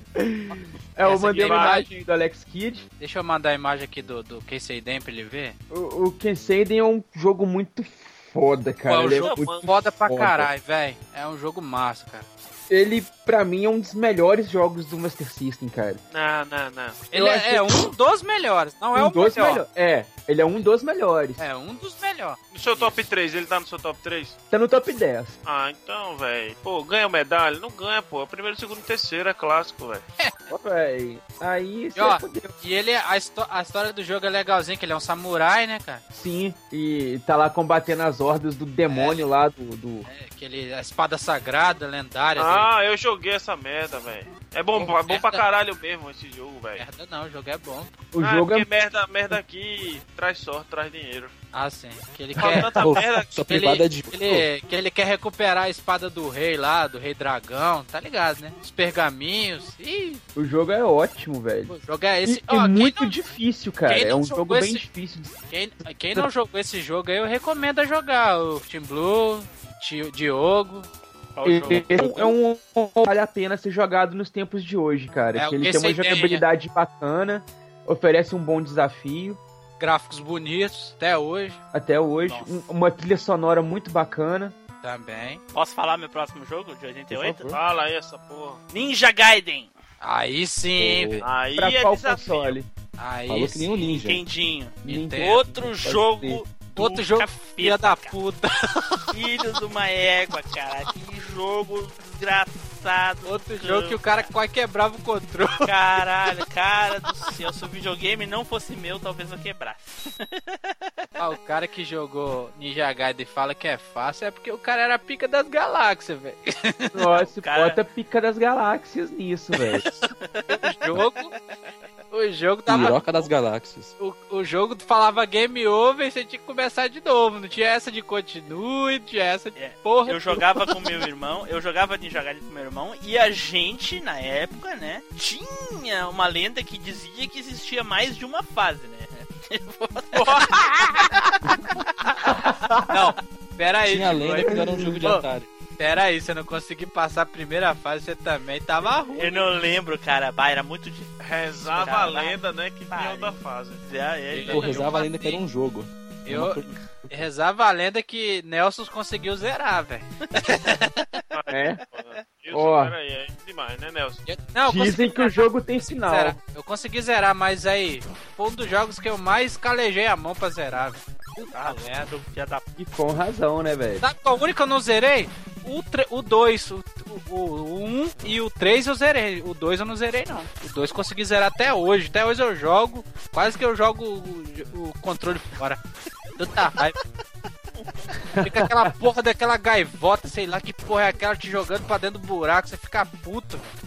É, eu
Essa
mandei
aqui
uma
é a
imagem do Alex Kidd.
Deixa eu mandar a imagem aqui do, do Keisei Den pra ele ver.
O, o Kenseiden é um jogo muito foda, cara.
Pô, é um
ele, é
jogo
muito
foda pra
foda.
caralho, velho. É um jogo massa, cara.
Ele, pra mim, é um dos melhores jogos do Master System, cara.
Não, não, não.
Ele
Eu
é,
achei-
é um dos melhores, não é
um
o
dos
melhor.
melhores. É, ele é um dos melhores.
É um dos melhores.
No seu top 3, ele tá no seu top 3?
Tá no top 10.
Ah, então, velho. Pô, ganha medalha? Não ganha, pô. É Primeiro, segundo, e terceiro, é clássico, velho.
Ó, véi, Aí você
ó,
fodeu.
E ele, é- a, histó- a história do jogo é legalzinha, que ele é um samurai, né, cara?
Sim, e tá lá combatendo as hordas do demônio lá do- do,
É, que ele, a espada sagrada, lendária. dele.
Ah, eu joguei essa merda, velho. É bom,
Bom,
é bom pra
merda.
caralho mesmo esse jogo, velho.
Merda não, o jogo é bom.
O
ah,
jogo
porque
é.
merda, merda aqui traz sorte, traz dinheiro.
Ah, sim. Que ele
Fala
quer...
tanta
Ô,
merda.
Sua
Ele,
privada é de.
ele- que ele quer recuperar a espada do rei lá, do rei dragão, tá ligado, né? Os pergaminhos. Ih,
O jogo é ótimo, velho.
pô, jogar
E,
esse.
e é
Ó, quem
muito
não-
difícil, cara.
quem
É
não
um
jogou
jogo bem
esse-
difícil. de-
Quem, quem não jogou esse jogo aí, eu recomendo a jogar. O Team Blue, Tio, Diogo.
Qual o jogo?
Esse é um vale a pena ser jogado nos tempos de hoje, cara.
É,
que ele
esse
tem uma
aí tem, é.
jogabilidade bacana, oferece um bom desafio
Gráficos bonitos, até hoje
até hoje,
Nossa.
um- uma trilha sonora muito bacana.
também.
Posso falar meu próximo jogo de 88?
Fala aí essa porra.
Ninja Gaiden.
Aí sim, velho.
Aí
Pra
é
qual
desafio.
console?
Aí
Falou que
é, sim.
nem um ninja.
Nintendinho.
Nintendo.
Outro
pode
jogo. do
Outro jogo,
capeta,
Filha da
cara.
puta.
Filho de uma égua, cara. Que jogo desgraçado.
Outro jogo que o cara quase quebrava o controle.
Caralho, cara do céu. Se o videogame não fosse meu, talvez eu quebrasse.
Ah, o cara que jogou Ninja Gaiden e fala que é fácil é porque o cara era a pica das galáxias, velho. [LAUGHS]
Nossa,
Cara-
bota pica das galáxias nisso, velho.
O jogo. O jogo tava.
Piroca das galáxias.
O, o jogo falava game over e você tinha que começar de novo. Não tinha essa de continue, não tinha essa de
É,
porra.
Eu jogava com meu irmão, eu jogava Ninja Gaiden com meu irmão, e a gente, na época, né, tinha uma lenda que dizia que existia mais de uma fase, né?
[LAUGHS] Não, pera aí.
Tinha a
Chico,
lenda
aí-
que era um jogo de
Ô,
Atari.
Pera aí, você não conseguiu passar a primeira fase, você também tava ruim.
Eu não lembro, cara, bah, era muito difícil.
Rezava a
Caralho.
lenda, né? Que tinha
Pariu.
outra fase.
Ah, é,
Eu
Eu rezava a lenda que
matei.
era um jogo.
Eu rezava a lenda que Nelson conseguiu zerar, velho.
É.
Wilson,
Ó.
peraí, é demais, né, Nelson?
Eu- Não, eu
Dizem
consegui
que o jogo tem final.
zerar. Eu consegui zerar, mas aí foi um dos jogos que eu mais calejei a mão pra zerar, velho.
Ah, é, jogo filha da
E com razão, né, velho?
Sabe qual o único que eu não zerei? O tre- o 2, o 1 o, o um e o 3 eu zerei. O 2 eu não zerei, não. O 2 consegui zerar até hoje. Até hoje eu jogo. Quase que eu jogo o, o controle fora. Tanta raiva. Fica aquela porra daquela gaivota, sei lá que porra é aquela, te jogando pra dentro do buraco, você fica puto. velho.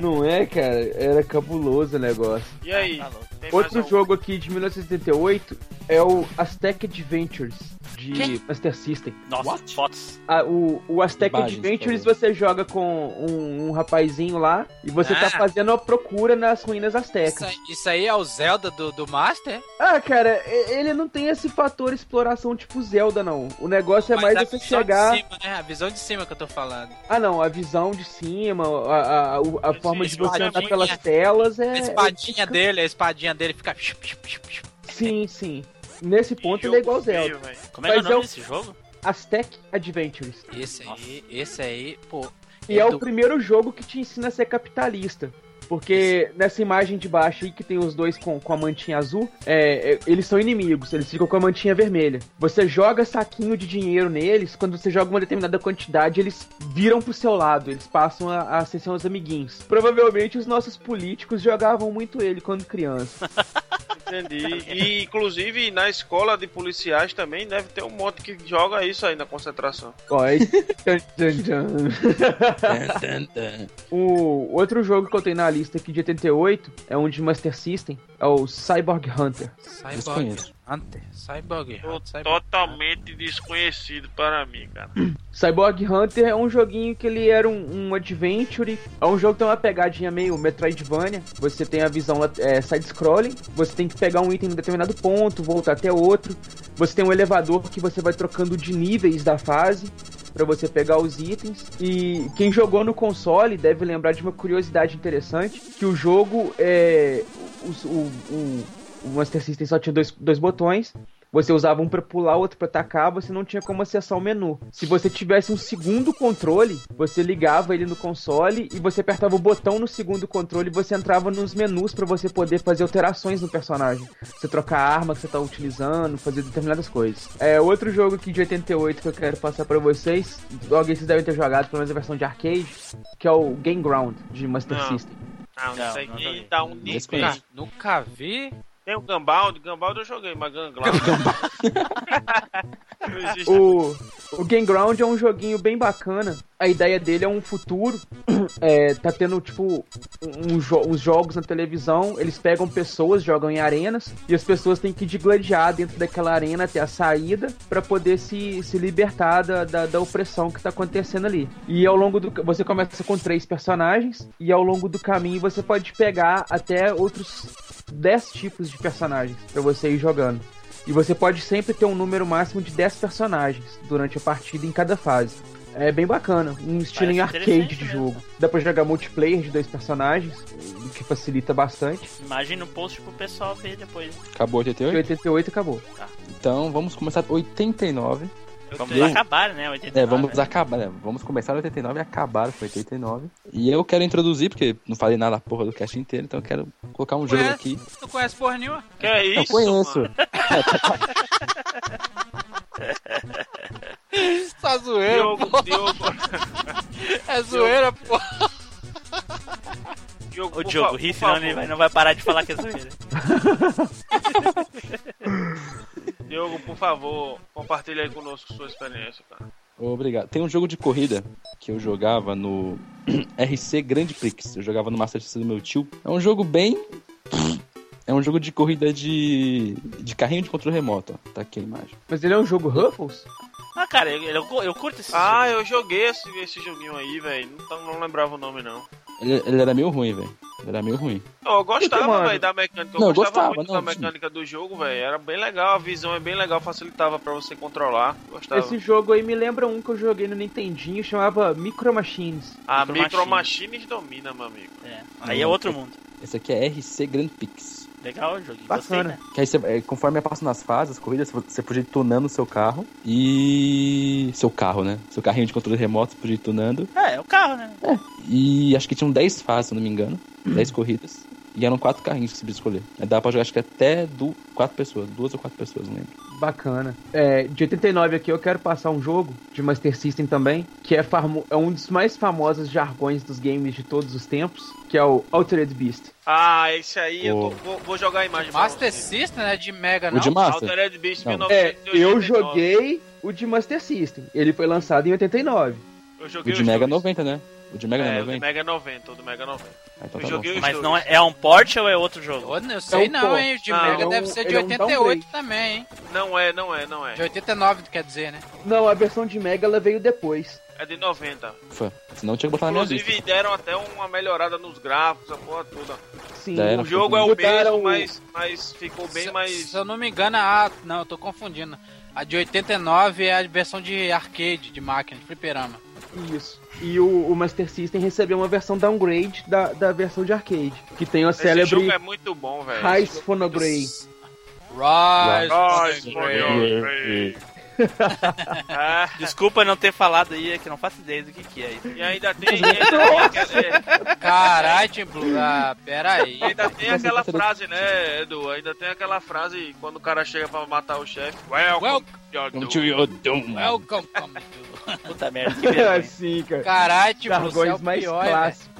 Não é, cara? Era cabuloso o negócio.
E aí?
Tá louco.
Tem
Outro
um.
mais algum?
jogo aqui de 1978 é o Aztec Adventures de Master System.
Nossa, fotos.
Ah, o, o Aztec
Imagens,
Adventures
por
você joga com um, um rapazinho lá e você
Ah.
tá fazendo a procura nas ruínas
Isso,
aztecas.
aí- isso aí é o Zelda do, do Master?
Ah, cara, e- ele não tem esse fator exploração tipo Zelda, não. O negócio é mais
a
você
visão
chegar.
De cima, né? A visão de cima que eu tô falando.
Ah, não, a visão de cima, a, a- a- a forma de você andar
espadinha.
pelas telas é.
A espadinha dele, a espadinha dele fica. chup, chup, chup, chup.
Sim, sim. Nesse ponto ele
Jogo
é igual
feio,
Zelda.
velho.
Como é que é o
Mas
nome
eu-
desse jogo?
Aztec Adventures.
Esse aí, esse aí, pô.
E é
do-
o primeiro jogo que te ensina a ser capitalista. Porque nessa imagem de baixo aí que tem os dois com, com a mantinha azul, é, é, eles são inimigos, eles ficam com a mantinha vermelha. Você joga saquinho de dinheiro neles, quando você joga uma determinada quantidade, eles viram pro seu lado, eles passam a, a ser seus amiguinhos. Provavelmente os nossos políticos jogavam muito ele quando criança.
Entendi. E inclusive na escola de policiais também deve ter um monte que joga isso aí na concentração.
Ó, é... tchan, tchan, tchan. O outro jogo que eu tenho na lista aqui de 88 é um de Master System, é o Cyborg Hunter.
Cyborg
Desconheço.
Hunter. Cyborg
Tô
Hunter. Cyborg-
totalmente desconhecido para mim, cara.
Cyborg Hunter é um joguinho que ele era um, um adventure. É um jogo que tem uma pegadinha meio Metroidvania. Você tem a visão é, side-scrolling. Você tem que pegar um item em determinado ponto, voltar até outro. Você tem um elevador que você vai trocando de níveis da fase para você pegar os itens. E quem jogou no console deve lembrar de uma curiosidade interessante, que o jogo é... os- O, o, o Master System só tinha dois, dois botões. Você usava um pra pular, outro pra atacar, você não tinha como acessar o menu. Se você tivesse um segundo controle, você ligava ele no console e você apertava o botão no segundo controle e você entrava nos menus pra você poder fazer alterações no personagem. Você trocar a arma que você tá utilizando, fazer determinadas coisas. É, outro jogo aqui de 88 que eu quero passar pra vocês, alguém vocês devem ter jogado, pelo menos a versão de arcade, que é o Game Ground de Master
Não.
System.
Não,
Não,
isso
não
aqui
joguei.
dá um nível.
Desconheço.
Nunca, nunca vi.
Tem o Gambaldi, Gambaldi eu joguei, mas Ganglado. não existe.
O, o Game Ground é um joguinho bem bacana. A ideia dele é um futuro. [CLEARS THROAT] É, tá tendo, tipo, um- um jo- uns jogos na televisão. Eles pegam pessoas, jogam em arenas. E as pessoas têm que digladiar dentro daquela arena até a saída pra poder se, se libertar da, da, da opressão que tá acontecendo ali. E ao longo do. ca- Você começa com três personagens. E ao longo do caminho você pode pegar até outros 10 tipos de personagens pra você ir jogando. E você pode sempre ter um número máximo de 10 personagens durante a partida em cada fase. É bem bacana, um estilo em
Parece
arcade
interessante
de
mesmo.
jogo. Dá pra jogar multiplayer de dois personagens, o que facilita bastante.
Imagem no post pro pessoal ver depois.
Acabou
E
88?
88 acabou.
Então vamos começar 89.
Vamos
tenho.
acabar, né? 89,
É, vamos
né?
acabar. né? Vamos começar 89 e acabar com 89. E eu quero introduzir, porque não falei nada a porra do cast inteiro, então eu quero colocar um jogo
Ué?
aqui.
É, Tu conhece porra nenhuma?
Que é
Eu
isso?
conheço.
mano?
Tá zoeira,
Diogo,
pô.
Diogo,
É zoeira, pô.
Diogo,
Ô,
por
Diogo,
fa-
ri,
por
senão
favor.
ele vai- não vai parar de falar que é zoeira.
Diogo, por favor, compartilha aí conosco sua experiência, cara.
Obrigado. Tem um jogo de corrida que eu jogava no [CLEARS THROAT] RC Grand Prix. Eu jogava no Master System do meu tio. É um jogo bem. [CLEARS THROAT] É um jogo de corrida de. de carrinho de controle remoto. ó. Tá aqui a imagem.
Mas ele é um jogo Ruffles?
Ah, cara, eu, eu, eu curto esse
Ah,
jogo.
eu joguei esse, esse joguinho aí, velho. Não, tá- não lembrava o nome, não.
Ele, ele era meio ruim, velho. Ele era meio ruim.
Não, eu
Então,
gostava,
mano.
velho, da mecânica. Eu
Não, eu
gostava,
gostava,
muito
não,
da mecânica do jogo, velho. Era bem legal, a visão é bem legal, facilitava pra você controlar. Gostava.
Esse jogo aí me lembra um que eu joguei no Nintendinho, chamava Micro Machines.
A
Micro
Micro Machines domina, meu amigo.
É, Aí é outro mundo.
Esse aqui é RC Grand Prix.
Legal o jogo.
Bacana.
Gostei, né?
Que aí você, é, conforme passa nas fases, as corridas, você podia ir tunando seu carro. E. Seu carro, né? Seu carrinho de controle remoto, você podia ir tunando.
Ah, é o carro, né?
E acho que tinham 10 fases, se eu não me engano. 10 corridas. E eram quatro carrinhos que você podia escolher. Aí Dava pra jogar, acho que até du quatro pessoas, duas ou quatro pessoas, não lembro.
Bacana. É, de 89 aqui eu quero passar um jogo de Master System também, que é, famo- é um dos mais famosos jargões dos games de todos os tempos, que é o Altered Beast.
Ah, esse aí eu
Pô.
tô- vou, vou jogar a imagem. pra
Master
você.
System, né? De Mega,
O
não?
de Master?
Altered Beast
Não. É,
1989.
É, eu joguei o de Master System. Ele foi lançado em 89.
Eu
O
joguei
de
os
Mega é
dois.
90, né? O de Mega é
É, o
90?
do Mega 90, o do Mega 90.
Ah, então
Eu
tá
joguei
bom.
os
Mas
dois.
não é, é um port ou é outro jogo?
Eu não sei
É um
não,
port.
hein? O de
Não,
Mega
é um-
deve ser de
ele é um
88 também, hein?
Não é, não é, não é.
De 89, quer dizer, né?
Não, a versão de Mega ela veio depois.
É de 90.
Ufa, Senão eu tinha que botar Tá na minha lista.
Inclusive deram até uma melhorada nos gráficos, a porra toda.
Sim,
Já era.
O jogo é o
Botaram
mesmo,
o-
mas, mas ficou bem
se,
mais.
se eu não me engano, a. Não, eu tô confundindo. A de 89 é a versão de arcade, de máquina, de fliperama.
Isso. E o, o Master System recebeu uma versão downgrade da, da versão de arcade, que tem a
Esse jogo
célebre
é muito bom, velho.
Rise Phonogrey.
Rise.
Rise,
Rise.
É
Ah,
Desculpa não ter falado aí, é que eu não faço ideia do que, que é isso.
e ainda tem, e ainda tem aquela,
Caralho, Tim Blue. Ah, pera
[LAUGHS]
aí.
e ainda tem aquela frase, né, Edu? Ainda tem aquela frase quando o cara chega pra matar o chefe. Welcome,
Welcome
Welcome
to your doom.
Welcome, come to-
Puta merda,
[LAUGHS]
que vergonha.
Sim, cara.
Caralho,
tipo,
Tim Blue, você é
Jargões
o
mais
né?
pior, velho.
clássicos.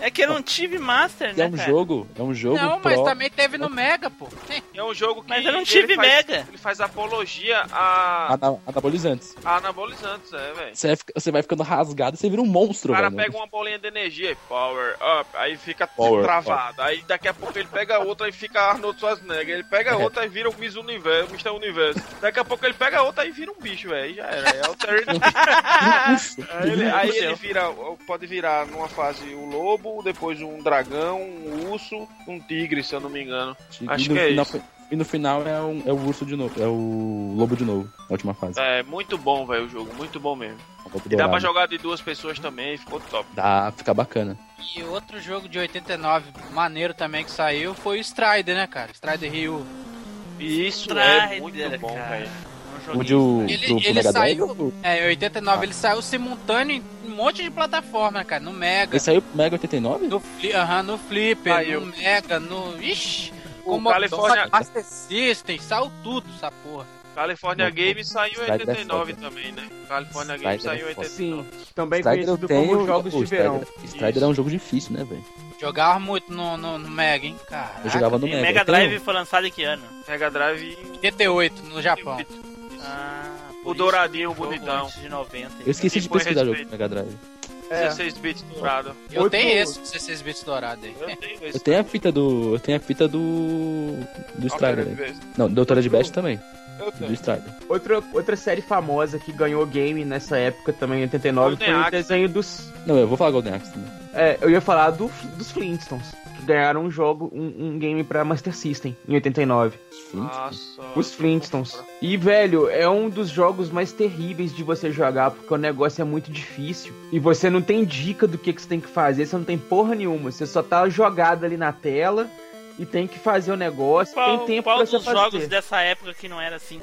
É que eu não tive Master,
É
né,
um
cara?
jogo, é um jogo
Não,
pro...
mas tá- também teve no Mega, pô. [LAUGHS]
É um jogo que.
Mas eu não
ele
tive
faz-
Mega.
Ele faz apologia a,
ana- anabolizantes.
a anabolizantes, é, velho.
Você vai fica- você vai ficando rasgado e você vira um monstro,
O cara
velho.
pega uma bolinha de energia, power up, aí fica
Power
travado. Aí daqui a pouco ele pega outra e fica Arnold Schwarzenegger. Ele pega outra e vira o Miss Universo, Mr. Universo. Daqui a pouco ele pega outra e vira um bicho, velho. Aí Já era. [LAUGHS] É Altered
Um
Aí [LAUGHS] ele, é- aí ele vira, pode virar numa fase o lobo, depois um dragão, um urso, um tigre, se eu não me engano. acho
e no,
que é
final-
isso.
E no final é, um- é o urso de novo, é o lobo de novo, na última fase.
É muito bom, velho, o jogo, muito bom mesmo.
O lobo
E dá pra
dourado.
jogar de duas pessoas também, ficou top.
Dá, fica bacana.
E outro jogo de 89, maneiro também que saiu, foi o Strider, né, cara? Strider Rio.
E isso é
Strider,
muito bom,
cara.
velho.
Não joguei.
O de o,
Ele-
do,
ele
do Mega
saiu-
Drive, o-
É, em 89 ele saiu simultâneo em um monte de plataforma, cara. No Mega,
Ele saiu pro Mega 89?
no, fli aham, no Flipper,
Saiu.
no Mega, no. Ixi!
O
Commodore,
California-
Master System, saiu tudo essa porra.
California
Não,
Games saiu em
Strider é
89
foda.
também, né? California
Strider
Games saiu em
é foda.
89.
Também
Strider eu
conhecido
tenho-
como Jogos
pô,
de
Strider-
Verão.
Strider é um jogo difícil, né, velho?
Jogava muito no, no, no Mega, hein? Caraca.
Eu jogava no
E
Mega.
Mega
Eu tenho-
Drive foi lançado em que ano?
Mega Drive e
88 no Japão.
Ah,
o
por
douradinho
isso, jogo
bonitão.
antes de 90.
Eu esqueci de
Impõe
pesquisar jogo
respeito.
do Mega Drive.
É.
16 bits dourado.
Eu
Oito-
tenho esse 16 bits dourado aí.
Eu tenho
Eu
esse.
tenho a fita do. Eu tenho a fita do. Do Strider. né?
Altered Beast.
Não, Doutora de Best também.
Eu
Do
tenho.
Strider.
Outra, outra série famosa que ganhou game nessa época também, em 89,
Golden
foi o
Axe.
desenho dos.
Não, eu vou falar Golden Axe também.
É, eu ia falar do, dos Flintstones, que ganharam um jogo, um, um game pra Master System em 89.
Nossa.
Os Flintstones. E, velho, é um dos jogos mais terríveis de você jogar, porque o negócio é muito difícil. E você não tem dica do que, que você tem que fazer, você não tem porra nenhuma. Você só tá jogado ali na tela e tem que fazer o negócio.
Qual,
tem tempo
qual
pra você
dos
fazer.
jogos dessa época que não era assim?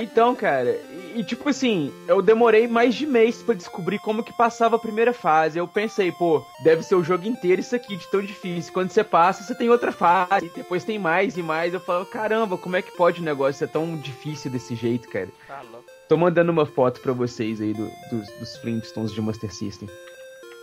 Então, cara, e, e tipo assim, eu demorei mais de mês pra descobrir como que passava a primeira fase. Eu pensei, pô, deve ser o jogo inteiro isso aqui de tão difícil. Quando você passa, você tem outra fase, e depois tem mais e mais. Eu falo, caramba, como é que pode o negócio ser tão difícil desse jeito, cara?
Tá louco.
Tô mandando uma foto pra vocês aí do- dos, dos Flintstones de Master System.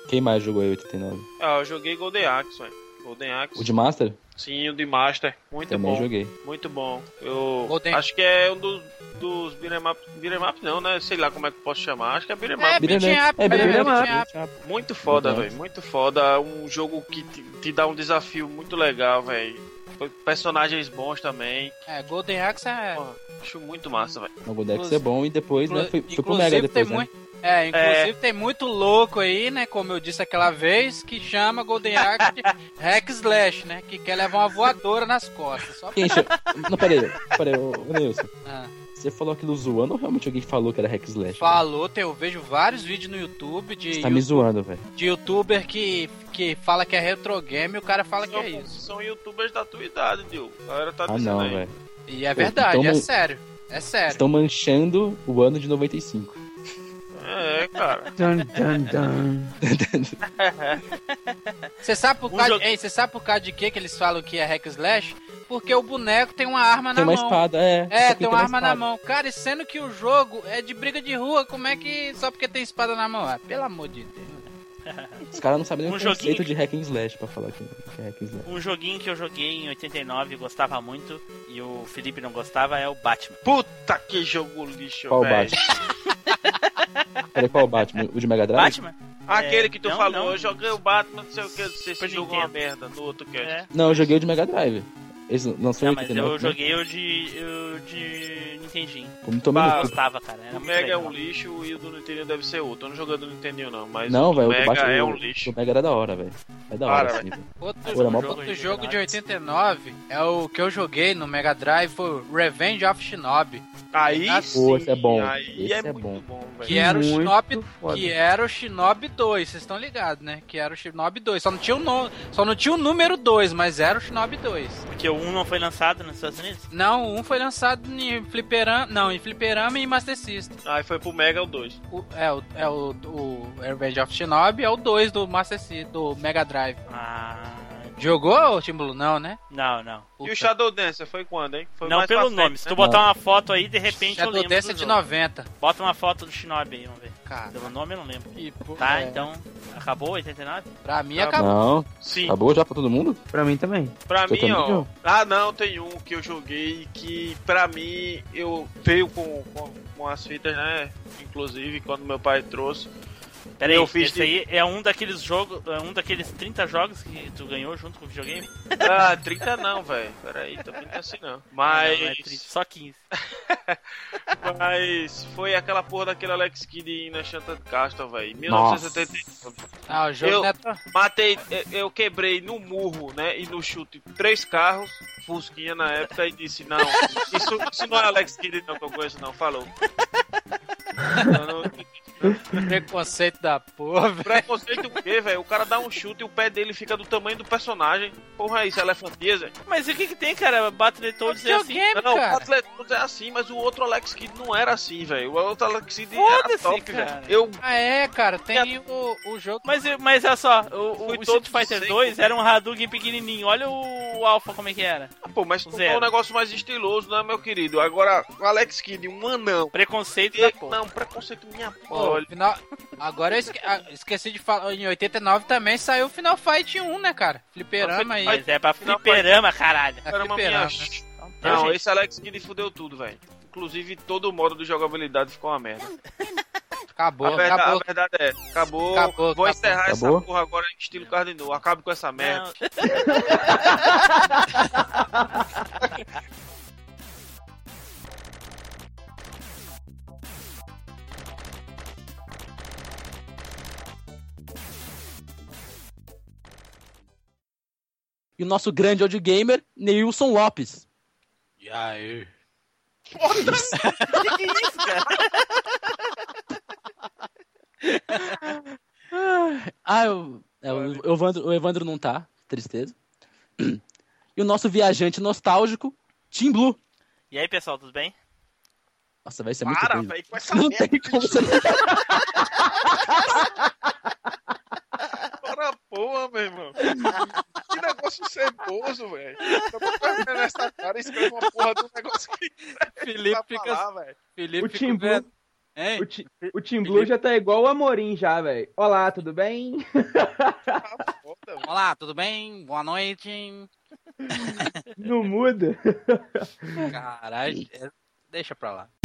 Quem mais jogou aí 89?
Ah, eu joguei Golden Axe, velho. Golden Axe.
O de Master?
Sim, o de Master. Muito
também
É bom.
joguei.
Muito bom. Eu
Golden-
acho que é um dos, dos beat'em up, beat'em up não, né? Sei lá como é que eu posso chamar. Acho que é beat'em
É,
up.
beat'em
Beat'em
up, né?
É, Beat'em
beat'em
up. Beat'em up.
É.
Muito foda,
Legal.
velho. Muito foda. Um jogo que te, te dá um desafio muito legal, velho. Personagens bons também.
É, Golden Axe é.
Porra, acho muito massa, velho.
O Golden Axe é bom e depois, né? Foi, foi pro
Inclusive,
Mega
tem
depois, né?
muito. É, inclusive tem muito louco aí, né? Como eu disse aquela vez, que chama Golden Axe de Hack Slash, né? Que quer levar uma voadora nas costas. Só
Quem
[LAUGHS]
chama... Não, peraí. Peraí, ô, ô Nilson.
Ah.
Você falou aquilo zoando ou realmente alguém falou que era Hack Slash?
falou, tem- eu vejo vários vídeos no YouTube de,
Você tá me
you-
zoando, velho.
de youtuber que, que fala que é retro game e o cara fala que
São,
é isso.
são youtubers da tua idade, Diogo. A galera tá
Ah,
dizendo
não,
aí.
velho.
E é verdade,
Então,
é
mas-
sério. É sério.
Estão manchando o ano de 95.
É, cara.
Dun, dun, [LAUGHS] dun.
Você sabe por
Um
causa,
jogo-
Ei, você sabe por causa de que que eles falam que é hack slash? Porque o boneco tem uma arma
Tem
Ah, na
uma
mão.
espada, é.
É,
só que
tem uma arma na
espada.
mão. Cara, e sendo que o jogo é de briga de rua, como é que só porque tem espada na mão? Ah, pelo amor de Deus.
Os caras não sabem nem
Um
o é conceito
joguinho.
de hack and slash pra falar que que é hack and slash.
Um joguinho que eu joguei em 89 e gostava muito, e o Felipe não gostava, é o Batman.
Puta que jogo lixo,
Qual
velho.
Batman? Peraí, qual Batman? O de Mega Drive?
Batman?
Aquele que tu
É, Não,
falou,
não.
eu joguei o Batman, não sei o que, não sei se
Super
jogou uma
Nintendo.
merda no outro cast.
É.
Não, eu joguei o de Mega Drive. Eles lançou
Não,
em
mas eu
89, né?
joguei o de. o de Nintendinho.
Eu não tomei no
Ah,
cu.
Gostava, cara. Era
O
muito
Mega é
legal.
um lixo e o do Nintendo deve ser outro. Eu não joguei do Nintendo não, mas
Não,
o do
velho, o do
Mega
Batman
é um lixo.
O Mega era da hora, velho. É da hora,
Para,
assim, velho.
Outro,
Pô, era mó-
outro jogo de 89 é o que eu joguei no Mega Drive, foi o Revenge of Shinobi.
Aí
Ah,
sim,
pô, esse é bom.
aí
Esse
é,
é
muito
bom.
bom, velho.
Que era o
Muito
Shinobi,
foda.
que era o Shinobi 2, vocês estão ligados, né? Que era o Shinobi 2. Só não tinha o no- só não tinha o número 2, mas era o Shinobi 2.
Porque o 1 não foi lançado nos Estados Unidos?
Não, um foi lançado em fliperama, não, em fliperama e em Master System.
Aí foi pro Mega o 2.
O- é o é o, o Revenge of Shinobi é o 2 do Master System, do Mega Drive.
Ah.
Jogou o Timbulo não, né?
Não, não.
E o Shadow Dancer foi quando, hein? Foi
não
mais
pelo
pra frente,
nome. Se tu
né?
botar uma foto aí, de repente eu
Shadow
lembro.
Dance é
do
de
jogo.
90.
Bota uma foto do Shinobi aí, vamos ver.
Cara,
Pelo nome eu não lembro.
que porra.
Tá,
Ah, é.
então. Acabou 89?
Pra mim
Tá
acabou.
Não,
Sim,
acabou já pra todo mundo?
Pra mim também.
pra
Tá, Você
mim,
também
ó.
viu?
Ah, não, tem um que eu joguei que pra mim eu veio com, com, com as fitas, né? Inclusive, quando meu pai trouxe.
Pera aí,
Eu fiz
esse
de-
aí é um daqueles jogos. É um daqueles 30 jogos que tu ganhou junto com o videogame?
Ah, 30 não, velho. Peraí, tô não assim não. Mas.
[LAUGHS] Não, não é 30, só 15.
Mas foi aquela porra daquele Alex Kidd em Enchanted Castle, velho. 1979.
Ah, o jogo
Eu-
não
[LAUGHS]
é tão...
Matei, eh, eu quebrei no murro, né? E no chute três carros, Fusquinha na época, e disse: Não, isso, isso não é Alex Kidd, não, que eu conheço, não. Falou. Eu não-
preconceito da porra, velho.
Preconceito o quê, velho? O cara dá um chute e o pé dele fica do tamanho do personagem. Porra, é isso, elefantiza?
Mas e o que, que tem, cara? Battletoads é assim.
Videogame,
Não, o
cara.
Atletus é assim, mas o outro Alex Kidd não era assim, velho. O outro Alex Kidd era
Foda-se,
top,
cara.
velho. Eu
Ah, é, cara. Tem o, o jogo...
Mas, mas olha só, o, o
Fui
Street
todo
Fighter
sem
2
comer.
era um Hadouken pequenininho. Olha o, o Alpha como é que era.
Ah, Pô, mas não
Zero.
é um negócio mais estiloso, né, meu querido? Agora, o Alex Kidd, um anão.
Preconceito da
E-
porra.
Não, preconceito minha porra.
Pô,
Olha,
final... Agora eu esque- ah, esqueci de falar. Em 89 também saiu o Final Fight 1, né, cara? Fliperama aí.
um,
Mas é pra fliperama, caralho.
É
era uma
fliperama.
minha...
Então,
Não,
gente,
esse Alex Kidd fudeu tudo, velho. Inclusive, todo o modo de jogabilidade ficou uma merda.
Acabou,
a, verdade,
acabou.
a verdade é, acabou.
Acabou,
vou
acabou.
encerrar
Acabou?
essa porra agora em estilo Cardinal. Acabe com essa merda.
não,
E o nosso grande audio gamer, Neilson Lopes.
E aí?
Ah, eu, é, o, o Evandro, o Evandro não tá, tristeza. E o nosso viajante nostálgico, Tim Blue.
E aí, pessoal, tudo bem?
Nossa, vai ser é muito
Para,
ruim.
velho, com essa
Não
merda.
tem como você não
Para a porra, meu irmão. Que negócio ceboso, velho. Eu tô fazendo essa cara e escreve uma porra do negócio que
Felipe
tá
fica...
falar, velho.
Felipe
O Tim
fica...
Blue-
Hein?
O, ti, o Tim Blue já tá igual o Amorim já, velho. Olá, tudo bem?
Tá foda, velho.
Olá, tudo bem? Boa noite.
Não muda.
Caralho, é- deixa pra lá.